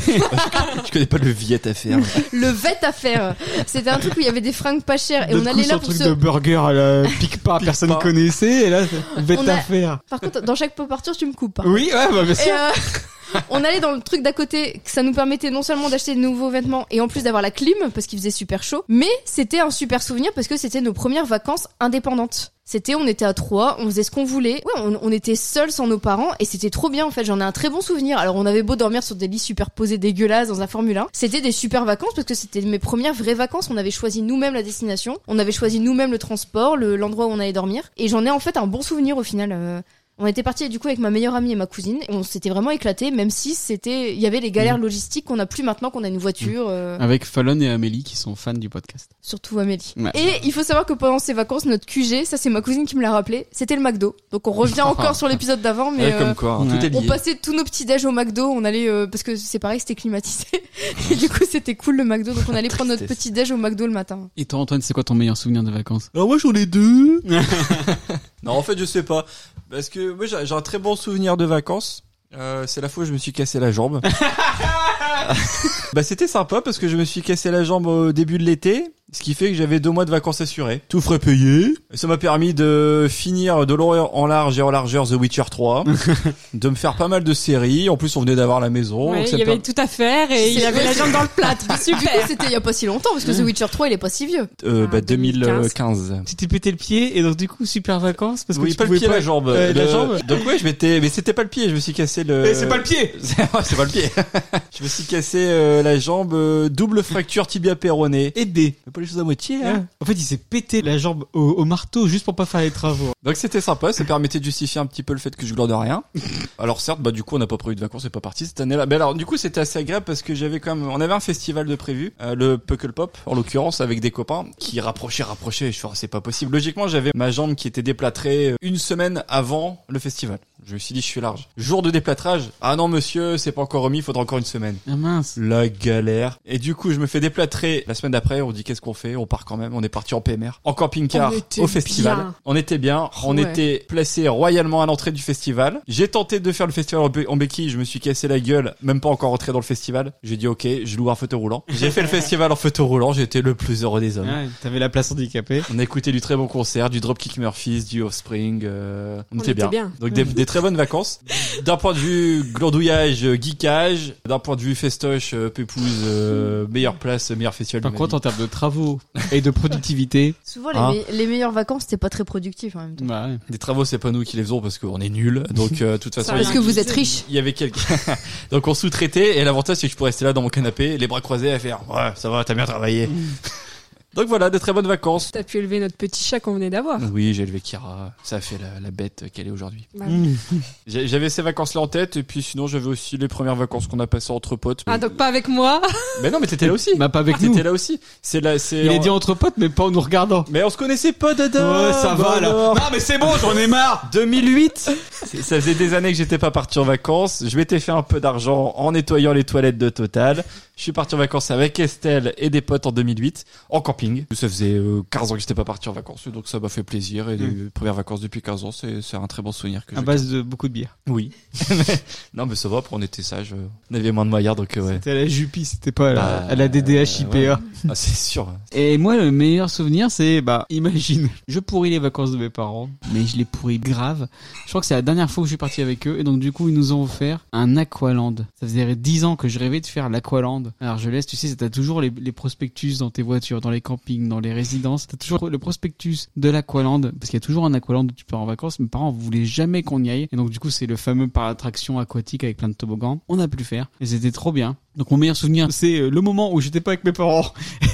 C: Je connais pas le viette à faire.
D: Le vet à faire, c'était un truc où il y avait des fringues pas chères et
B: D'autres
D: on allait
B: coups,
D: là
B: son
D: pour
B: truc [laughs]
D: se.
B: de burger à la pique-pas, personne
C: Pique-pas.
B: connaissait, et là, c'est- bête
D: On a-
B: affaire.
D: Par contre, dans chaque pop Arthur, tu me coupes. hein.
B: Oui, ouais, bah, bien
D: Et,
B: sûr.
D: euh, on allait dans le truc d'à côté, que ça nous permettait non seulement d'acheter de nouveaux vêtements et en plus d'avoir la clim parce qu'il faisait super chaud, mais c'était un super souvenir parce que c'était nos premières vacances indépendantes. C'était, on était à trois, on faisait ce qu'on voulait. Ouais, on, on était seuls sans nos parents et c'était trop bien en fait. J'en ai un très bon souvenir. Alors on avait beau dormir sur des lits superposés dégueulasses dans un Formule 1, c'était des super vacances parce que c'était mes premières vraies vacances. On avait choisi nous-mêmes la destination, on avait choisi nous-mêmes le transport, le- l'endroit où on allait dormir. Et j'en ai en fait un bon souvenir au final. euh, on était parti du coup avec ma meilleure amie et ma cousine et on s'était vraiment éclaté même si c'était il y avait les
C: Mm.
D: galères logistiques qu'on n'a plus maintenant qu'on a une voiture euh,
B: Avec Fallon et Amélie qui sont fans du podcast.
D: surtout Amélie.
B: Ouais.
D: Et il faut savoir que pendant ces vacances notre QG ça c'est ma cousine qui me l'a rappelé, c'était le McDo. Donc
C: [laughs]
D: on revient encore sur l'épisode d'avant mais
C: Ouais,
D: euh,
C: comme quoi, hein,
B: ouais.
C: tout est
D: on
C: lié.
D: passait tous nos petits déj au McDo, on allait euh, parce que c'est pareil, c'était climatisé. [laughs] et du coup, c'était cool le McDo, donc on allait prendre notre
C: Tristesse.
D: petit déj au McDo le matin.
B: Et toi, Antoine, c'est quoi ton meilleur souvenir de vacances
C: Alors moi j'en ai deux. non en fait je sais pas parce que moi j'ai j'ai un très bon souvenir de vacances. Euh, c'est la fois où je me suis cassé
B: [laughs]
C: la jambe. bah c'était sympa parce que je me suis cassé la jambe au début de l'été, ce qui fait que j'avais deux mois de vacances assurées, tout frais payé. Ça m'a permis de finir de long en large et en largeur The Witcher
B: [laughs]
C: 3, de me faire pas mal de séries. En plus on venait d'avoir la maison.
E: Ouais,
C: Oh, donc ça
E: il y
C: me
E: avait
C: per-
E: tout à faire et il
D: C'est-
E: avait la jambe dans le
D: [laughs]
E: plâtre.
D: Du coup,
E: Super.
D: c'était il y a pas si longtemps parce que
C: Mm.
D: The Witcher 3 il est pas si vieux.
C: Euh, bah,
E: 2015.
C: 2015.
B: Tu t'es pété le pied et donc du coup super vacances parce que
C: oui,
B: tu
C: pas le
B: pouvais
C: pied, la jambe.
B: Euh, la
C: Le-
B: jambe.
C: Donc ouais, je m'étais, mais c'était pas le pied, je me suis cassé le.
B: Eh, c'est pas le pied.
C: C'est [laughs] ouais, c'est pas le pied. je me suis cassé euh, la jambe, euh, double fracture tibia péroné.
B: Aider.
C: Pas les choses à moitié.
B: Ouais.
C: Hein.
B: En fait, il s'est pété la jambe au, au marteau juste pour pas faire les travaux.
C: Donc c'était sympa, ça permettait de justifier un petit peu le fait que je glande rien. Alors certes, bah du coup on n'a pas prévu de vacances, c'est pas parti cette année-là. Mais alors du coup c'était assez agréable parce que j'avais quand même, on avait un festival de prévu, euh, le Puckle Pop en l'occurrence avec des copains qui rapprochaient, rapprochaient. Je suis c'est pas possible. Logiquement j'avais ma jambe qui était déplâtrée une semaine euh, avant le festival. Je me suis dit, je suis large. Jour de déplâtrage. Ah non, monsieur, c'est pas encore remis, faudra encore une semaine.
B: Ah mince.
C: La galère. Et du coup, je me fais déplâtrer. La semaine d'après, on dit qu'est-ce qu'on fait On part quand même. On est parti en PMR, en camping-car,
E: On était
C: au festival.
E: bien.
C: On était bien. On
E: Ouais.
C: était placé royalement à l'entrée du festival. J'ai tenté de faire le festival en, bé- en béquille. Je me suis cassé la gueule. Même pas encore rentré dans le festival. J'ai dit ok, je loue un fauteuil roulant. J'ai fait le festival en fauteuil roulant. J'étais le plus heureux des hommes.
B: Ouais, Ah, T'avais la place handicapée.
C: On a écouté du très bon concert, du Dropkick Murphys, du Offspring. euh, on,
E: On
C: était
E: était
C: bien.
E: bien.
C: Donc des, des très bonnes vacances. D'un point de vue glandouillage, euh, geekage. D'un point de vue festoche, euh, pépouze, euh, meilleure place, meilleur festival.
B: Par
C: de ma
B: contre, en termes de travaux et de productivité,
D: Souvent, les,
C: Hein
D: me- les meilleures vacances, c'était pas très productif en même temps.
B: bah, ouais.
C: vie. des travaux, c'est pas nous qui les faisons parce qu'on est nuls. Donc euh, de toute façon,
E: Ça,
C: il y
E: parce
C: a-
F: Parce que vous êtes riche.
C: il y avait quelqu'un. [laughs] Donc on sous-traitait et l'avantage c'est que je pourrais rester là dans mon canapé, les bras croisés à faire ouais ça va, t'as bien travaillé. [laughs] Donc voilà, des très bonnes vacances.
E: T'as pu élever notre petit chat qu'on venait d'avoir.
C: Oui, j'ai élevé Kira. Ça a fait la- la bête qu'elle est aujourd'hui.
E: Bah,
B: Mmh.
C: J'ai- J'avais ces vacances-là en tête, et puis sinon j'avais aussi les premières vacances qu'on a passées entre potes.
E: Ah donc pas avec moi.
C: Mais non, mais t'étais là aussi. Ah,
B: Bah, pas avec nous.
C: T'étais là aussi. C'est là, c'est.
B: Il est
C: en-
B: dit entre potes, mais pas en nous regardant.
C: Mais on se connaissait pas, Dada.
B: Ouais, ça va
C: Bah
B: là. [laughs]
C: alors.
B: Non, mais c'est bon, j'en ai marre.
C: 2008. C'est- ça faisait des années que j'étais pas parti en vacances. Je m'étais fait un peu d'argent en nettoyant les toilettes de Total. Je suis parti en vacances avec Estelle et des potes en 2008 en camping. Ça faisait euh, 15 ans que j'étais pas parti en vacances, donc ça m'a fait plaisir. Et
B: Mm.
C: les premières vacances depuis 15 ans, c'est c'est un très bon souvenir que
B: À
C: j'ai.
B: base de beaucoup de bière.
C: Oui. [laughs] non, mais ça va. après, On était sages. euh, On avait moins de moyens, donc euh, ouais.
B: C'était à la Jupy, c'était pas à la,
C: Bah,
B: à la DDHIPA.
C: ouais. Ah, c'est sûr.
B: Et moi, le meilleur souvenir, c'est, bah, imagine, je pourris les vacances de mes parents, mais je les pourris grave. Je crois que c'est la dernière fois que je suis parti avec eux, et donc du coup, ils nous ont offert un Aqualand. Ça faisait 10 ans que je rêvais de faire l'Aqualand. Alors je laisse, tu sais, t'as toujours les, les prospectus dans tes voitures, dans les campings, dans les résidences. T'as toujours le prospectus de l'Aqualand, parce qu'il y a toujours un Aqualand où tu pars en vacances. Mes parents voulaient jamais qu'on y aille, et donc du coup, c'est le fameux par attraction aquatique avec plein de toboggans. On a pu le faire, et c'était trop bien. Donc mon meilleur souvenir, c'est euh, le moment où j'étais pas avec mes parents [laughs]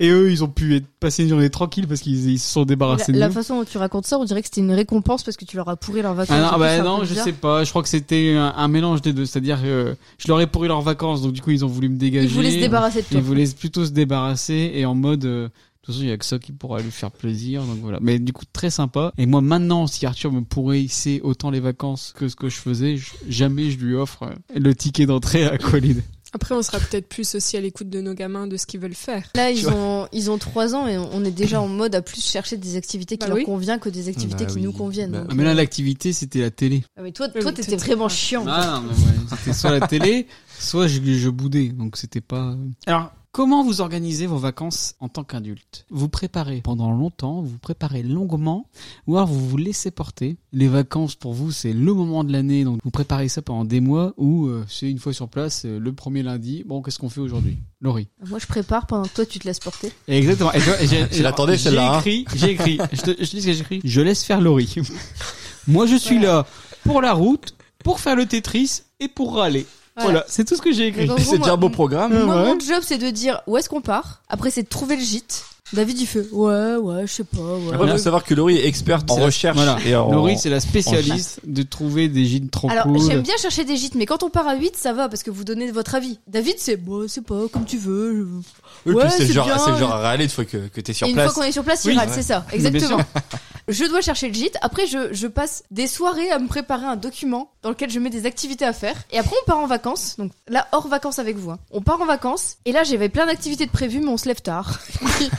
B: et eux, ils ont pu être- passer une journée tranquille parce qu'ils ils se sont
C: Ah,
D: La,
B: débarrassés de
D: la
B: nous.
D: façon dont tu racontes ça, on dirait que c'était une récompense parce que tu leur as pourri leurs vacances.
B: Ah
D: Du
B: non,
D: coup, c'est
B: bah
D: un
B: non,
D: peu
B: je
D: bizarre.
B: sais pas. Je crois que c'était un, un mélange des deux. C'est-à-dire, euh, je leur ai pourri leurs vacances, donc du coup, ils ont voulu me dégager.
D: Ils voulaient se débarrasser de toi.
B: Ils voulaient plutôt se débarrasser et en mode. euh, de toute façon, il y a que ça qui pourra lui faire plaisir, donc voilà. Mais du coup, très sympa. Et moi, maintenant, si Arthur me pourrissait autant les vacances que ce que je faisais, je- jamais je lui offre euh, le ticket d'entrée à Colline.
E: Après on sera peut-être plus aussi à l'écoute de nos gamins de ce qu'ils veulent faire.
D: Là,
C: Tu
D: ils ont, ils ont 3 ans et on on est déjà en mode à plus chercher des activités qui
E: Bah
D: leur
E: oui.
D: conviennent que des activités
C: Bah
D: qui
C: oui.
D: nous conviennent.
C: Bah-
D: donc. euh,
B: Ah, mais là, l'activité, c'était la télé.
D: Ah, mais toi,
E: Oui,
D: toi,
E: oui,
D: t'étais
E: t'étais-
D: vraiment chiant.
B: Ah non, mais ouais, c'était soit la télé, soit je, je boudais, donc c'était pas. euh. Alors, comment vous organisez vos vacances en tant qu'adulte Vous préparez pendant longtemps, vous préparez longuement, ou alors vous vous laissez porter. Les vacances pour vous, c'est le moment de l'année, donc vous préparez ça pendant des mois, ou euh, c'est une fois sur place, euh, le premier lundi. Bon, qu'est-ce qu'on fait aujourd'hui, Laurie
D: Moi, je prépare pendant que toi, tu te laisses porter.
B: Exactement. Et toi, j'ai-
C: Tu l'attendais, celle-là, hein.
B: J'ai écrit, j'ai écrit. Je te, je te dis ce que j'ai écrit. Je laisse faire Laurie. [laughs] Moi, je suis là pour la route, pour faire le Tetris et pour râler. Voilà, Oh c'est tout ce que j'ai écrit.
D: Donc, en gros,
C: C'est déjà un
D: moi-
C: beau programme.
D: Moi,
B: Ouais.
D: mon job, c'est de dire où est-ce qu'on part. Après, c'est de trouver le gîte. David, il fait ouais, ouais, je sais pas. ouais.
C: Après, faut savoir que Laurie est experte en
B: C'est la-
C: recherche
B: voilà.
C: et
G: Oh.
C: en.
B: Laurie, c'est la spécialiste de trouver des gîtes trop
D: Alors,
B: cool.
D: j'aime bien chercher des gîtes, mais quand on part à 8, ça va parce que vous donnez votre avis. David, c'est bon, c'est pas comme tu veux.
C: Oui, puis
D: Ouais,
C: c'est le
D: c'est
C: genre,
D: bien.
C: c'est le genre à râler une fois que, que t'es sur
D: Et une
C: place.
D: fois qu'on est sur place,
C: Oui.
D: il râle,
C: Ouais.
D: c'est ça,
B: bien
D: exactement.
B: [laughs]
D: Je dois chercher le gîte. Après, je, je passe des soirées à me préparer un document dans lequel je mets des activités à faire. Et après, on part en vacances. Donc là, hors vacances avec vous. hein. On part en vacances. Et là, j'avais plein d'activités de prévues, mais on se lève tard. [laughs]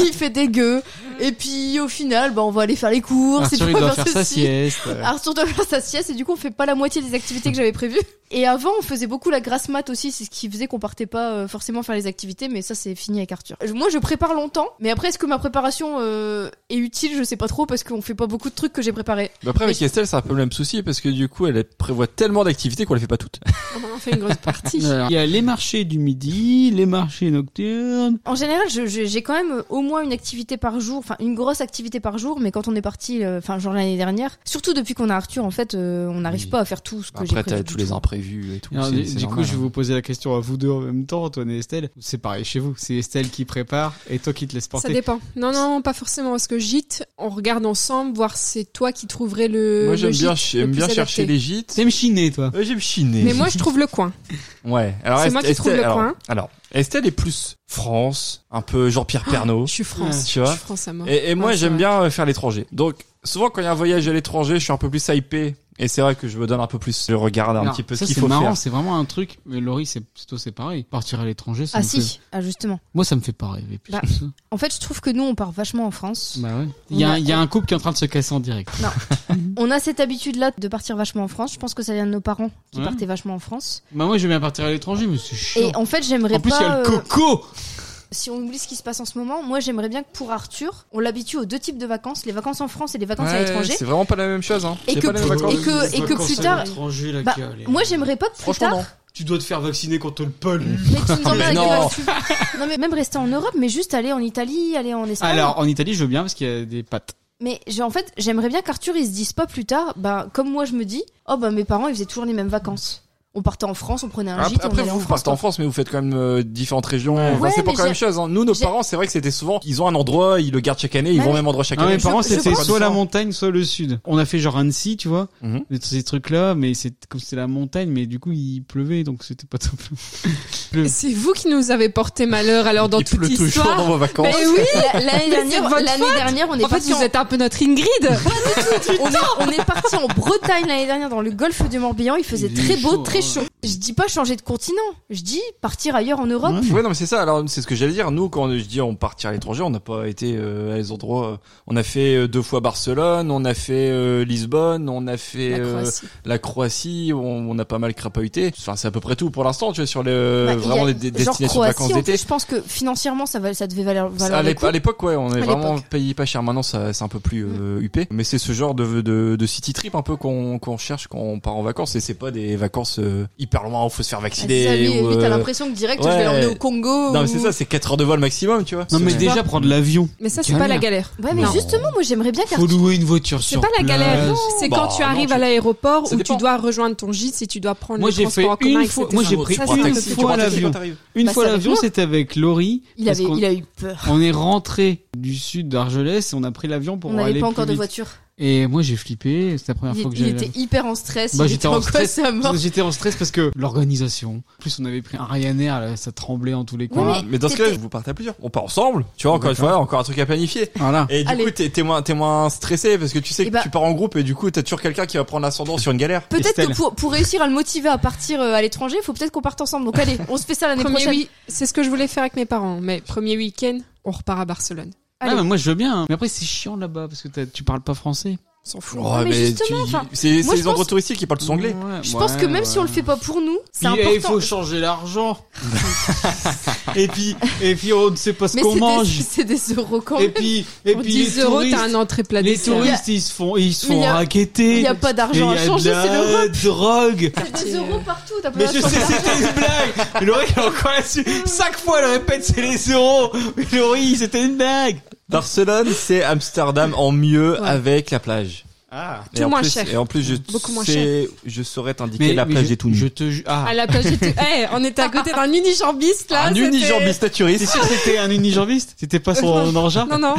D: il fait dégueu. Et puis, au final, bah, on va aller faire les courses.
B: Arthur,
D: et [laughs] puis
B: il
D: on va
B: doit faire sa
D: ceci. [laughs]
B: sieste.
D: Arthur doit faire sa sieste et du coup on fait pas la moitié des activités que
C: [laughs]
D: j'avais prévues. Et avant on faisait beaucoup la grasse mat aussi, c'est ce qui faisait qu'on partait pas euh, forcément faire les activités, mais ça c'est fini avec Arthur. Je- Moi je prépare longtemps, mais après est-ce que ma préparation euh, est utile Je sais pas trop parce qu'on fait pas beaucoup de trucs que j'ai préparés.
C: Mais après, avec Estelle, c'est un peu le même souci parce que du coup, elle prévoit tellement d'activités qu'on les fait pas toutes.
E: On en fait une grosse partie.
B: Alors, il y a les marchés du midi, les marchés nocturnes.
D: En général je- je- j'ai quand même euh, au moins une activité par jour, enfin une grosse activité par jour, mais quand on est parti, euh, enfin genre l'année dernière, surtout depuis qu'on a Arthur en fait, euh, on n'arrive
C: Oui.
D: pas à faire tout ce que j'ai
C: Après,
D: prévu.
C: t'as
D: du
C: tous les
D: tout.
C: imprévus et tout.
B: Alors,
C: c'est-
B: du
C: c'est
B: du coup,
C: normal,
B: je vais
C: hein.
B: vous poser la question à vous deux en même temps, Antoine et Estelle. C'est pareil chez vous. C'est Estelle qui prépare et toi qui te laisse porter.
E: Ça dépend. Non, non, pas forcément. Parce que gîte, on regarde ensemble, voir c'est toi qui trouverais le.
C: Moi,
E: Euh, le
C: j'aime bien,
E: gîte
C: j'aime
E: le
C: bien
E: plus
C: chercher
E: adapté.
C: les gîtes.
B: T'aimes chiner, toi.
C: Ouais, J'aime chiner.
E: Mais moi,
C: [laughs]
E: je trouve le coin.
C: Ouais. Alors,
E: C'est
C: Est-
E: moi qui trouve
C: Estelle-
E: le
C: alors-
E: coin.
C: Alors, Estelle est plus France, un peu Jean-Pierre Pernaud.
E: Je suis France.
C: Ouais, tu vois.
E: Je
D: Hein
E: suis France à mort.
C: Et, et moi,
E: Ouais, c'est
C: j'aime
E: vrai.
C: bien euh, faire l'étranger. Donc, souvent, quand il y a un voyage à l'étranger, je suis un peu plus hypé
G: Et c'est vrai que je me donne un peu plus le regard, un
B: Alors,
G: petit peu
B: ça,
G: ce qu'il
B: c'est
G: faut
B: marrant,
G: faire.
B: c'est vraiment un truc. Mais Laurie, c'est toi, c'est pareil. Partir à l'étranger, ça
D: Ah
B: me fait-
D: si, ah justement.
B: Moi, ça me fait pas rêver. plus
D: Bah.
B: que ça.
D: En fait, je trouve que nous, on part vachement en France.
B: Bah ouais. Il y a,
D: On a-
B: il y a un couple qui est en train de se casser en direct.
D: On a cette habitude-là de partir vachement en France. Je pense que ça vient de nos parents qui
B: Ouais.
D: partaient vachement en France.
B: Bah moi, je vais bien partir à l'étranger, mais c'est chiant.
D: Et en fait, j'aimerais
B: en plus,
D: pas.
B: il y a le
D: euh,
B: coco.
D: si on oublie ce qui se passe en ce moment, moi, j'aimerais bien que pour Arthur, on l'habitue aux deux types de vacances, les vacances en France et les vacances à
C: Ouais,
D: l'étranger.
C: C'est vraiment pas la même chose. Hein.
D: Et
C: C'est
D: que
C: pas les
D: pour-
C: vacances.
D: et que- et que plus tard- Bah, moi, j'aimerais pas que plus
C: Franchement,
D: tard,
C: non.
B: Tu dois te faire vacciner contre le pollu.
D: Mais tu nous
G: Mais
D: emmerdes,
G: non.
D: tu vas- tu- non, mais même rester en Europe, mais juste aller en Italie, aller en Espagne.
B: Alors, en Italie, je veux bien parce qu'il y a des pâtes.
D: Mais j'ai- en fait, j'aimerais bien qu'Arthur il se dise pas plus tard, bah, comme moi je me dis, oh bah mes parents ils faisaient toujours les mêmes vacances. On partait en France, on prenait un
C: Après,
D: gîte, on
C: après,
D: allait
C: vous,
D: en
C: vous
D: France.
C: partez en France, mais vous faites quand même euh, différentes régions. Enfin,
D: Ouais,
C: c'est pas
D: mais
C: quand même
D: j'ai-
C: chose. hein. Nous, nos
D: j'ai-
C: parents, c'est vrai que c'était souvent. Ils ont un endroit, ils le gardent chaque année, ils
D: Ouais,
C: vont au
D: mais-
C: même endroit chaque
B: Ah,
C: année.
B: mes
D: je-
B: parents,
D: je
B: c'était
D: pense-
B: soit la montagne, soit le sud. On a fait genre Annecy, tu vois,
G: Mhm.
B: des- ces trucs-là, mais c'est comme c'était la montagne, mais du coup, il pleuvait, donc c'était pas top.
E: C'est vous qui nous avez porté malheur alors dans
C: Il
E: toute
C: pleut toujours dans
E: l'histoire.
C: vos vacances.
E: Mais oui,
D: La- L'année
E: Mais c'est
D: dernière,
E: de votre
D: l'année dernière, on est
E: en fait,
D: parti
E: vous êtes un peu notre Ingrid.
D: on est, on est parti en Bretagne l'année dernière dans le golfe du Morbihan, il faisait
B: Il est
D: très beau,
B: chaud,
D: très
B: hein.
D: chaud. Je dis pas changer de continent, je dis partir ailleurs en Europe.
B: Ouais.
C: Ouais, non, mais c'est ça. Alors, c'est ce que j'allais dire. Nous, quand je dis on partit à l'étranger, on n'a pas été euh, à les endroits. euh, on a fait euh, deux fois Barcelone, on a fait euh, Lisbonne, on a fait
E: La
C: euh,
E: Croatie.
C: la Croatie. On, on a pas mal crapahuté. Enfin, c'est à peu près tout pour l'instant. Tu vois, sur le
B: Euh,
D: Bah, il y a
C: vraiment des, des
D: genre
C: destinations de
D: Croatie,
C: vacances
D: en
C: d'été.
D: plus, Je pense que financièrement ça, va- ça devait valoir, valoir
C: À
D: le
C: l'épo-
D: coup.
C: à l'époque, ouais, on est
D: À
C: vraiment
D: l'époque. Mm.
C: payé pas cher. Maintenant, ça- c'est un peu plus euh, huppé. Mais c'est ce genre de, de, de city trip un peu qu'on qu'on cherche quand on part en vacances. Et c'est pas des vacances euh, hyper loin où faut se faire
D: Ah, c'est
C: vacciner.
D: ça, lui,
C: ou,
D: lui, t'as
C: euh,
D: l'impression que direct je
C: ouais.
D: vais l'emmener au Congo.
C: Non, mais
D: ou-
C: c'est ça, c'est 4 heures de vol maximum, tu vois.
B: Non, mais
C: C'est-
B: déjà prendre l'avion.
E: Mais ça, c'est pas la galère.
D: Ouais, mais
B: Non.
D: justement, moi j'aimerais bien
B: Faut
D: qu'Arthur
B: louer une voiture
E: C'est
B: sur
E: pas la galère.
B: place.
E: C'est
C: Bah,
E: quand tu
C: non,
E: arrives
C: tu-
E: à l'aéroport
C: Ça
E: où
C: dépend.
E: tu dois rejoindre ton gîte si tu dois prendre
B: Moi,
E: le
B: j'ai
E: transport
B: fait
E: en commun.
B: une fois-
E: etc.
B: moi, j'ai pris
E: Ça,
C: Prends
E: c'est
C: un
E: un peu
C: taxi,
B: fois
E: plus
C: tu prends un
E: compliqué.
C: taxi
B: l'avion.
C: quand t'arrives.
B: Une
D: Bah,
B: fois
D: ça va
B: l'avion,
D: être
B: c'était avec Laurie.
D: Il,
B: parce
D: avait,
B: qu'on-
D: il a eu peur.
B: On est rentré du sud d'Argelès et on a pris l'avion pour
D: on
B: aller
D: n'avait pas
B: plus
D: encore de
B: vite.
D: voiture.
B: Et moi j'ai flippé, c'est la première
D: Il,
B: fois que
D: il
B: j'allais
D: était hyper en stress.
B: Bah,
D: il
B: j'étais
D: était
B: en
D: en
B: stress.
D: stress à
B: là-
D: mort.
B: J'étais en stress parce que l'organisation. En plus on avait pris un Ryanair, là, ça tremblait en tous les
D: Ouais,
B: coins.
D: mais
C: Mais dans ce cas,
D: t'étais-
C: vous partez à plusieurs. On part ensemble, tu vois, encore une fois, encore un truc à planifier.
B: Voilà.
C: Et du
D: Allez.
C: coup, t'es t'es moins, t'es moins stressé parce que tu sais
D: Eh
C: que
D: bah-
C: tu pars en groupe et du coup, t'as toujours quelqu'un qui va prendre l'ascendant sur une galère.
D: Peut-être
B: Estelle.
D: que pour, pour réussir à le motiver à partir euh, à l'étranger, il faut peut-être qu'on parte ensemble. Donc allez, on se fait ça l'année
E: Premier
D: prochaine.
E: week- c'est ce que je voulais faire avec mes parents, mais premier week-end, on repart à Barcelone.
B: Ah, mais moi je veux bien, hein. mais après c'est chiant là-bas parce que t'as- tu parles pas français.
E: On S'en fout.
C: Oh,
D: mais
C: tu-
D: justement, enfin,
C: c'est c'est
D: moi, je
C: les endroits
D: pense- Mmh.
C: touristiques qui parlent tous anglais.
B: Ouais,
D: Je
B: ouais,
D: pense que même
B: ouais.
D: si on le fait pas pour nous, c'est
B: Puis, eh, Il faut
D: important.
B: changer l'argent. [laughs] et puis et puis on ne sait pas ce
D: Mais
B: qu'on
D: c'est des,
B: mange.
D: c'est des euros quand
B: Et
D: même.
B: puis et
E: Pour
B: puis
E: 10
B: les
E: euros,
B: touristes,
E: t'as un entrée plat
B: les
E: dessert.
B: touristes ils se font ils se
D: Mais
B: font
D: y a-
B: raqueter.
D: Il n'y a pas
B: Et
D: d'argent à
B: y a
D: changer, c'est
B: de
D: l'Europe.
B: la drogue.
D: C'est des euros partout, t'as pas
B: Mais je
D: d'argent.
B: sais, c'était une blague. Mais Laurie, elle est encore là-dessus. Cinq fois, elle répète, c'est les euros. Mais Laurie, c'était une blague.
C: Barcelone, c'est Amsterdam en mieux
E: Ouais.
C: avec la plage.
B: Ah.
E: Tout
C: en
E: moins
C: plus,
E: cher.
C: Et en plus, je
E: Beaucoup moins
C: sais, je saurais t'indiquer la plage des tout nus.
B: Je te jure. Ah.
E: À la
B: [laughs]
E: plage, j'étais- Eh, on était à côté d'un unijambiste
D: Ah,
E: là.
C: Un
E: c'était-
C: unijambiste
B: T'es
C: naturiste.
B: sûr que c'était un unijambiste C'était pas [laughs] son engin
E: Non, non.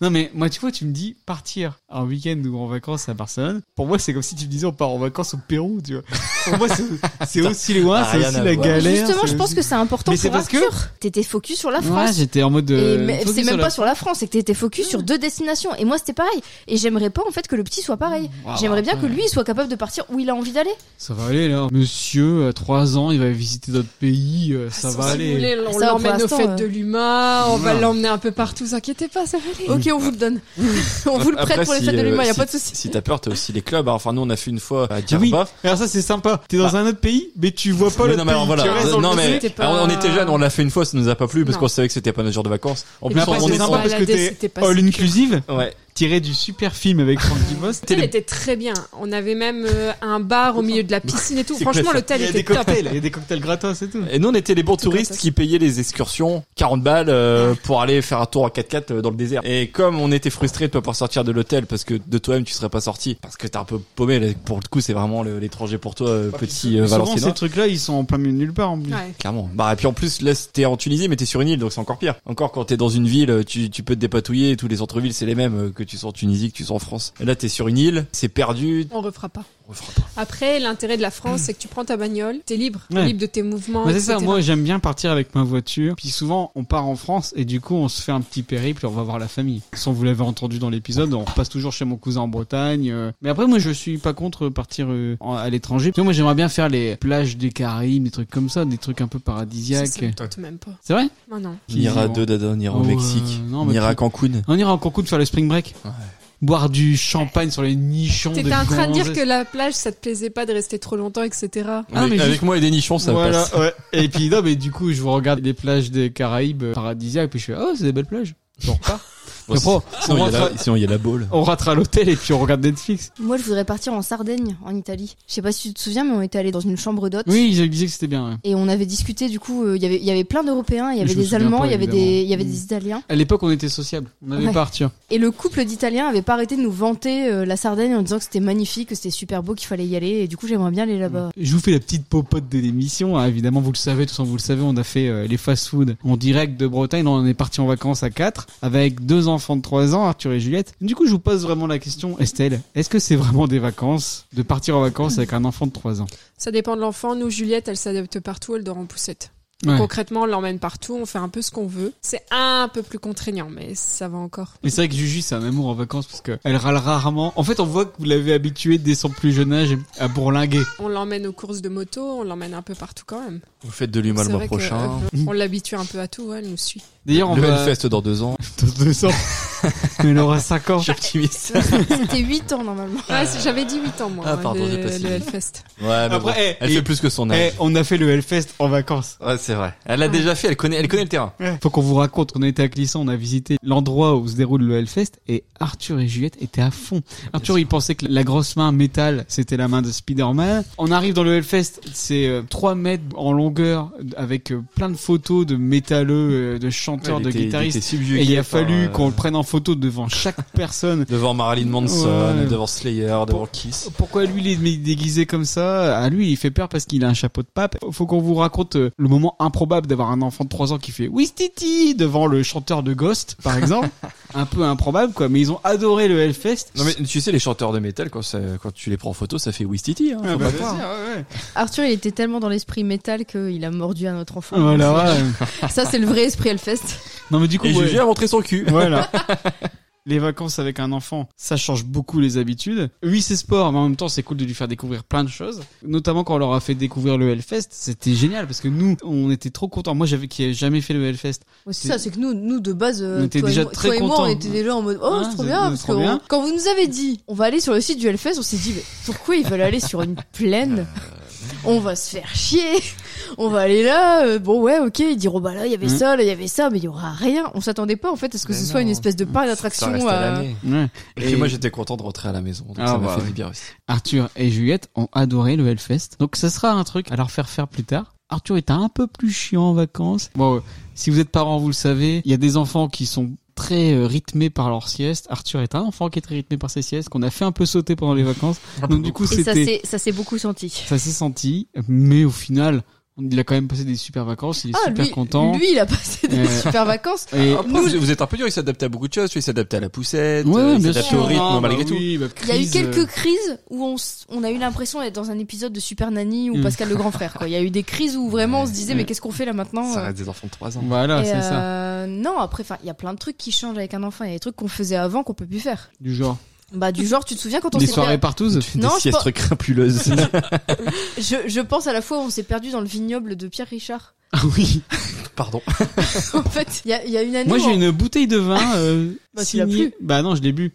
B: Non, mais moi, tu vois, tu me dis partir en week-end ou en vacances à Barcelone. Pour moi, c'est comme si tu me disais on part en vacances au Pérou, tu vois. Pour moi, c'est- c'est aussi loin,
C: Ah,
B: c'est
C: rien
B: aussi
C: à
B: la
C: voir.
B: galère.
D: Justement,
B: c'est
D: je pense
B: aussi-
D: que c'est important
B: Mais c'est
D: pour
B: parce que-
D: Arthur. T'étais focus sur la France.
B: Ouais, j'étais en mode.
D: Et
B: euh,
D: mais-
B: focus
D: c'est même
B: sur la-
D: pas sur la France, c'est que t'étais focus sur deux destinations. Et moi, c'était pareil. Et j'aimerais pas, en fait, que le petit soit pareil.
B: Waouh,
D: j'aimerais bien
B: Bah, ouais.
D: que lui, il soit capable de partir où il a envie d'aller.
B: Ça va aller, là. Monsieur, à 3 ans, il va visiter d'autres pays,
D: Ah,
B: euh, ça
E: Si
B: va
E: vous
B: aller.
E: voulez,
D: Ça
E: on
D: va, pour
E: l'emmène aux
D: l'instant,
E: fêtes
D: euh.
E: de l'humain, on va
B: Voilà.
E: l'emmener un peu partout, vous inquiétez pas, ça va aller.
B: Mm.
D: Ok, on vous le donne. on vous le prête
C: Après,
D: pour les
C: si,
D: fêtes de
C: euh,
D: l'humain, y a
C: si-
D: pas de souci.
C: Si t'as peur, t'as aussi les clubs. Enfin, nous, on a fait une fois à
B: Ah oui.
C: Djerba.
B: Alors ça c'est sympa. T'es dans un autre pays, mais tu vois pas
C: Bah. Mais
B: le
C: non, mais alors,
B: pays.
C: voilà.
B: Tu restes dans
C: Non,
B: le
C: mais
B: pays.
E: pas-
C: on était jeunes, on l'a fait une fois, ça nous a pas plu parce
E: Non.
C: qu'on savait que c'était pas notre genre de vacances. En
E: Et
C: plus,
B: Mais
E: puis,
B: après
C: on
B: c'est
C: est
B: sympa
E: balade,
B: parce que
E: c'était
B: t'es
E: pas
B: all
E: si
B: inclusive,
C: Ouais.
B: tiré du super film avec Franck
D: [laughs]
B: Dubos.
E: L'hôtel était très bien. On avait même euh, un bar au milieu de la piscine et tout.
C: C'est quoi
E: Franchement,
C: ça
E: l'hôtel
B: Il y a
E: était
B: des
E: top.
B: cocktails, il y a des cocktails gratos et tout.
C: Et nous, on était les bons touristes
E: gratos.
C: qui payaient les excursions 40 balles euh, pour aller faire un tour en 4x4 euh, dans le désert. Et comme on était frustrés de pas pouvoir sortir de l'hôtel parce que de toi-même tu serais pas sorti parce que t'es un peu paumé. là, Pour le coup, c'est vraiment le- l'étranger pour toi, euh, petit euh,
B: Souvent ces
C: Valenciennois.
B: trucs-là, ils sont en plein milieu de nulle part en plus.
E: Ouais.
C: Clairement. Bah et puis en plus là t'es en Tunisie mais t'es sur une île donc c'est encore pire. Encore quand t'es dans une ville euh, tu, tu peux te dépatouiller tous les centres-villes c'est les mêmes euh, que tu sois en Tunisie que tu sois en France. Et là t'es sur une île c'est perdu
E: On refera pas.
F: on
C: on
F: le fera pas.
E: Après, l'intérêt de la France, c'est que tu prends ta bagnole, t'es libre, t'es
B: Ouais.
E: libre de tes mouvements.
B: Bah, c'est ça,
E: etc.
B: moi j'aime bien partir avec ma voiture. Puis souvent on part en France et du coup on se fait un petit périple, on va voir la famille. Sans vous l'avez entendu dans l'épisode, on repasse toujours chez mon cousin en Bretagne. euh. Mais après moi je suis pas contre partir euh, en- à l'étranger. Tu vois, Moi j'aimerais bien faire les plages des Caraïbes, des trucs comme ça, des trucs un peu
E: Ça,
B: paradisiaques.
E: ça me tente même pas.
B: C'est vrai
E: Non, non.
F: On ira à
B: Bon.
F: deux dada, on ira au
B: Oh,
F: Mexique,
B: euh, non,
F: on
B: mais
F: ira à
B: tu-
F: Cancun.
B: On ira en Cancun faire le spring break.
F: Ouais.
B: Boire du champagne sur les nichons.
E: T'étais en train de dire
B: gonzesses.
E: que la plage, ça te plaisait pas de rester trop longtemps, etc.
B: Ah,
F: avec,
B: mais
F: avec
B: juste-
F: moi et des nichons, ça
B: voilà,
F: passe.
B: ouais. Et puis non, mais du coup, je vous regarde les plages des Caraïbes euh, paradisiaques, puis je fais oh c'est des belles plages. Je repars.
F: Bon,
B: Après,
F: sinon,
B: on
F: il y a
B: rentre-
F: la- sinon, il y a la boule.
B: On rentre à l'hôtel et puis on regarde Netflix.
D: Moi, je voudrais partir en Sardaigne, en Italie. Je sais pas si tu te souviens, mais on était allés dans une chambre d'hôte.
B: Oui, ils disaient que c'était bien. ouais.
D: Et on avait discuté, du coup, euh, il y avait- il y avait plein d'Européens, il y
B: Mais
D: avait
B: je me
D: des
B: souviens
D: Allemands,
B: pas,
D: il y avait
B: évidemment.
D: des, il y avait
B: Mm.
D: des Italiens.
B: À l'époque, on était sociable. On hein. n'avait
D: Ouais.
B: pas Arthur.
D: Et le couple d'Italiens avait pas arrêté de nous vanter euh, la Sardaigne en disant que c'était magnifique, que c'était super beau, qu'il fallait y aller. Et du coup, j'aimerais bien aller là-bas.
B: Je vous fais la petite popote de l'émission. hein. Évidemment, vous le savez, tous en vous le savez, on a fait euh, les fast-food en direct de Bretagne. On est parti en vacances à 4 avec deux enfants de 3 ans, Arthur et Juliette. Du coup, je vous pose vraiment la question, Estelle. Est-ce que c'est vraiment des vacances de partir en vacances avec un enfant de 3 ans
E: Ça dépend de l'enfant. Nous, Juliette, elle s'adapte partout, elle dort en poussette.
B: Ouais.
E: Concrètement, on l'emmène partout, on fait un peu ce qu'on veut. C'est un peu plus contraignant, mais ça va encore.
B: Mais c'est vrai que Juju, c'est un amour en vacances parce que elle râle rarement. En fait, on voit que vous l'avez habituée dès son plus jeune âge à bourlinguer.
E: On l'emmène aux courses de moto, on l'emmène un peu partout quand même.
F: Vous faites de l'humain
E: C'est
F: le mois
E: vrai que,
F: prochain.
B: Mmh.
E: euh, on l'habitue un peu à tout, ouais, elle nous suit.
B: D'ailleurs, on
F: le
B: va...
F: Hellfest dans deux [laughs] ans.
B: Dans deux ans. [laughs] Mais elle aura 5 ans.
F: optimiste.
B: Mm.
D: C'était 8 ans normalement.
E: Ouais, c'est- j'avais 18 ans, moi,
F: Ah,
E: hein,
F: pardon,
E: le,
F: j'ai pas
E: le
F: suivi.
E: Hellfest.
F: Ouais, mais
B: Après,
F: bon,
B: eh,
F: elle
B: et-
F: fait plus que son
B: Eh,
F: âge.
B: on a fait le Hellfest en vacances.
F: Ouais, c'est vrai. Elle l'a déjà fait, elle connaît, elle connaît le terrain.
B: Faut qu'on vous raconte qu'on a été à Clisson, on a visité l'endroit où se déroule le Hellfest et Arthur et Juliette étaient à fond. Arthur, il pensait que la grosse main métal, c'était la main de Spider-Man. On arrive dans le Hellfest, c'est euh, 3 mètres en longueur avec euh, plein de photos de métalleux, euh, de chanteurs,
F: Elle
B: de
F: était- il
B: guitaristes.
F: était subjugué
B: Et il a
F: par,
B: fallu
F: euh,
B: qu'on le prenne en photo
F: [laughs]
B: devant chaque personne.
F: Devant Marilyn Manson,
B: Ouais.
F: devant Slayer, devant Kiss.
B: Pourquoi lui il est déguisé comme ça À lui il fait peur parce qu'il a un chapeau de pape. Faut qu'on vous raconte euh, le moment improbable d'avoir un enfant de 3 ans qui fait Wistiti devant le chanteur de Ghost par [laughs] exemple. un peu improbable quoi, mais ils ont adoré le Hellfest.
F: Non mais tu sais les chanteurs de métal quand ça, quand tu les prends en photo ça fait Wistiti hein, faut
B: Ah,
F: pas
B: bah,
F: croire.
B: vas-y, ouais, ouais.
D: Arthur, il était tellement dans l'esprit métal qu'il a mordu à notre enfant.
B: Voilà. ouais.
D: Ça, c'est le vrai esprit Hellfest.
B: Non mais du coup
F: Et
B: ouais.
F: Juju a montré son cul.
B: [laughs] Voilà. Les vacances avec un enfant, ça change beaucoup les habitudes. Oui, c'est sport, mais en même temps, c'est cool de lui faire découvrir plein de choses. Notamment quand on leur a fait découvrir le Hellfest, c'était génial parce que nous, on était trop contents. Moi, j'avais qui ai jamais fait le Hellfest.
D: Ouais, c'est ça, c'est que nous, nous de base, euh,
B: On était
D: toi,
B: déjà
D: et moi,
B: très
D: toi et moi,
B: contents.
D: on était déjà en mode oh,
B: Hein,
D: c'est trop
B: c'est-
D: bien.
B: c'est
D: Parce
B: trop
D: que
B: bien.
D: on- quand vous nous avez dit on va aller sur le site du Hellfest, on s'est dit mais pourquoi ils veulent aller
B: [laughs]
D: sur une plaine
B: Euh.
D: On va se faire chier. On va aller là. euh, bon, ouais, ok. Ils diront bah là, il y avait
B: Mhm.
D: ça, là, il y avait ça, mais il y aura rien. On s'attendait pas en fait à ce que
F: Mais
D: ce soit une
F: non.
D: espèce de parc
F: Ça
D: d'attraction.
F: reste à
D: euh,
F: l'année.
B: Ouais.
F: Et, puis moi j'étais content de rentrer à la maison donc
B: Ah,
F: ça
B: bah
F: m'a fait
B: oui.
F: du bien aussi.
B: Arthur et Juliette ont adoré le Hellfest. Donc ça sera un truc à leur faire faire plus tard. Arthur est un peu plus chiant en vacances. Bon, euh, si vous êtes parents, vous le savez, il y a des enfants qui sont très euh, rythmés par leur sieste. Arthur est un enfant qui est très rythmé par ses siestes, qu'on a fait un peu sauter pendant les
D: [laughs]
B: vacances. Donc du coup,
D: Et ça
B: c'était
D: s'est- ça s'est beaucoup senti.
B: ça s'est senti, mais au final, il a quand même passé des super vacances, il est
D: Ah,
B: super
D: lui,
B: content.
D: lui, ah, il a passé des
B: Euh, [laughs]
D: super vacances.
B: et...
F: Après,
D: Nous-
F: vous, vous êtes un peu dur, il s'adapte à beaucoup de choses, tu vois, il s'adapte à la poussette,
B: Ouais,
F: euh, il
B: bien
F: s'adapte
B: sûr.
F: au rythme
B: Ah, bah
F: malgré tout.
B: oui, bah,
D: Il y a eu
B: crise,
D: quelques
B: euh,
D: crises où on, s- on a eu l'impression d'être dans un épisode de Super Nanny ou
B: Mm.
D: Pascal le grand frère. Quoi. Il y a eu des crises où vraiment on se disait
B: Ouais.
D: mais qu'est-ce qu'on fait là maintenant euh?
F: Ça reste des enfants de 3 ans.
B: Voilà,
D: Et,
B: c'est ça.
D: euh, Non, après, 'fin, il y a plein de trucs qui changent avec un enfant. Il y a des trucs qu'on faisait avant qu'on peut plus faire.
B: Du genre.
D: Bah du genre, tu te souviens quand on
B: Des
D: s'est
B: soirées
D: perdu
B: partous
D: Non,
F: des
D: je
F: siestes crampuleuses.
D: je, je pense à la fois où on s'est perdu dans le vignoble de Pierre Richard. [laughs]
B: Ah oui.
F: Pardon.
D: en fait, il y a, il y a une année.
B: Moi,
D: où on-
B: j'ai une bouteille de vin euh,
D: [laughs] Bah, tu l'as
B: signée. Bah non, je l'ai
D: [laughs]
B: bu.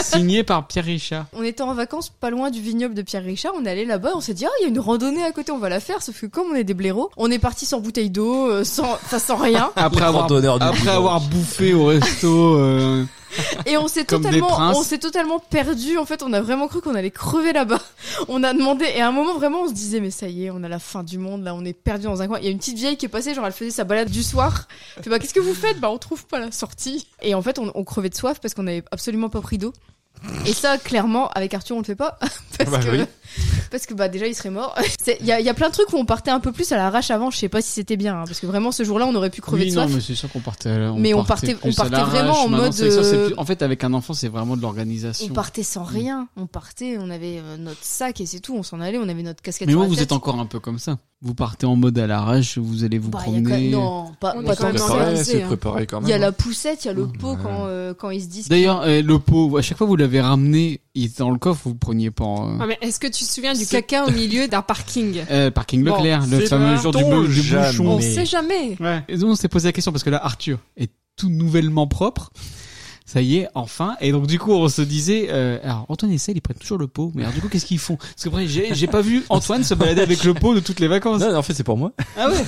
B: signée par Pierre Richard.
D: On était en vacances pas loin du vignoble de Pierre Richard, on est allé là-bas, on s'est dit ah il y a une randonnée à côté, on va la faire, sauf que comme on est des blaireaux, on est parti sans bouteille d'eau, euh, sans, enfin sans rien,
B: Après
F: Les
B: avoir,
F: randonneurs du
B: après
F: Liban.
B: avoir bouffé au resto.
D: [laughs]
B: euh,
D: et on s'est
B: Comme des
D: totalement,
B: princes.
D: on s'est totalement perdu. En fait, on a vraiment cru qu'on allait crever là-bas. [laughs] On a demandé et à un moment vraiment on se disait mais ça y est, on a la fin du monde là, on est perdu dans un coin. Il y a une petite vieille qui est passée, genre elle faisait sa balade du soir. Puis bah qu'est-ce que vous faites Bah on trouve pas la sortie. Et en fait on, on crevait de soif parce
B: Ah
D: qu'on avait absolument pas [laughs] pris d'eau. Et ça clairement avec Arthur on le fait pas [laughs] parce
F: Bah
D: que
F: oui.
D: parce que bah déjà il serait mort. [laughs] C'est- Il y a, il y a plein de trucs où on partait un peu plus à l'arrache avant. Je sais pas si c'était bien, hein, parce que vraiment ce jour-là on aurait pu crever
B: oui,
D: de
B: non,
D: soif.
B: mais c'est sûr qu'on partait. à la-
D: Mais on partait-
B: plus
D: on partait
B: à l'arrache.
D: vraiment en
B: Maintenant,
D: mode,
B: c'est sûr, c'est plus-
D: euh,
B: En fait, avec un enfant, c'est vraiment de l'organisation.
D: On partait sans
B: Mm.
D: rien. On partait, on avait euh, notre sac et c'est tout. On s'en allait, on avait notre casquette.
B: Mais
D: sur
B: vous,
D: la
B: vous
D: tête.
B: êtes encore un peu comme ça. Vous partez en mode à l'arrache, vous allez vous
D: Bah, il y a quand même-
B: promener.
D: Non, pas,
E: On
D: pas
E: est quand
D: tant
E: même
D: que ça.
E: organisé,
C: préparé, c'est
E: hein.
C: préparé quand
D: Il y a
C: même.
D: la poussette, il y a le pot quand, euh, quand ils se disent.
B: D'ailleurs, euh, le pot, à chaque fois vous l'avez ramené, il était dans le coffre, vous le preniez pas en, euh,
E: Ah, mais est-ce que tu te souviens du
B: C'est-
E: caca au milieu d'un parking
B: euh, parking
E: Bon,
B: Leclerc, le
C: c'est
B: fameux
C: pas
B: jour du,
C: ton
B: bou- du
C: jamais.
B: bouchon.
E: On
C: Mais-
E: sait jamais.
B: Ouais. Et donc on s'est posé la question parce que là Arthur est tout nouvellement propre. Ça y est, enfin. Et donc du coup on se disait, euh, alors Antoine et Celle ils prennent toujours le pot, mais alors du coup qu'est-ce qu'ils font Parce que après j'ai j'ai pas
C: [laughs]
B: vu Antoine se balader avec le pot de toutes les vacances.
C: Non, non, en fait, c'est pour moi.
B: Ah ouais.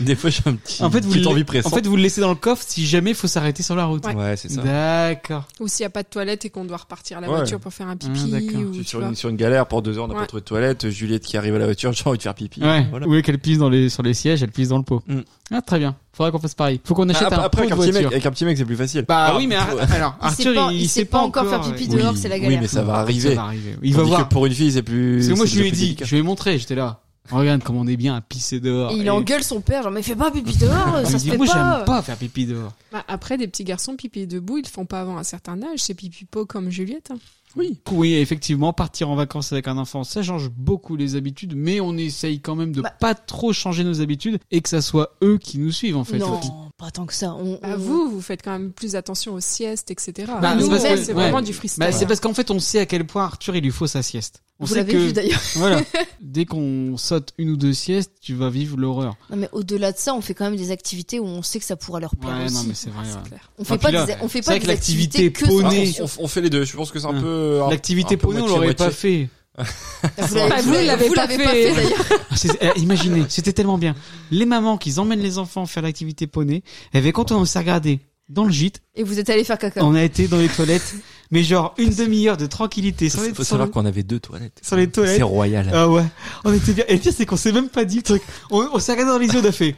C: Des fois, j'ai un petit,
B: En fait vous
C: petite
B: le-
C: envie pressante.
B: en fait vous le laissez dans le coffre si jamais faut s'arrêter sur la route.
E: Ouais.
C: ouais, c'est ça.
B: D'accord.
E: Ou s'il n'y a pas de toilette et qu'on doit repartir à la
C: Ouais.
E: voiture pour faire un pipi.
B: Ah, d'accord.
E: ou,
C: Je
E: tu
C: suis sur
E: vois.
C: une, sur une galère, pour deux heures, on n'a
E: Ouais.
C: pas trouvé de toilette. Juliette qui arrive à la voiture, j'ai envie de faire pipi.
B: Ouais.
C: Voilà.
B: Oui, qu'elle pisse dans les sur les sièges, elle pisse dans le pot.
C: Mm.
B: Ah très bien. Faudra qu'on fasse pareil. Faut qu'on
C: Ah,
B: achète
C: ap-
B: un
C: après,
B: pot
C: avec
B: de
C: un, petit mec,
B: voiture.
C: avec un petit mec, c'est plus facile.
B: Bah
C: Ah,
B: oui, mais ar- alors
D: sait
B: Arthur,
D: pas-
B: il,
D: il sait pas encore faire
B: ouais.
D: pipi
C: Oui,
D: dehors, c'est la
C: Oui,
D: galère.
C: mais ça va arriver.
B: Ça va arriver. Il va
C: Tandis
B: voir.
C: que pour une fille, c'est plus.
B: Parce que moi,
C: c'est
B: je lui ai
C: déjà plus
B: dit,
C: délicat.
B: je lui ai montré, j'étais là. Regarde comme on est bien à pisser dehors.
D: Et il
B: Et-
D: engueule son père, genre mais fais pas pipi dehors,
B: [laughs] Il me
D: ça se
B: dit,
D: fait
B: moi, j'aime
D: pas.
B: pas faire pipi dehors.
E: Bah, après, des petits garçons pipi debout, ils le font pas avant un certain âge. C'est pipi pot comme Juliette. hein.
B: Oui. Oui, effectivement, partir en vacances avec un enfant, ça change beaucoup les habitudes, mais on essaye quand même de
D: Bah.
B: pas trop changer nos habitudes et que ça soit eux qui nous suivent, en fait.
D: Non, pas tant que ça. On,
E: Bah,
D: on-
E: vous, vous faites quand même plus attention aux siestes, etc.
B: Bah,
E: Nous,
D: c'est parce
E: on-
D: que-
E: c'est
B: ouais.
E: vraiment du freestyle.
B: Bah, c'est parce qu'en fait, on sait à quel point Arthur, il lui faut sa sieste. On
D: vous
B: sait
D: l'avez vu
B: que,
D: d'ailleurs. [laughs]
B: voilà, dès qu'on saute une ou deux siestes, tu vas vivre l'horreur.
D: Non mais au-delà de ça, on fait quand même des activités où on sait que ça pourra leur plaire
B: Ouais,
D: aussi.
B: non, mais c'est vrai.
E: C'est
B: ouais.
E: clair.
D: On fait
B: Enfin,
D: pas,
B: puis là,
D: des, on fait
B: c'est
D: pas
B: vrai
D: des
B: que l'activité
D: activités que ça.
B: poney-
C: Ah, on, on- on fait les deux. Je pense que c'est un
B: Ouais.
C: peu. un-
B: L'activité
C: un peu
B: poney, on l'aurait pas
C: moitié-moitié.
B: fait.
D: Vous l'avez-
E: Bah, vous,
D: vous
E: il l'avait
D: l'avez
E: pas
D: pas fait,
E: fait.
D: d'ailleurs.
B: C'est- euh, imaginez, c'était tellement bien. Les mamans qui emmènent les enfants faire l'activité poney, et bien quand on s'est regardé dans le gîte,
D: Et vous êtes allé faire caca.
B: on a été dans les toilettes, mais genre une demi-heure de tranquillité sur les,
C: Il faut
B: sur
C: savoir
B: le-
C: qu'on avait deux toilettes.
B: sur les
C: C'est
B: toilettes.
C: royal.
B: Ah ouais, on était bien. Et le pire, c'est qu'on s'est même pas dit le truc. On, on s'est regardé dans les yeux, on a fait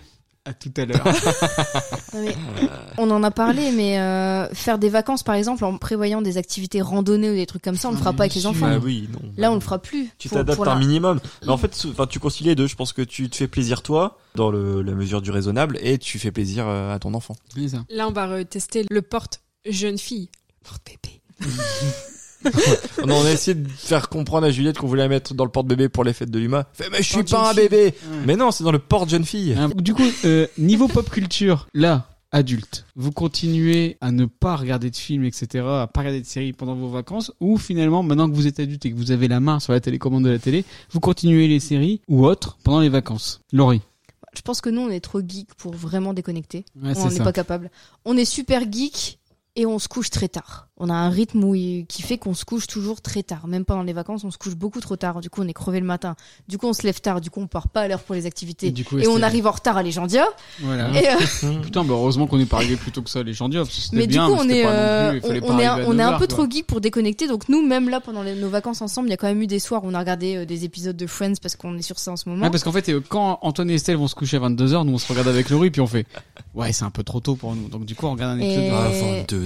B: à tout à l'heure.
D: Non, mais on en a parlé, mais euh, faire des vacances par exemple en prévoyant des activités randonnées ou des trucs comme ça, on le fera
B: Ah,
D: pas
B: bien
D: avec les
B: sûr.
D: enfants.
C: Bah oui, non.
D: Là, on le fera plus.
C: Tu
D: Pour-
C: t'adaptes
D: pour la-
C: un minimum. Mais en fait, sou- enfin, tu concilies les deux. Je pense que tu te fais plaisir toi, dans le, la mesure du raisonnable, et tu fais plaisir euh, à ton enfant.
E: Là, on va tester le porte jeune fille. Porte bébé.
C: On a on a essayé de faire comprendre à Juliette qu'on voulait la mettre dans le porte-bébé pour les fêtes de l'humain. Fait, mais je suis
B: Porte-jeune
C: pas un
B: fille.
C: bébé.
B: Ouais.
C: Mais non, c'est dans le porte-jeune fille.
B: Hein, Du coup, euh, niveau pop culture, là, adulte, vous continuez à ne pas regarder de films, etc., à pas regarder de séries pendant vos vacances, ou finalement, maintenant que vous êtes adulte et que vous avez la main sur la télécommande de la télé, vous continuez les séries ou autres pendant les vacances. Laurie.
D: Je pense que nous, on est trop geek pour vraiment déconnecter.
B: Ouais,
D: on
B: c'est
D: n'est
B: ça.
D: pas capable. On est super geek et on se couche très tard. On a un rythme où il- qui fait qu'on se couche toujours très tard. Même pendant les vacances, on se couche beaucoup trop tard. Du coup, on est crevé le matin. Du coup, on se lève tard. Du coup, on part pas à l'heure pour les activités.
B: Et du coup, Ah.
D: Et
B: c'était-
D: on arrive en retard à Legendia.
B: Voilà.
D: Et, euh,
B: Putain, bah heureusement qu'on est pas arrivé plus tôt que ça, les gens du Hop, c'était
D: mais
B: bien,
D: du coup, on
B: mais c'était
D: est,
B: pas non
D: euh,
B: plus, il fallait
D: on,
B: pas
D: on est,
B: arriver à
D: on est
B: 9
D: un peu
B: heures,
D: trop
B: quoi. Ah,
D: geek pour déconnecter. Donc nous, même là, pendant les- nos vacances ensemble, il y a quand même eu des soirs où on a regardé euh, des épisodes de Friends parce qu'on est sur ça en ce moment.
B: Ouais, parce qu'en fait, euh, quand Antoine et Estelle vont se coucher à 22h, nous on se regarde avec Laurie, puis on fait Ouais, c'est un peu trop tôt pour nous. Donc, du coup, on regarde un épisode.
D: Et-
C: Ah, 22.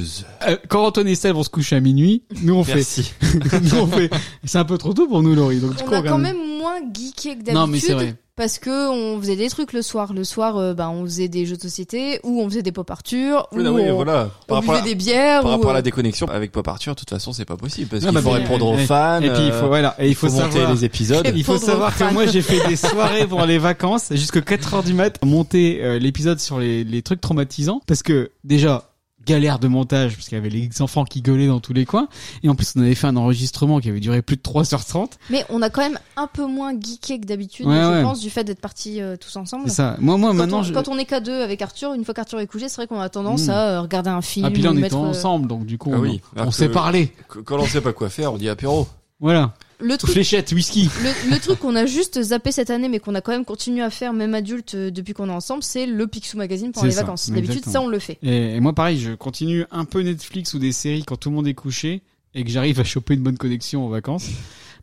B: Euh, quand Antoine et Estelle vont se coucher à minuit, nous on fait
C: Merci.
B: [laughs] Nous, on fait- C'est un peu trop tôt pour nous, Laurie. Donc, du
D: on
B: coup,
D: a
B: regarde-
D: quand même moins geeké que d'habitude.
B: Non, mais c'est vrai.
D: Parce que on faisait des trucs le soir. Le soir, euh, bah, on faisait des jeux de société, ou on faisait des pop Arthur, ou
C: Oui, non, oui,
D: on,
C: voilà.
D: on
C: Par rapport, à,
D: buvait des bières.
C: par
D: ou,
C: rapport à
D: euh,
C: la déconnexion avec Pop Arthur, de toute façon, c'est pas possible parce
B: Non,
C: qu'il
B: mais
C: faut
B: c'est-
C: répondre aux
B: et-
C: fans.
B: Et puis, il faut,
C: euh,
B: voilà. Et il faut,
C: monter
B: savoir.
C: les épisodes.
B: Il faut
D: Répondre aux
B: savoir que
D: fans.
B: moi j'ai fait des soirées pendant les vacances jusqu'à 4h du mat monter euh, l'épisode sur les, les trucs traumatisants parce que déjà galère de montage parce qu'il y avait les enfants qui gueulaient dans tous les coins et en plus on avait fait un enregistrement qui avait duré plus de 3h30
D: Mais on a quand même un peu moins geeké que d'habitude,
B: Ouais,
D: je
B: ouais.
D: pense, du fait d'être partis euh, tous ensemble.
B: c'est ça moi moi
D: Quand,
B: maintenant
D: on,
B: je
D: quand on est qu'à deux avec Arthur, une fois qu'Arthur est couché, c'est vrai qu'on a tendance
B: Mm.
D: à euh, regarder un film.
B: ah puis là on
D: ou
B: était
D: mettre, euh,
B: ensemble donc du coup
C: Ah
B: on,
C: oui,
B: on
C: alors
B: s'est
C: que-
B: parlé
C: Qu- Quand on sait pas quoi faire, on dit apéro.
B: voilà
D: Le truc
B: fléchette whisky
D: Le, le truc qu'on a juste zappé cette année, mais qu'on a quand même continué à faire, même adulte, euh, depuis qu'on est ensemble, c'est le Picsou Magazine pendant
B: C'est
D: les
B: ça,
D: vacances. D'habitude,
B: exactement.
D: ça, on le fait.
B: et, et moi pareil je continue un peu Netflix ou des séries quand tout le monde est couché et que j'arrive à choper une bonne connexion aux vacances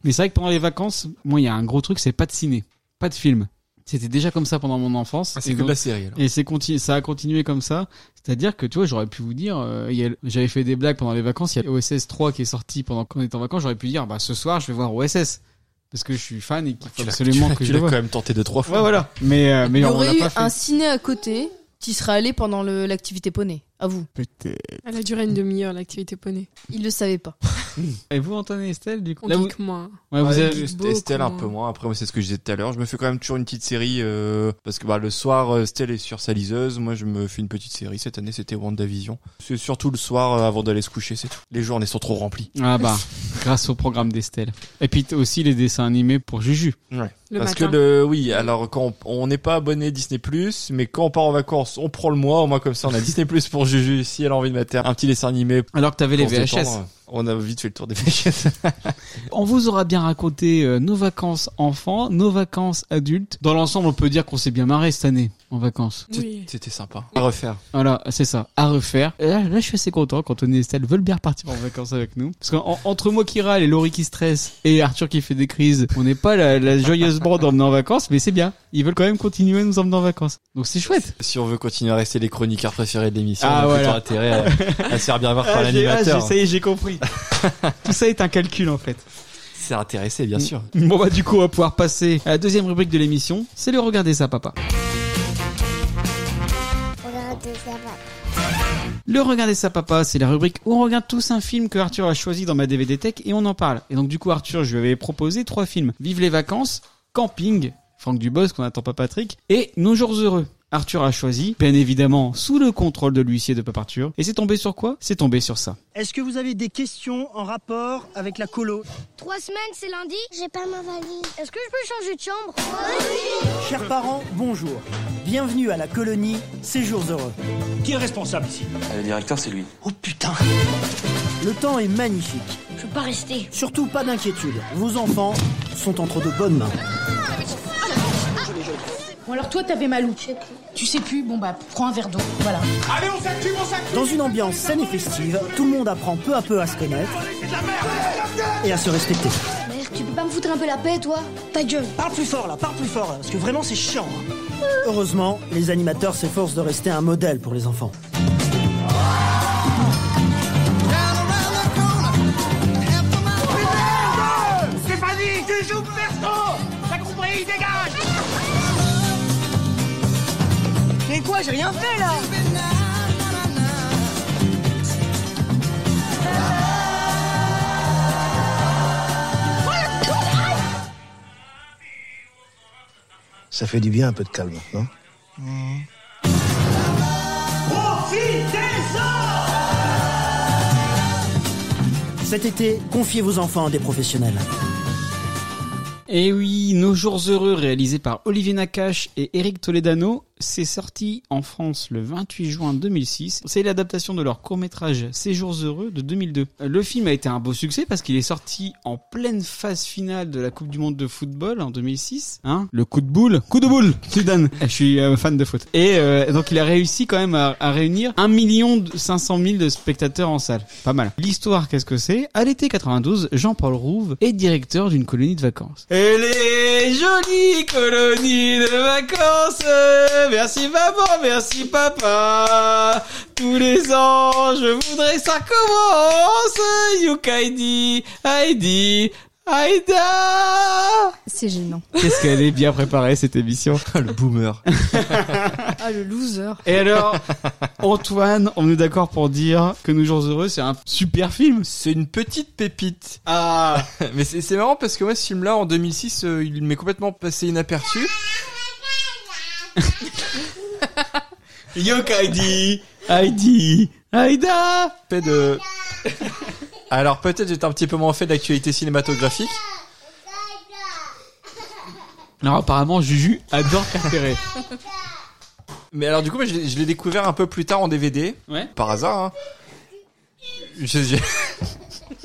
B: mais c'est vrai que pendant les vacances moi il y a un gros truc c'est pas de ciné pas de film c'était déjà comme ça pendant mon enfance
C: Ah, c'est
B: Et
C: comme
B: donc-
C: la série. alors.
B: Et c'est continu, ça a continué comme ça. C'est-à-dire que, tu vois, j'aurais pu vous dire, euh, il y a- j'avais fait des blagues pendant les vacances, il y a OSS 3 qui est sorti pendant qu'on était en vacances, j'aurais pu dire, bah, ce soir, je vais voir OSS. parce que je suis fan et qu'il faut
C: Ah, Tu l'as-
B: absolument
C: tu l'as-
B: que
C: Tu
B: je
C: l'as
B: le
C: quand
B: vois.
C: même tenté deux, trois fois.
B: Ouais, voilà. Mais, euh, mais
D: Il y
B: on
D: aurait
B: l'a
D: eu
B: pas fait.
D: un ciné à côté qui serait allé pendant le- l'activité poney. À vous.
E: Elle a duré une demi-heure, l'activité poney.
D: Il le savait pas.
B: Et vous, Antoine et Estelle, du coup
E: On
B: Là, vous-
E: geek moins.
B: ouais, vous
C: Ouais,
B: avez-
E: geek
C: Est- Estelle un
E: beaucoup
C: peu
E: moins.
C: moins. Après, moi, c'est ce que je disais tout à l'heure. Je me fais quand même toujours une petite série euh, parce que bah, le soir, euh, Estelle est sur sa liseuse. Moi, je me fais une petite série. Cette année, c'était WandaVision. C'est surtout le soir euh, avant d'aller se coucher, c'est tout. Les journées sont trop remplies.
B: Ah bah, grâce au programme d'Estelle. Et puis t- aussi les dessins animés pour Juju.
E: Le
C: parce
E: matin.
C: que le, oui, alors quand on- on n'est pas abonné Disney mais quand on part en vacances, on prend le mois. Au moins comme ça, on a Disney pour Juju si elle a envie de mater un petit dessin animé.
B: Alors que t'avais les
C: pour se
B: VHS.
C: détendre. On a vite fait le tour des VHS.
B: On vous aura bien raconté euh, nos vacances enfants, nos vacances adultes. Dans l'ensemble, on peut dire qu'on s'est bien marré cette année en vacances.
E: Oui.
C: C'était sympa. À refaire.
B: Voilà, c'est ça, à refaire. Et Là, là, je suis assez content quand on et Estelle veulent bien repartir en vacances avec nous. Parce qu'entre moi qui râle et Laurie qui stresse et Arthur qui fait des crises, on n'est pas la, la joyeuse bande emmenée en vacances, mais c'est bien. Ils veulent quand même continuer à nous emmener en vacances. Donc c'est chouette.
C: Si on veut continuer à rester les chroniqueurs préférés de l'émission,
B: Ah,
C: on a
B: voilà.
C: plutôt intérêt à, à se
B: [laughs]
C: faire bien voir par l'animateur.
B: ça y est, Ah, j'ai compris. [laughs] Tout ça est un calcul en fait.
C: C'est intéressé, bien sûr.
B: Bon bah du coup, on va pouvoir passer à la deuxième rubrique de l'émission. C'est le Regardez ça papa.
A: regardez ça, papa.
B: Le Regardez ça papa, c'est la rubrique où on regarde tous un film que Arthur a choisi dans ma DVD Tech et on en parle. Et donc du coup Arthur, je lui avais proposé trois films. Vive les vacances, Camping, Franck Dubosc, qu'on n'attend pas Patrick, et Nos jours heureux. Arthur a choisi, bien évidemment, sous le contrôle de l'huissier de Papa Arthur. Et c'est tombé sur quoi C'est tombé sur ça.
H: Est-ce que vous avez des questions en rapport avec la colo
I: Trois semaines, c'est lundi.
A: J'ai pas ma valise.
I: Est-ce que je peux changer de chambre
H: Chers parents, bonjour. Bienvenue à la colonie Séjours Heureux. Qui est responsable ici
J: Euh, Le directeur, c'est lui.
H: Oh putain Le temps est magnifique.
I: Je peux pas rester.
H: Surtout pas d'inquiétude. Vos enfants sont entre de bonnes mains.
K: Bon alors toi t'avais mal où Tu sais plus, bon bah prends un verre d'eau, voilà.
H: Dans une ambiance saine et festive, tout le monde apprend peu à peu à se connaître et à se respecter.
I: Mère, tu peux pas me foutre un peu la paix, toi Ta gueule.
H: Parle plus fort là, parle plus fort là, parce que vraiment c'est chiant. hein. Heureusement, les animateurs s'efforcent de rester un modèle pour les enfants.
J: Ça fait du bien un peu de calme, non
H: Cet été, confiez vos enfants à des professionnels.
B: Et Eh oui, Nos jours heureux, réalisé par Olivier Nakache et Eric Toledano, c'est sorti en France le 28 juin 2006. C'est l'adaptation de leur court-métrage Séjours heureux de 2002. Le film a été un beau succès parce qu'il est sorti en pleine phase finale de la Coupe du Monde de football en 2006. Hein le coup de boule, coup de boule, Zidane. [laughs] Je suis euh, fan de foot. Et euh, donc il a réussi quand même à, à réunir 1 million 500 000 de spectateurs en salle. Pas mal. L'histoire, qu'est-ce que c'est À l'été 92, Jean-Paul Rouve est directeur d'une colonie de vacances. Et les jolies colonies de vacances Merci maman, merci papa Tous les ans, je voudrais que ça commence Yuk Heidi, Heidi, Aïda
D: C'est gênant.
B: Qu'est-ce qu'elle est bien préparée cette émission
C: [laughs] le boomer.
D: Ah, le loser.
B: Et alors, Antoine, on est d'accord pour dire que Nous Jours Heureux, c'est un super film
C: C'est une petite pépite.
B: Ah
C: [laughs] Mais c'est c'est marrant parce que moi, ce film-là, en 2006, euh, il m'est complètement
B: [laughs]
C: passé inaperçu.
B: Yuk Heidi, Heidi, Aïda
C: Fait de- [laughs] Alors peut-être j'étais un petit peu moins fait d'actualité cinématographique.
B: Alors apparemment, Juju adore Carteret.
C: Mais alors du coup, moi, je l'ai je l'ai découvert un peu plus tard en DVD.
B: Ouais.
C: Par hasard. hein. Je, je...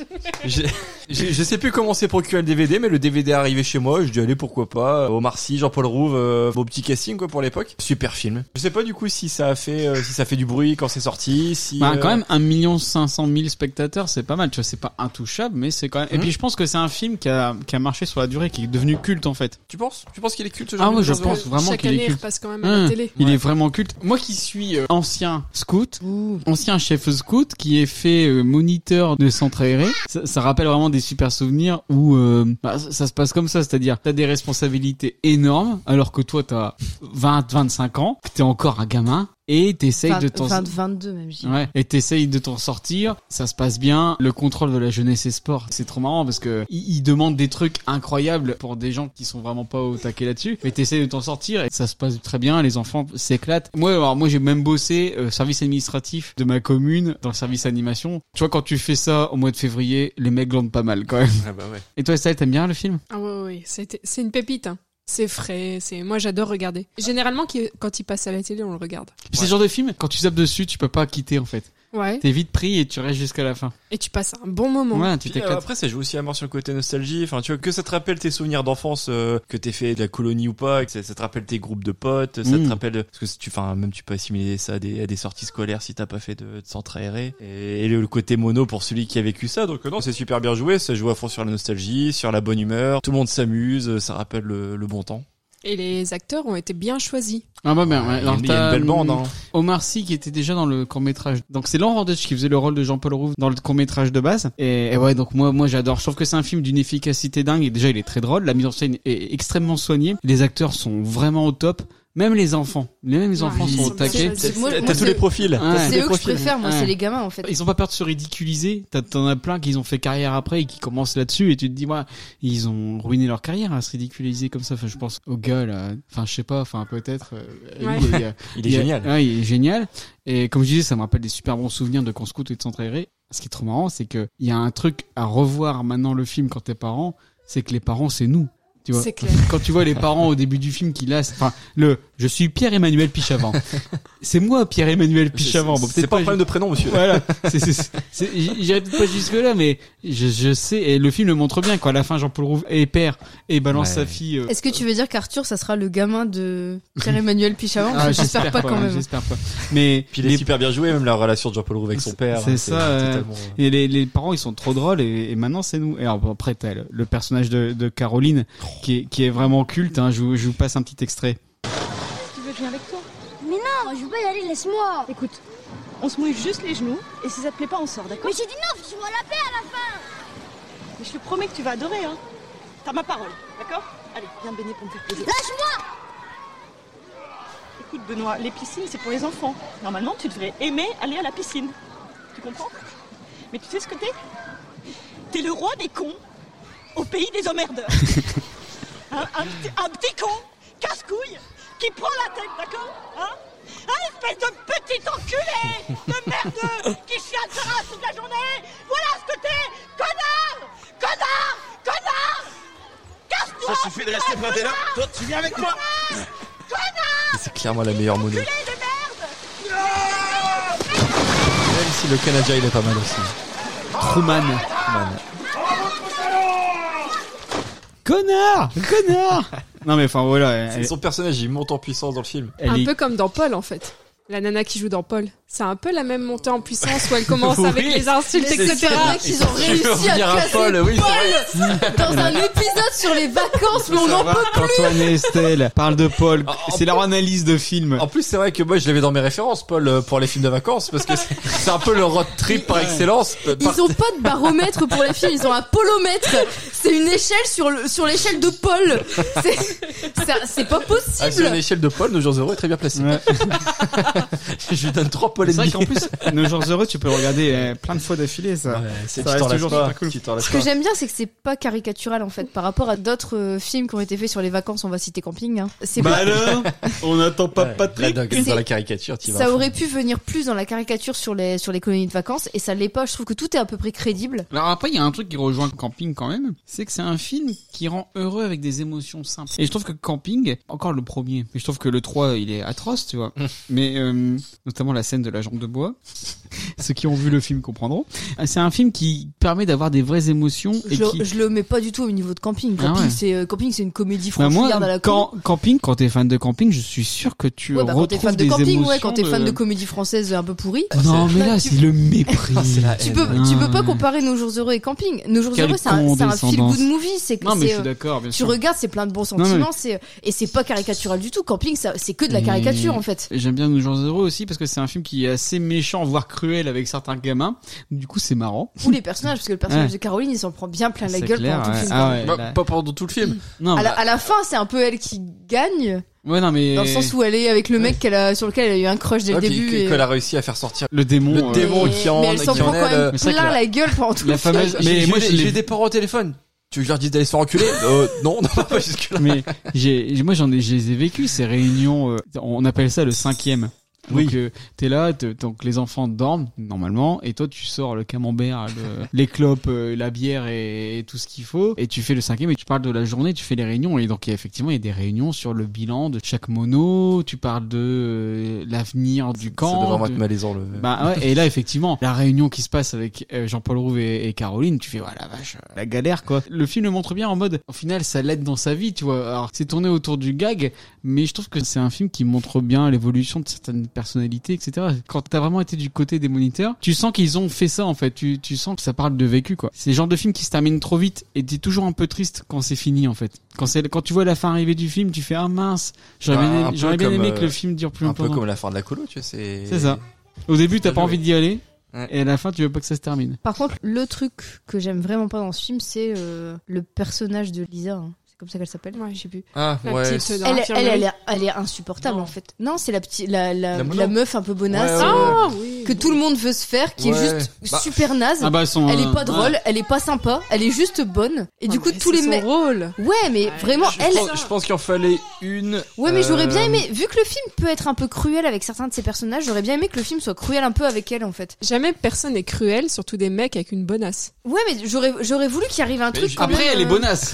C: [laughs] je- je- je sais plus comment s'est procuré le DVD, mais le DVD est arrivé chez moi. Je dis allez pourquoi pas. Omar Sy, Jean-Paul Rouve, euh, beau petit casting quoi pour l'époque. Super film. Je sais pas du coup si ça a fait euh, si ça fait du bruit quand c'est sorti. Si
B: Bah,
C: euh,
B: quand même, 1 500 000 spectateurs, c'est pas mal, tu vois, c'est pas intouchable, mais c'est quand même... Et
C: Mhm.
B: puis je pense que c'est un film qui a, qui a marché sur la durée, qui est devenu culte en fait.
C: Tu penses Tu penses qu'il est culte
B: Ah
C: aujourd'hui,
B: ouais, je
C: dans ce-
B: pense vraiment
E: Chaque
B: qu'il est
E: année, il
B: culte.
E: repasse quand même à
B: Hum.
E: la télé.
B: Il est vraiment culte. Moi qui suis euh, ancien scout, ancien chef scout, qui ai fait euh, moniteur de centre aéré, c'est- ça, ça rappelle vraiment des super souvenirs où euh, bah, ça, ça se passe comme ça, c'est-à-dire t'as des responsabilités énormes alors que toi t'as 20, 25 ans, que t'es encore un gamin et t'essayes de t'en
D: 20, 22 même. je dirais.
B: Ouais, et t'essayes de t'en sortir, ça se passe bien, le contrôle de la jeunesse et sport, c'est trop marrant parce que ils ils demandent des trucs incroyables pour des gens qui sont vraiment pas au taquet là-dessus, mais t'essayes de t'en sortir et ça se passe très bien, les enfants s'éclatent. Moi, alors moi j'ai même bossé euh, service administratif de ma commune dans le service animation. Tu vois quand tu fais ça au mois de février, les mecs glandent pas mal quand même. [laughs]
C: Ah bah ouais.
B: Et toi Estelle, t'aimes bien le film
E: Ah ouais, ouais, ouais, c'était- c'est une pépite. hein. C'est frais, c'est moi j'adore regarder. Généralement qui- quand il passe à la télé, on le regarde.
B: C'est le genre de film quand tu zappes dessus, tu peux pas quitter en fait.
E: Ouais.
B: T'es vite pris et tu restes jusqu'à la fin.
E: Et tu passes un bon moment.
B: Ouais, tu
C: Puis, euh,
B: t'éclates.
C: après, ça joue aussi à mort sur le côté nostalgie. Enfin, tu vois, que ça te rappelle tes souvenirs d'enfance, euh, que t'es fait de la colonie ou pas, que ça, ça te rappelle tes groupes de potes, ça
B: Mm.
C: te rappelle, parce que si tu, enfin, même tu peux assimiler ça à des, à des sorties scolaires si t'as pas fait de, de centre aéré. Et, et le, le côté mono pour celui qui a vécu ça. Donc, euh, non, c'est super bien joué. Ça joue à fond sur la nostalgie, sur la bonne humeur. Tout le monde s'amuse. euh, Ça rappelle le, le bon temps.
E: Et les acteurs ont été bien choisis.
B: Ah bah ben, ouais,
C: Il y a
B: alors
C: une- il y a
B: t'as,
C: une belle bande, hein.
B: Omar Sy qui était déjà dans le court métrage. Donc c'est Laurent Deutsch qui faisait le rôle de Jean-Paul Rouve dans le court métrage de base. Et, et ouais, donc moi moi j'adore. Je trouve que c'est un film d'une efficacité dingue. Et déjà il est très drôle. La mise en scène est extrêmement soignée. Les acteurs sont vraiment au top. Même les enfants. Les mêmes
E: Ouais,
B: enfants
E: ils
B: sont au
E: sont bien
B: taquet.
E: choisis.
D: Moi,
C: T'as
D: moi,
C: tous
D: c'est-
C: les profils.
B: Ouais.
D: C'est eux que je
B: profils.
D: préfère, moi,
B: Ouais.
D: c'est les gamins en fait.
B: Ils ont pas peur de se ridiculiser. T'as- T'en as plein qui ont fait carrière après et qui commencent là-dessus et tu te dis, moi, ils ont ruiné leur carrière à se ridiculiser comme ça. Enfin, je pense au gars là. Enfin, je sais pas. Enfin, peut-être. euh,
E: Ouais.
B: lui, il y a-
C: Il est
B: y a-
C: génial.
B: ouais, il est génial. Et comme je disais, ça me rappelle des super bons souvenirs de Conscout et de Centre Aéré. Ce qui est trop marrant, c'est que il y a un truc à revoir maintenant le film quand t'es parent, c'est que les parents, c'est nous. Tu vois.
E: C'est clair.
B: [laughs] Quand tu vois les parents au début du film qui lassent, enfin, le, je suis Pierre-Emmanuel Pichavant. C'est moi, Pierre-Emmanuel Pichavant. Bon,
C: C'est
B: peut-être
C: pas
B: pas,
C: un problème de prénom, monsieur.
B: voilà. C'est- c'est- c'est- J'irai peut-être pas jusque là, mais je, je sais. Et le film le montre bien, quoi. À la fin, Jean-Paul Rouve est père et balance
C: Ouais.
B: sa fille. euh,
D: Est-ce que tu veux dire qu'Arthur, ça sera le gamin de Pierre-Emmanuel Pichavant
B: ah,
D: J'espère pas quand même.
B: J'espère pas. Mais
C: Puis il est super bien joué, même la relation de Jean-Paul Rouve avec son père.
B: C'est ça, euh,
C: totalement, euh,
B: et les, les parents, ils sont trop drôles et, et maintenant c'est nous. Et alors, bon, après, t'as le, le personnage de, de Caroline qui est, qui est vraiment culte. Hein. Je, vous, je vous passe un petit extrait.
K: Tu veux que je vienne avec toi
A: Mais non, Oh, je veux pas y aller, laisse-moi.
K: Écoute, on se mouille juste les genoux et si ça te plaît pas, on sort, d'accord
A: Mais j'ai dit non, tu vois la paix.
K: Mais je te promets que tu vas adorer, hein. T'as ma parole, d'accord Allez, viens te baigner pour me faire plaisir. Lâche-moi Écoute, Benoît, les piscines, c'est pour les enfants. Normalement, tu devrais aimer aller à la piscine. Tu comprends Mais tu sais ce que t'es T'es le roi des cons au pays des emmerdeurs. un, un petit- un petit con, casse-couille, qui prend la tête, d'accord Hein Un espèce de petit enculé de merdeux qui chiale sa race toute la journée Voilà ce que t'es Connard Connard Connard Casse-toi
L: Ça suffit de rester planté là. Toi, tu viens avec moi.
C: C'est clairement la meilleure monnaie. Même si le Canadien il est pas mal aussi.
B: Truman. Connard
C: [laughs]
B: Connard Non mais enfin voilà.
C: C'est
B: elle-
C: son personnage il monte en puissance dans le film.
B: elle
E: un
B: est-
E: peu comme dans Paul en fait. La nana qui joue dans Paul, c'est un peu la même montée en puissance où elle
B: [laughs]
E: commence avec
C: Oui.
E: les insultes,
D: Mais c'est
E: etc.
D: vrai qu'ils ont
C: Je veux
D: réussi à
C: revenir à
D: casser
C: Paul, oui, c'est
D: Paul dans un épisode sur les vacances, mais on en peut
B: Antoine et Estelle parlent de Paul.
C: En- Oh, en
B: C'est leur analyse de film.
C: En plus c'est vrai que moi je l'avais dans mes références Paul euh, pour les films de
B: [laughs]
C: vacances parce que c'est c'est un peu le road trip par excellence. euh, Par-
D: Ils ont pas de baromètre pour les filles, ils ont un polomètre. C'est une échelle sur le, sur l'échelle de Paul. C'est, c'est- c'est pas
C: Ah, sur
D: possible.
C: l'échelle de Paul, nos jours heureux est très bien placé.
B: Ouais.
C: [laughs] je lui donne 3 Paul
B: C'est
C: et
B: vrai
C: demi.
B: qu'en plus,
C: [laughs]
B: Nos jours heureux, tu peux le regarder euh, plein de fois d'affilée ça.
C: Ouais, c'est-
B: Ça
C: tu t'en
B: reste toujours
C: lasses pas,
B: super cool.
C: tu t'en lasses
D: Ce
C: pas.
D: que j'aime bien, c'est que c'est pas caricatural en fait par rapport à d'autres euh, films qui ont été faits sur les vacances. On va citer camping. hein. C'est
B: Bah,
C: [laughs]
D: pas-
B: alors, on n'attend pas
C: Ouais, la dingue, dans la caricature, tu
D: ça aurait pu venir plus dans la caricature sur les sur les colonies de vacances et ça l'est pas. Je trouve que tout est à peu près crédible.
B: Alors après, il y a un truc qui rejoint Camping quand même, c'est que c'est un film qui rend heureux avec des émotions simples. Et je trouve que Camping, encore le premier, mais je trouve que le 3, il est atroce, tu vois. mais euh, notamment la scène de la jambe de bois, [laughs] ceux qui ont vu le film comprendront. Euh, C'est un film qui permet d'avoir des vraies émotions et
D: Je,
B: qui...
D: le- je le mets pas du tout au niveau de camping.
B: Ah
D: Camping,
B: ouais.
D: c'est euh, camping, c'est une comédie
B: Bah, moi,
D: franchouillarde à la con.
B: quand, camping, quand t'es fan de camping, je suis sûr que tu
D: Ouais, bah, quand t'es
B: retrouves
D: fan de
B: des
D: camping,
B: émotions euh,
D: ouais, quand t'es
B: [laughs]
D: fan
B: de-
D: de comédie française un peu pourrie. [laughs]
B: Non, mais
D: Bah,
B: là,
D: tu-
B: c'est le
D: [laughs]
B: mépris.
D: Tu peux, tu peux pas comparer Nos Jours Heureux et Camping. Nos Jours
B: Eh ben, Quelle
D: Heureux, c'est un, c'est un feel
B: condescendance.
D: good movie. C'est que
B: Non, mais
D: c'est,
B: je suis
D: euh,
B: d'accord, bien
D: tu
B: sûr.
D: regardes, c'est plein de bons
B: mais-
D: sentiments, c'est et c'est pas caricatural du tout. Camping, ça- c'est que de la
B: Et-
D: caricature en fait.
B: J'aime bien Nous Jours Heureux aussi parce que c'est un film qui qui est assez méchant, voire cruel avec certains gamins. Du coup, c'est marrant.
D: Ou les personnages, parce que le personnage de Caroline, il s'en prend bien plein la
B: C'est
D: gueule
B: clair,
D: pendant tout le
B: ouais.
D: film.
B: Ah ouais,
C: Bah,
B: là-
C: Pas pendant tout le film.
B: Non,
D: à, la,
B: bah,
D: à la fin, c'est un peu elle qui gagne,
B: ouais, non, mais
D: dans le sens où elle est avec le mec qu'elle a- sur lequel elle a eu un crush dès le
C: Ouais, puis
D: début.
C: que-
D: et-
C: qu'elle a réussi à faire sortir.
B: le démon.
C: Le
B: euh,
C: démon
D: mais-
C: qui en,
D: mais elle s'en
C: qui en euh,
D: prend quand
C: elle.
D: même
B: Mais c'est vrai que
D: plein
B: la-
D: la gueule pendant tout
B: la
D: le film.
B: fameuse. Mais
C: J'ai-
B: moi,
C: j'ai-
B: je l'ai-
C: j'ai des parents au téléphone. Tu veux que je leur dise d'aller se faire [laughs] enculer Euh, Non, non, pas jusque là.
B: mais j'ai, moi j'en ai, je les ai vécues ces réunions. euh, on appelle ça le cinquième. Donc
C: Oui.
B: euh, t'es là, te- donc les enfants dorment normalement, et toi tu sors le camembert, le- [laughs] les clopes, euh, la bière et, et tout ce qu'il faut, et tu fais le cinquième et tu parles de la journée, tu fais les réunions, et donc il y a effectivement il y a des réunions sur le bilan de chaque mono, tu parles de euh, l'avenir du camp.
C: Ça doit vraiment
B: de-
C: être malaisant le.
B: bah ouais, et là effectivement, la réunion qui se passe avec euh, Jean-Paul Rouve et, et Caroline, tu fais voilà la vache, euh, la galère quoi. Le film le montre bien en mode, au final ça l'aide dans sa vie, tu vois. Alors c'est tourné autour du gag, mais je trouve que c'est un film qui montre bien l'évolution de certaines personnalités, etc. Quand t'as vraiment été du côté des moniteurs, tu sens qu'ils ont fait ça en fait. Tu, tu sens que ça parle de vécu quoi. C'est le genre de film qui se termine trop vite et t'es toujours un peu triste quand c'est fini en fait. Quand c'est quand tu vois la fin arrivée du film, tu fais ah mince, j'aurais
C: Bah,
B: bien,
C: un peu
B: j'aurais bien
C: comme,
B: aimé que le
C: euh,
B: film dure plus
C: Un
B: longtemps. hein.
C: peu comme la fin de la colo, tu sais. C'est
B: C'est ça. Au début, t'as
C: Bien
B: pas
C: joué.
B: envie d'y aller.
C: Ouais.
B: Et à la fin, tu veux pas que ça se termine.
D: Par contre, le truc que j'aime vraiment pas dans ce film, c'est euh, le personnage de Lisa. hein. C'est comme ça qu'elle s'appelle
E: Ouais.
D: Je sais plus.
C: Ah,
E: La
C: ouais.
E: petite
D: Elle,
E: dans
D: elle,
E: l'infirmerie.
D: elle est, elle est insupportable
E: Non.
D: en fait. Non, c'est la petite, la, la,
C: La mono.
D: la meuf un peu bonasse
C: Ouais, ouais,
D: euh,
E: Ah oui.
D: que tout le monde veut se faire, qui
C: Ouais.
D: est juste
C: Bah.
D: super naze.
B: Ah bah, elles sont,
D: Elle est
B: euh,
D: pas drôle, elle est pas sympa, elle est juste bonne. Et du
E: Non,
D: coup,
E: Ah, mais
D: tous
E: c'est
D: les
E: son
D: mecs.
E: rôle.
D: Ouais, mais
E: Ouais,
D: vraiment,
E: je
D: elle.
E: pense-
C: Je pense qu'il en fallait une.
D: Ouais, mais j'aurais bien
C: euh,
D: aimé. Vu que le film peut être un peu cruel avec certains de ses personnages, j'aurais bien aimé que le film soit cruel un peu avec elle en fait.
E: Jamais personne n'est cruel, surtout des mecs avec une bonasse.
D: Ouais, mais j'aurais j'aurais voulu qu'il arrive un
C: Mais
D: truc.
C: je-
D: quand
B: Après,
D: même,
B: elle est [laughs]
D: euh,
B: bonasse.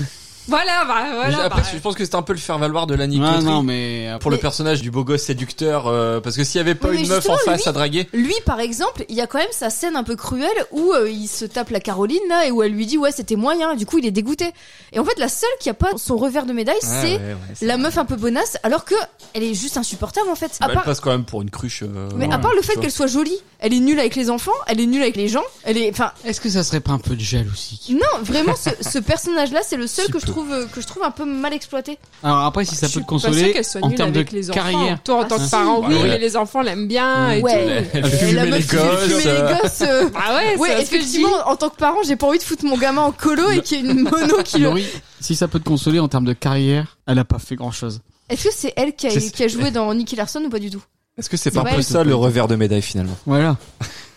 E: Voilà, bah,
C: mais
E: voilà.
C: Après,
E: bah,
C: je pense que c'était un peu le faire-valoir de l'anique
B: Ouais, non, mais
C: pour
D: Mais-
C: le personnage du beau gosse séducteur. euh, parce que s'il y avait pas
D: Oui, mais
C: une meuf en
D: justement,
C: face à draguer.
D: Lui, par exemple, il y a quand même sa scène un peu cruelle où euh, il se tape la Caroline là et où elle lui dit ouais c'était moyen. Du coup, il est dégoûté. Et en fait, la seule qui a pas son revers de médaille, c'est la meuf un peu bonasse, alors que elle est juste insupportable en fait. À
C: Bah,
D: part-
C: Elle passe quand même pour une cruche. euh,
D: Mais à
C: ouais,
D: part le
C: tu
D: fait
C: vois.
D: qu'elle soit jolie, elle est nulle avec les enfants, elle est nulle avec les gens, elle est, enfin,
B: est-ce que ça serait pas un peu de jalousie
D: non, vraiment, ce, ce personnage-là, c'est le seul
C: Si
D: que je
C: peu.
D: trouve euh, que je trouve un peu mal exploité.
B: Alors après, si ça
E: je
B: peut
E: suis
B: te
E: pas sûre
B: consoler,
E: qu'elle soit
B: en
E: nulle
B: termes de
E: avec les enfants.
B: carrière.
E: Toi, en tant
D: Ah,
E: que
D: si.
E: parent, oui,
C: Ouais.
E: mais les enfants l'aiment
B: Mmh.
E: bien et tout.
D: Ouais.
C: Elle
D: Elle
C: fumait
D: a
C: les
D: meuf qui fait
C: gosses.
D: fumer les
C: euh,
D: gosses. euh.
E: Bah ouais,
D: Ouais,
E: [laughs] c'est ce que je dis.
D: effectivement, en tant que parent, j'ai pas envie de foutre mon gamin en colo et qu'il y ait une mono qui le.
B: Laurie, si ça peut te consoler en termes de carrière, elle a pas fait grand chose.
D: Est-ce que c'est elle qui a,
C: C'est-
D: qui a joué dans Nicky Larson ou pas du tout
C: Est-ce que c'est
D: C'est
C: pas un
D: vrai.
C: peu ça le revers de médaille finalement
B: Voilà.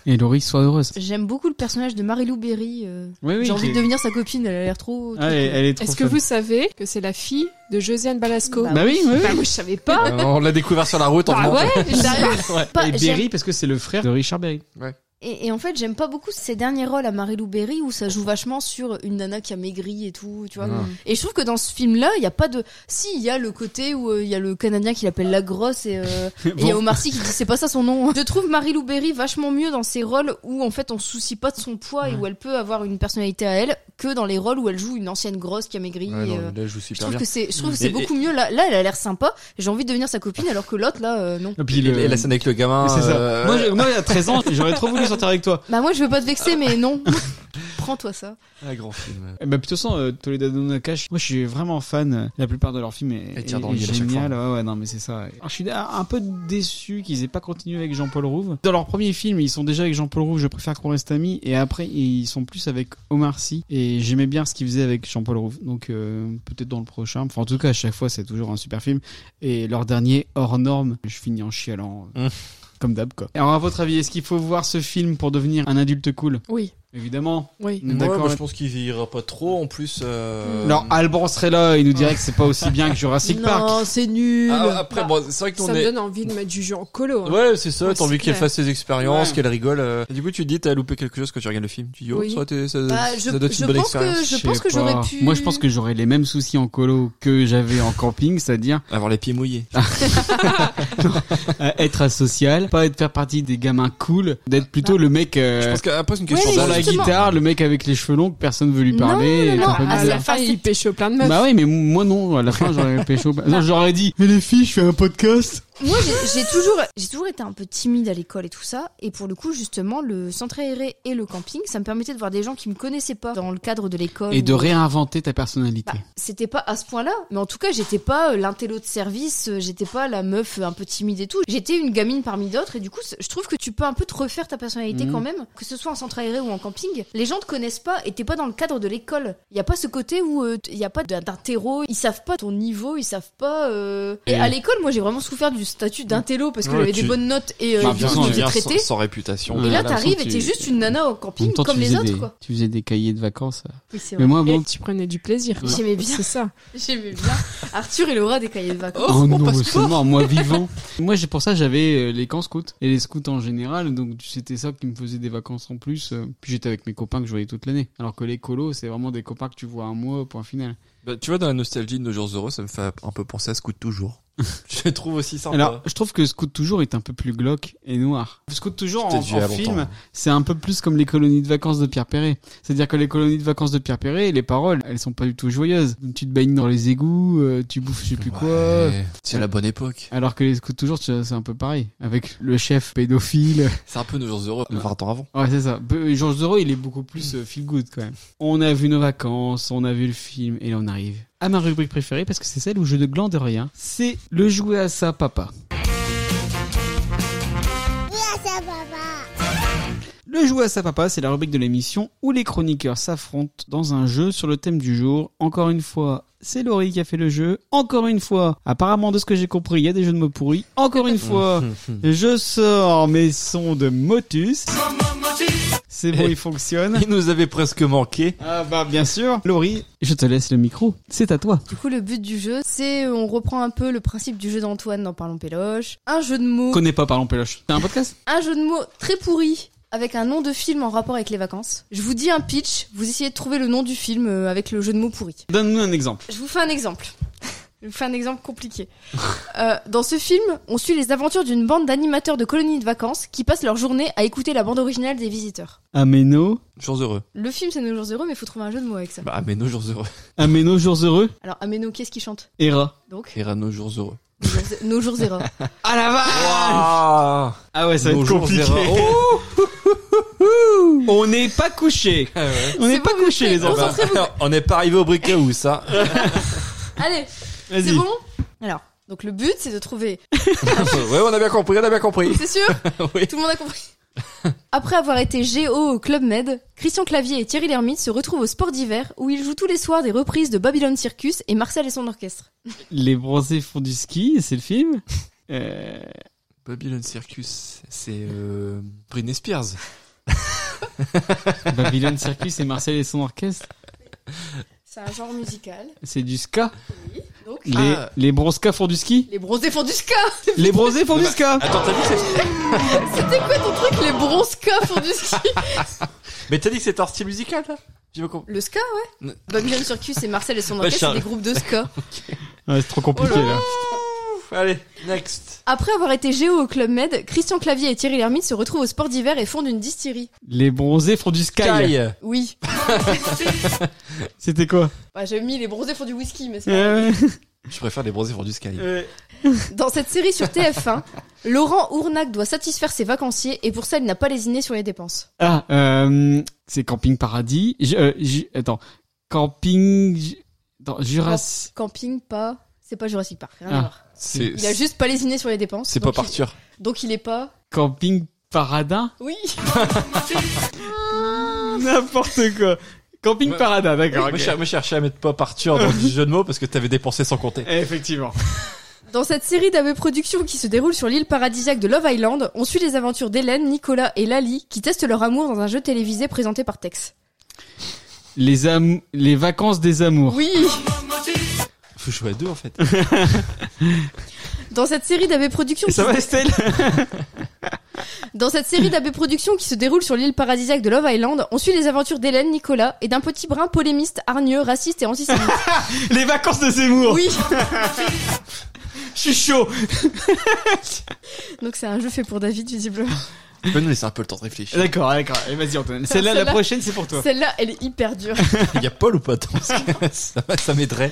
B: Et Laurie, sois heureuse.
D: J'aime beaucoup le personnage de Marie-Lou Berry. euh.
B: Oui, oui.
D: j'ai envie
B: qui-
D: de devenir sa copine, elle a l'air trop. trop
B: Ah, elle,
D: cool.
B: elle est trop.
E: Est-ce que
B: fun.
E: vous savez que c'est la fille de Josiane Balasco
D: Bah
B: Bah oui, oui.
E: Bah moi je savais pas.
C: Euh, On l'a découvert sur la route en
E: Bah
C: remontant.
E: ouais, j'arrive.
D: Pas-
B: Et
D: j'aime-
B: Berry, parce que c'est le frère de Richard Berry.
D: Et, et en fait, j'aime pas beaucoup ces derniers rôles à Marie-Lou Berry où ça joue vachement sur une nana qui a maigri et tout, tu vois.
C: Ah.
D: Et je trouve que dans ce film-là, il y a pas de. Si, il y a le côté où euh, il y a le Canadien qui l'appelle la grosse et euh, et il y a Omar Sy qui dit c'est pas ça son nom. Je trouve Marie-Lou Berry vachement mieux dans ces rôles où en fait on se soucie pas de son poids et où elle peut avoir une personnalité à elle que dans les rôles où elle joue une ancienne grosse qui a maigri.
C: Ouais,
D: et,
C: non,
D: euh,
C: là, je joue
D: je
C: super
D: trouve
C: bien.
D: que c'est, je trouve que c'est
C: Et-
D: beaucoup mieux. Là, là, elle a l'air sympa. J'ai envie de devenir sa copine, alors que l'autre, là, euh, non.
B: Et puis
C: Et
B: le-
C: la scène avec le gamin.
B: C'est ça.
C: euh,
B: Moi, je- moi, à 13 ans, j'aurais trop voulu sortir avec toi.
D: Bah moi, je veux pas te vexer,
C: [laughs]
D: mais non. Prends-toi ça.
C: Un grand film.
B: Eh ben, plutôt sans euh, Toledo Nakash. Moi, je suis vraiment fan. euh, La plupart de leurs films est,
C: Et tire
B: est-
C: dans
B: est
C: le mille à chaque
B: génial. Ouais, ouais, non, mais c'est ça. Alors, je suis un un peu déçu qu'ils aient pas continué avec Jean-Paul Rouve. Dans leur premier film, ils sont déjà avec Jean-Paul Rouve. Je préfère qu'on reste amis. Et après, ils sont plus avec Omar Sy. Et j'aimais bien ce qu'ils faisaient avec Jean-Paul Rouve. Donc, euh, peut-être dans le prochain. Enfin, en tout cas, à chaque fois, c'est toujours un super film. Et leur dernier, hors norme, je finis en chialant. euh,
C: Mm.
B: Comme d'hab, quoi. Alors, à votre avis, est-ce qu'il faut voir ce film pour devenir un adulte cool
E: Oui,
B: Évidemment.
E: oui.
B: On est d'accord
C: moi, je
B: là-
C: pense qu'il vieillira pas trop en plus. euh,
B: alors Alban serait là, il nous dirait que c'est pas aussi bien que Jurassic Park.
D: Non, c'est nul.
C: Ah, après, bon, c'est vrai que
E: Bah, Ça
C: on
E: me
C: est.
E: donne envie de mettre du jeu en colo. hein.
C: Ouais, c'est ça,
E: Ouais,
C: t'as envie
E: c'est
C: qu'elle
E: clair.
C: fasse ses expériences,
B: Ouais.
C: qu'elle rigole. euh. Et du coup, tu te dis, t'as loupé quelque chose quand tu regardes le film. Tu dis, oh,
E: Oui.
C: ça, t'es- ça,
D: Bah, je,
C: ça doit être
D: je
C: une bonne
D: pense
C: expérience.
D: que je pense
B: sais
D: que j'aurais
B: pas.
D: pu.
B: Moi, bah, je pense que j'aurais les mêmes soucis en colo que j'avais en camping, [laughs] c'est-à-dire
C: Avoir les pieds mouillés.
B: euh, être asocial, pas être faire partie des gamins cool, d'être plutôt le mec euh,
C: Je pense qu'après, c'est ah, une question
D: Ouais,
B: dans la
C: d'âge.
D: Bah, justement.
B: guitare, le mec avec les cheveux longs que personne veut lui
D: Non,
B: parler. et Bah
D: non, non,
B: compagnie.
D: ah,
E: À la
D: c'est-
E: fin,
D: ah,
E: il pécho plein de
D: [laughs]
E: meufs.
D: Bah.
B: bah oui, mais moi non. À la fin, j'aurais pécho. Non, j'aurais dit. Mais les filles, je fais un podcast.
D: Moi, j'ai- j'ai toujours, j'ai toujours été un peu timide à l'école et tout ça. Et pour le coup, justement, le centre aéré et le camping, ça me permettait de voir des gens qui me connaissaient pas dans le cadre de l'école.
B: Et de
D: ou-
B: réinventer ta personnalité.
D: Oh Bah, c'était pas à ce point-là, mais en tout cas, j'étais pas euh, l'intello de service, euh, j'étais pas la meuf euh, un peu timide et tout. J'étais une gamine parmi d'autres, et du coup, c- je trouve que tu peux un peu te refaire ta personnalité
B: Mhm.
D: quand même, que ce soit en centre aéré ou en camping. Les gens te connaissent pas et t'es pas dans le cadre de l'école. Y a pas ce côté où euh, t- y a pas d'un d'un terreau, ils savent pas ton niveau, ils savent pas. euh, Et,
M: Et-
D: à l'école, moi, j'ai vraiment souffert du statut d'intello parce que
M: Ouais,
D: j'avais
M: tu-
D: des bonnes notes et euh,
M: Bah,
D: du
M: bien
D: coup,
M: sûr,
D: j'étais
M: tu viens
D: traitée.
M: sans, sans réputation.
D: Et là,
B: Voilà,
D: t'arrives
B: sans
D: et
B: tu-
D: t'es juste une nana au
B: En
D: camping
B: même temps,
D: comme
B: tu
D: les
B: faisais
D: autres,
B: des-
D: quoi.
B: tu faisais des cahiers de vacances. euh.
D: Oui, c'est
B: Mais
D: vrai.
B: moi,
E: Et
B: mon
E: tu prenais du plaisir.
D: Ouais. J'aimais bien.
E: C'est ça.
D: J'aimais bien. Arthur, il aura des cahiers de vacances.
B: Oh, non, mais c'est mort, moi vivant. moi, j'ai pour ça, j'avais euh, les camps scouts et les scouts en général, donc c'était ça qui me faisait des vacances en plus. euh, Puis j'étais avec mes copains que je voyais toute l'année. Alors que les colos, c'est vraiment des copains que tu vois un mois, point final.
C: Bah, tu vois, dans la nostalgie de nos jours heureux, ça me fait un peu penser à Scoot toujours. [laughs] je le trouve aussi sympa.
B: Alors, je trouve que Scout Toujours est un peu plus glauque et noir. Scout Toujours en,
C: Peut-être vu
B: en
C: à longtemps. hein.
B: film, c'est un peu plus comme les colonies de vacances de Pierre Perret. C'est-à-dire que les colonies de vacances de Pierre Perret, les paroles, elles sont pas du tout joyeuses. Tu te baignes dans les égouts, euh, tu bouffes je sais plus quoi.
C: Ouais, C'est la bonne époque.
B: Alors que les scouts toujours, tu vois, c'est un peu pareil. Avec le chef pédophile.
C: C'est un peu nos jours heureux, 20 ans avant.
B: Ouais, c'est ça. Peu- Georges Zoro, il est beaucoup plus euh, feel good quand même. On a vu nos vacances, on a vu le film, et là on arrive à ma rubrique préférée parce que c'est celle où je ne glande rien. C'est le jouer à ça, papa.
A: Oui, à Ah, ça, papa.
B: Le jouer à sa papa, c'est la rubrique de l'émission où les chroniqueurs s'affrontent dans un jeu sur le thème du jour. Encore une fois, c'est Laurie qui a fait le jeu. Encore une fois, apparemment de ce que j'ai compris, il y a des jeux de mots pourris. Encore une fois, je sors mes sons de Motus. C'est bon, il fonctionne.
C: Il nous avait presque manqué.
B: Ah bah bien sûr. Laurie, je te laisse le micro. C'est à toi.
D: Du coup, le but du jeu, c'est euh, on reprend un peu le principe du jeu d'Antoine dans Parlons Péloche. Un jeu de mots,
B: Connais pas Parlons Péloche. T'as un podcast
D: un jeu de mots très pourri avec un nom de film en rapport avec les vacances. Je vous dis un pitch, vous essayez de trouver le nom du film euh, avec le jeu de mots pourri.
B: Donne-nous un exemple.
D: Je vous fais un exemple. Je vous fais un exemple
B: [laughs]
D: compliqué. Euh, dans ce film, on suit les aventures d'une bande d'animateurs de colonies de vacances qui passent leur journée à écouter la bande originale des visiteurs.
B: Améno.
C: Jours heureux.
D: Le film, c'est Nos Jours Heureux, mais il faut trouver un jeu de mots avec ça.
C: Bah, mais nos jours heureux.
B: Améno, jours heureux.
D: Alors, Ameno, qu'est-ce qui chante
B: Hera.
D: Donc,
C: Et à nos jours heureux.
D: Nos Jours- Nos Jours Heureux.
B: Ah la Ah ouais, ça va
C: Nos
B: être
C: jours
B: compliqué.
D: Oh,
C: heureux.
B: On n'est pas couché. [laughs]
C: Ah ouais.
B: On n'est pas
D: vous,
B: couché
D: monsieur.
B: les enfants.
D: Concentrez-vous.
C: Ah bah, On n'est pas arrivé au hein. briquet où ça
D: Allez,
B: Vas-y.
D: C'est bon Alors, donc le but, c'est de trouver.
C: [laughs] Ouais, on a bien compris, on a bien compris.
D: C'est sûr
C: [laughs] Oui.
D: Tout le monde a compris. Après avoir été GO au Club Med, Christian Clavier et Thierry Lhermitte se retrouvent au sport d'hiver où ils jouent tous les soirs des reprises de Babylon Circus et Marcel et son orchestre.
B: Les bronzés font du ski, c'est le film. Euh,
C: Babylon Circus, c'est euh, Britney Spears.
B: Babylon Circus et Marcel et son orchestre,
D: C'est un genre musical.
B: c'est du ska.
D: donc-
B: Les,
C: Ah.
B: les bronzes font du ski.
D: Les bronzés font du ska
B: Les bronzés font du ska.
C: Attends, t'as dit que c'est-
D: C'était quoi ton truc Les bronzes ska font du ski
C: Mais t'as dit que c'était un style musical là J'ai pas compris.
D: Le ska, ouais
C: Ne-
D: Babylon Circus et Marcel et son
C: Bah,
D: orchestre,
C: Charles.
D: c'est des groupes de ska.
B: Ouais, c'est [laughs] trop compliqué là.
C: Allez, next.
D: Après avoir été GO au Club Med, Christian Clavier et Thierry Lhermitte se retrouvent au sport d'hiver et fondent une distillerie.
B: Les bronzés font du sky.
C: Kai.
D: Oui,
C: [laughs]
B: C'était quoi
D: Bah, j'ai mis les bronzés font du whisky, mais c'est pas
B: Ah Ouais,
C: Je préfère les bronzés pour du Sky.
B: ouais.
D: grave. Dans cette série
B: [laughs]
D: sur TF1, Laurent Ournac doit satisfaire ses vacanciers et pour ça, il n'a pas lésiné sur les dépenses.
B: Ah, euh, c'est Camping Paradis. J- euh, j- attends, Camping. j- Attends, Jurassic.
D: Camping, pas. C'est pas Jurassic Park, rien à
B: Ah.
D: voir.
C: C'est
D: Il a juste pas lésiné sur les dépenses.
C: c'est pas
D: donc il-
C: Parture.
D: Donc il est pas.
B: Camping Paradis
D: Oui
B: [laughs] N'importe quoi. Camping
C: Ouais.
B: Paradis, d'accord. ok.
C: Moi, je, moi, je cherchais à mettre pas Parture dans du jeu de mots parce que t'avais dépensé sans compter.
B: Eh, Effectivement.
D: Dans cette série d'AB Productions qui se déroule sur l'île paradisiaque de Love Island, on suit les aventures d'Hélène, Nicolas et Lali qui testent leur amour dans un jeu télévisé présenté par Tex.
B: Les, am- les vacances des
C: Oh.
B: amours.
D: Oui
C: Faut jouer à deux en [laughs] fait.
D: Dans cette série d'AB Productions
B: Et ça
D: qui
B: va, Estelle
D: Dans cette série d'AB Productions qui se déroule sur l'île paradisiaque de Love Island, on suit les aventures d'Hélène, Nicolas et d'un petit brin polémiste, hargneux, raciste et antisémite.
B: Les vacances de Zemmour
D: oui
B: Je suis chaud
D: Donc c'est un jeu fait pour David, visiblement.
C: Tu peux nous laisser un peu le temps de réfléchir.
B: D'accord, d'accord. Allez, vas-y, Antoine. Celle-là, la
D: Celle-là-
B: prochaine, c'est pour toi.
D: Celle-là, elle est hyper dure.
C: Il y a Paul ou pas dans ce cas Ça, ça m'aiderait.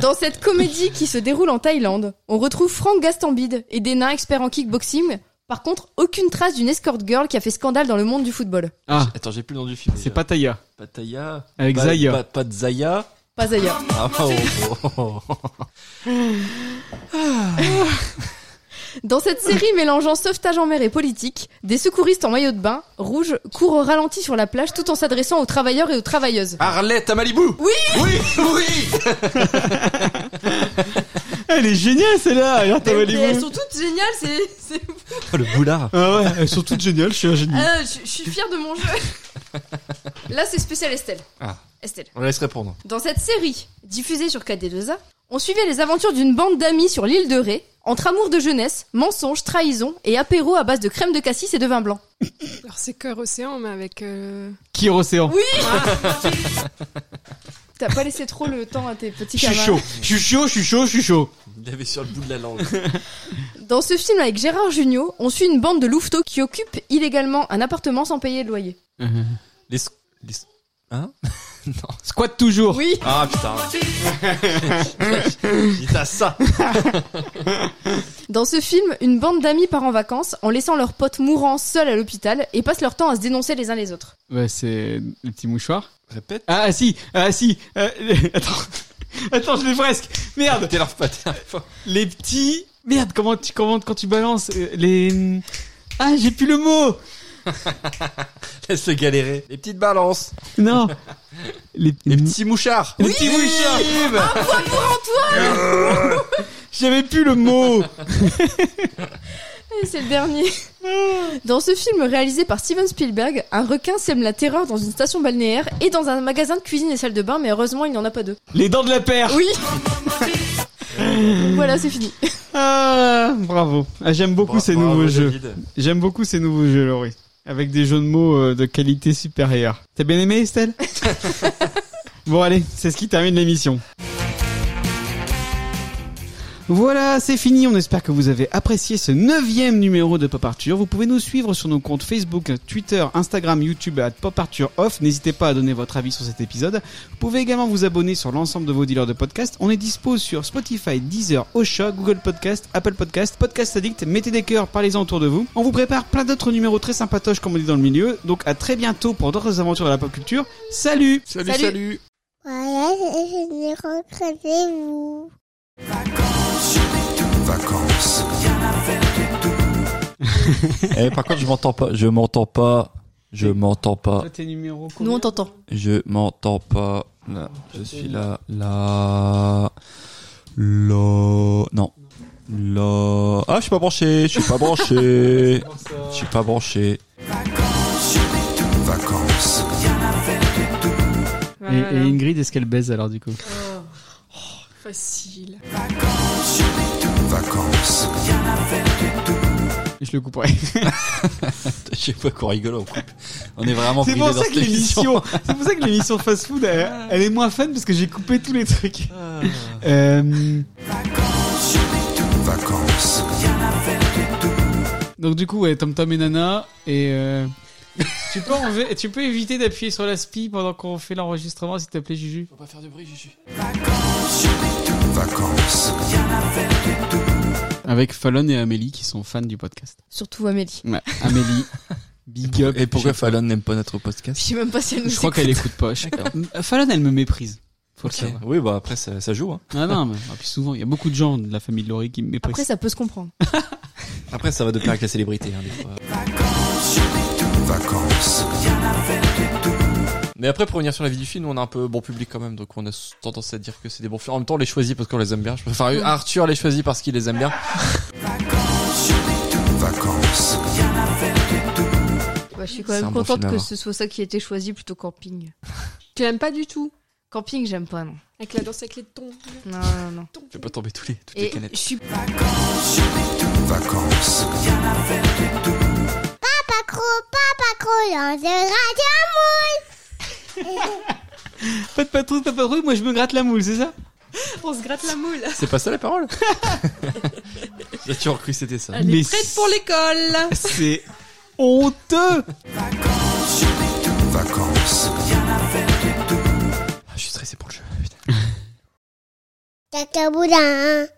D: Dans cette comédie qui se déroule en Thaïlande, on retrouve Franck Gastambide et des nains experts en kickboxing. Par contre, aucune trace d'une escort girl qui a fait scandale dans le monde du football.
B: Ah,
C: Attends, j'ai plus le nom du film.
B: c'est
C: déjà.
B: Pataya.
C: Pattaya.
B: Avec
C: Pas-
B: Zaya.
C: Pas, pas de Zaya.
D: Pas ailleurs.
C: Ah, oh, oh, oh.
D: Dans cette série mélangeant sauvetage en mer et politique, des secouristes en maillot de bain, rouge, courent au ralenti sur la plage tout en s'adressant aux travailleurs et aux travailleuses.
C: Arlette à Malibu.
D: Oui.
C: Oui, oui.
B: Elle est géniale, celle-là. Regarde ta
D: Mais elles
B: Malibu.
D: sont toutes géniales, c'est... c'est-
C: Oh, le boulard.
B: Ah ouais, elles sont toutes géniales. Je suis un génie.
D: Ah, je je suis fière
B: [laughs]
D: de mon jeu. Là, c'est spécial Estelle.
C: Ah.
D: Estelle.
C: On laisse répondre.
D: Dans cette série, diffusée sur KD2A, on suivait les aventures d'une bande d'amis sur l'île de Ré, entre amour de jeunesse, mensonges, trahison et apéro à base de crème de cassis et de
B: [laughs]
D: vin blanc.
E: Alors c'est cœur océan, mais avec. euh,
B: Qui Océan.
D: T'as pas laissé trop le temps à tes petits
B: Je suis
D: camarades.
B: chaud. Je suis chaud, je suis chaud, je suis chaud.
C: Il l'avait sur le bout de la langue.
D: Dans ce film avec Gérard Jugnot, on suit une bande de louveteaux qui occupent illégalement un appartement sans payer le loyer.
C: Les, sc- les sc- Hein
B: Squat toujours.
D: Oui,
C: Ah putain. Il à ça.
D: dans ce film, une bande d'amis part en vacances en laissant leurs potes mourants seuls à l'hôpital et passent leur temps à se dénoncer les uns les autres.
B: Bah, c'est le petit mouchoir.
C: Répète.
B: Ah, ah, si, ah si. euh, [laughs] attends, attends, je l'ai presque. Merde.
C: T'es leur [laughs] pâté. Attends,
B: Les petits. Merde, comment tu comment quand tu balances euh, les. Ah, j'ai plus le mot.
C: Laisse le galérer. Les petites balances.
B: Non. Les,
C: Les petits mouchards.
B: Les petits hein. mouchards.
C: Ah,
B: J'avais plus le mot.
D: Et C'est le [laughs] dernier. Dans ce film réalisé par Steven Spielberg, un requin sème la terreur dans une station balnéaire et dans un magasin de cuisine et salle de bain, mais heureusement il n'y en a pas deux.
B: Les dents de la paire.
D: [laughs] Oui Voilà, c'est fini.
B: Ah, bravo. Ah, j'aime beaucoup
C: Bra-
B: ces
C: bravo,
B: nouveaux jeux.
C: David.
B: J'aime beaucoup ces nouveaux jeux, Laurie. Avec des jeux de mots euh, de qualité supérieure. T'as bien aimé, Estelle Bon, allez, c'est ce qui termine l'émission. Voilà, c'est fini. On espère que vous avez apprécié ce neuvième numéro de Pop Arthur. Vous pouvez nous suivre sur nos comptes Facebook, Twitter, Instagram, YouTube à Pop Arthur Off. N'hésitez pas à donner votre avis sur cet épisode. Vous pouvez également vous abonner sur l'ensemble de vos dealers de podcasts. On est dispo sur Spotify, Deezer, Osha, Google Podcast, Apple Podcast, Podcast Addict. Mettez des cœurs, parlez-en autour de vous. On vous prépare plein d'autres numéros très sympatoches comme on dit dans le milieu. Donc à très bientôt pour d'autres aventures de la pop culture. Salut
D: Salut.
C: salut.
A: Voilà, je vais recréer vous.
N: Vacances.
C: Eh, par contre, je m'entends pas. Je m'entends pas. Je m'entends pas.
B: tes numéros
D: Nous on t'entend.
C: Je m'entends pas. Là, je suis là. Là. Là. Non. Là. Ah, je suis pas branché. Je suis pas [laughs] branché. Je suis pas branché. [laughs]
N: Vacances.
E: voilà.
B: Ingrid, est-ce qu'elle baise alors du coup
E: Facile.
N: Vacances.
B: Je le couperai.
C: Je sais pas qu'on rigole on coupe. On est vraiment
B: C'est
C: bridés
B: pour
C: dans
B: ça que
C: cette émission. [laughs] Ah.
B: l'émission, [laughs] c'est pour ça que l'émission fast food, elle, elle est moins fun parce que j'ai coupé tous les trucs. Euh,
N: Vacances.
B: donc du coup, ouais, Tom Tom et Nana et euh, [laughs] tu peux enlever- tu peux éviter d'appuyer sur la spi pendant qu'on fait l'enregistrement, s'il te plaît, Juju.
C: Faut pas faire de bruit, Juju.
N: Vacances.
B: Avec Fallon et Amélie qui sont fans du podcast.
D: Surtout Amélie.
B: Ouais,
C: [laughs]
B: Amélie, big up.
C: Et pourquoi
B: Je-
C: Fallon n'aime pas notre podcast
D: Je sais même pas si elle nous
B: Je crois qu'elle écoute pas. je- Fallon, elle me méprise. Faut le
C: Ok.
B: savoir.
C: Oui, bah après ça, ça joue. hein.
B: Ah non, mais ah, puis souvent, il y a beaucoup de gens de la famille de Laurie qui me méprisent.
D: Après ça peut se comprendre.
C: Après ça va de pair avec la célébrité. hein, des fois.
N: Vacances.
C: Mais après pour revenir sur la vie du film, nous, on a un peu bon public quand même, donc on a tendance à dire que c'est des bons films. En même temps, on les choisit parce qu'on les aime bien. Je- Enfin, Arthur les choisit parce qu'il les aime bien.
N: Vacances.
D: Ouais, je suis quand
C: C'est
D: même
C: un bon
D: contente
C: film à
D: que
C: voir.
D: ce soit ça qui ait été choisi plutôt camping.
E: Tu l'aimes pas du tout
D: Camping, j'aime pas, non.
E: avec la danse avec les tons.
D: Non, non, non.
C: Je vais pas tomber tous les, toutes les
D: Et
C: canettes.
D: je suis
N: Vacances.
A: Papa Cro, Papa Cro, dans un radio moule.
B: Pas de patrouille, pas de patrouille, moi je me gratte la moule, c'est ça
E: On se gratte la moule.
C: C'est pas ça la parole J'ai toujours cru que c'était ça.
E: Elle
B: Mais
E: est prête pour l'école.
B: C'est
O: honteux
P: Vacances.
C: Ah, je suis stressé pour le jeu.
A: Caca boudin. hein.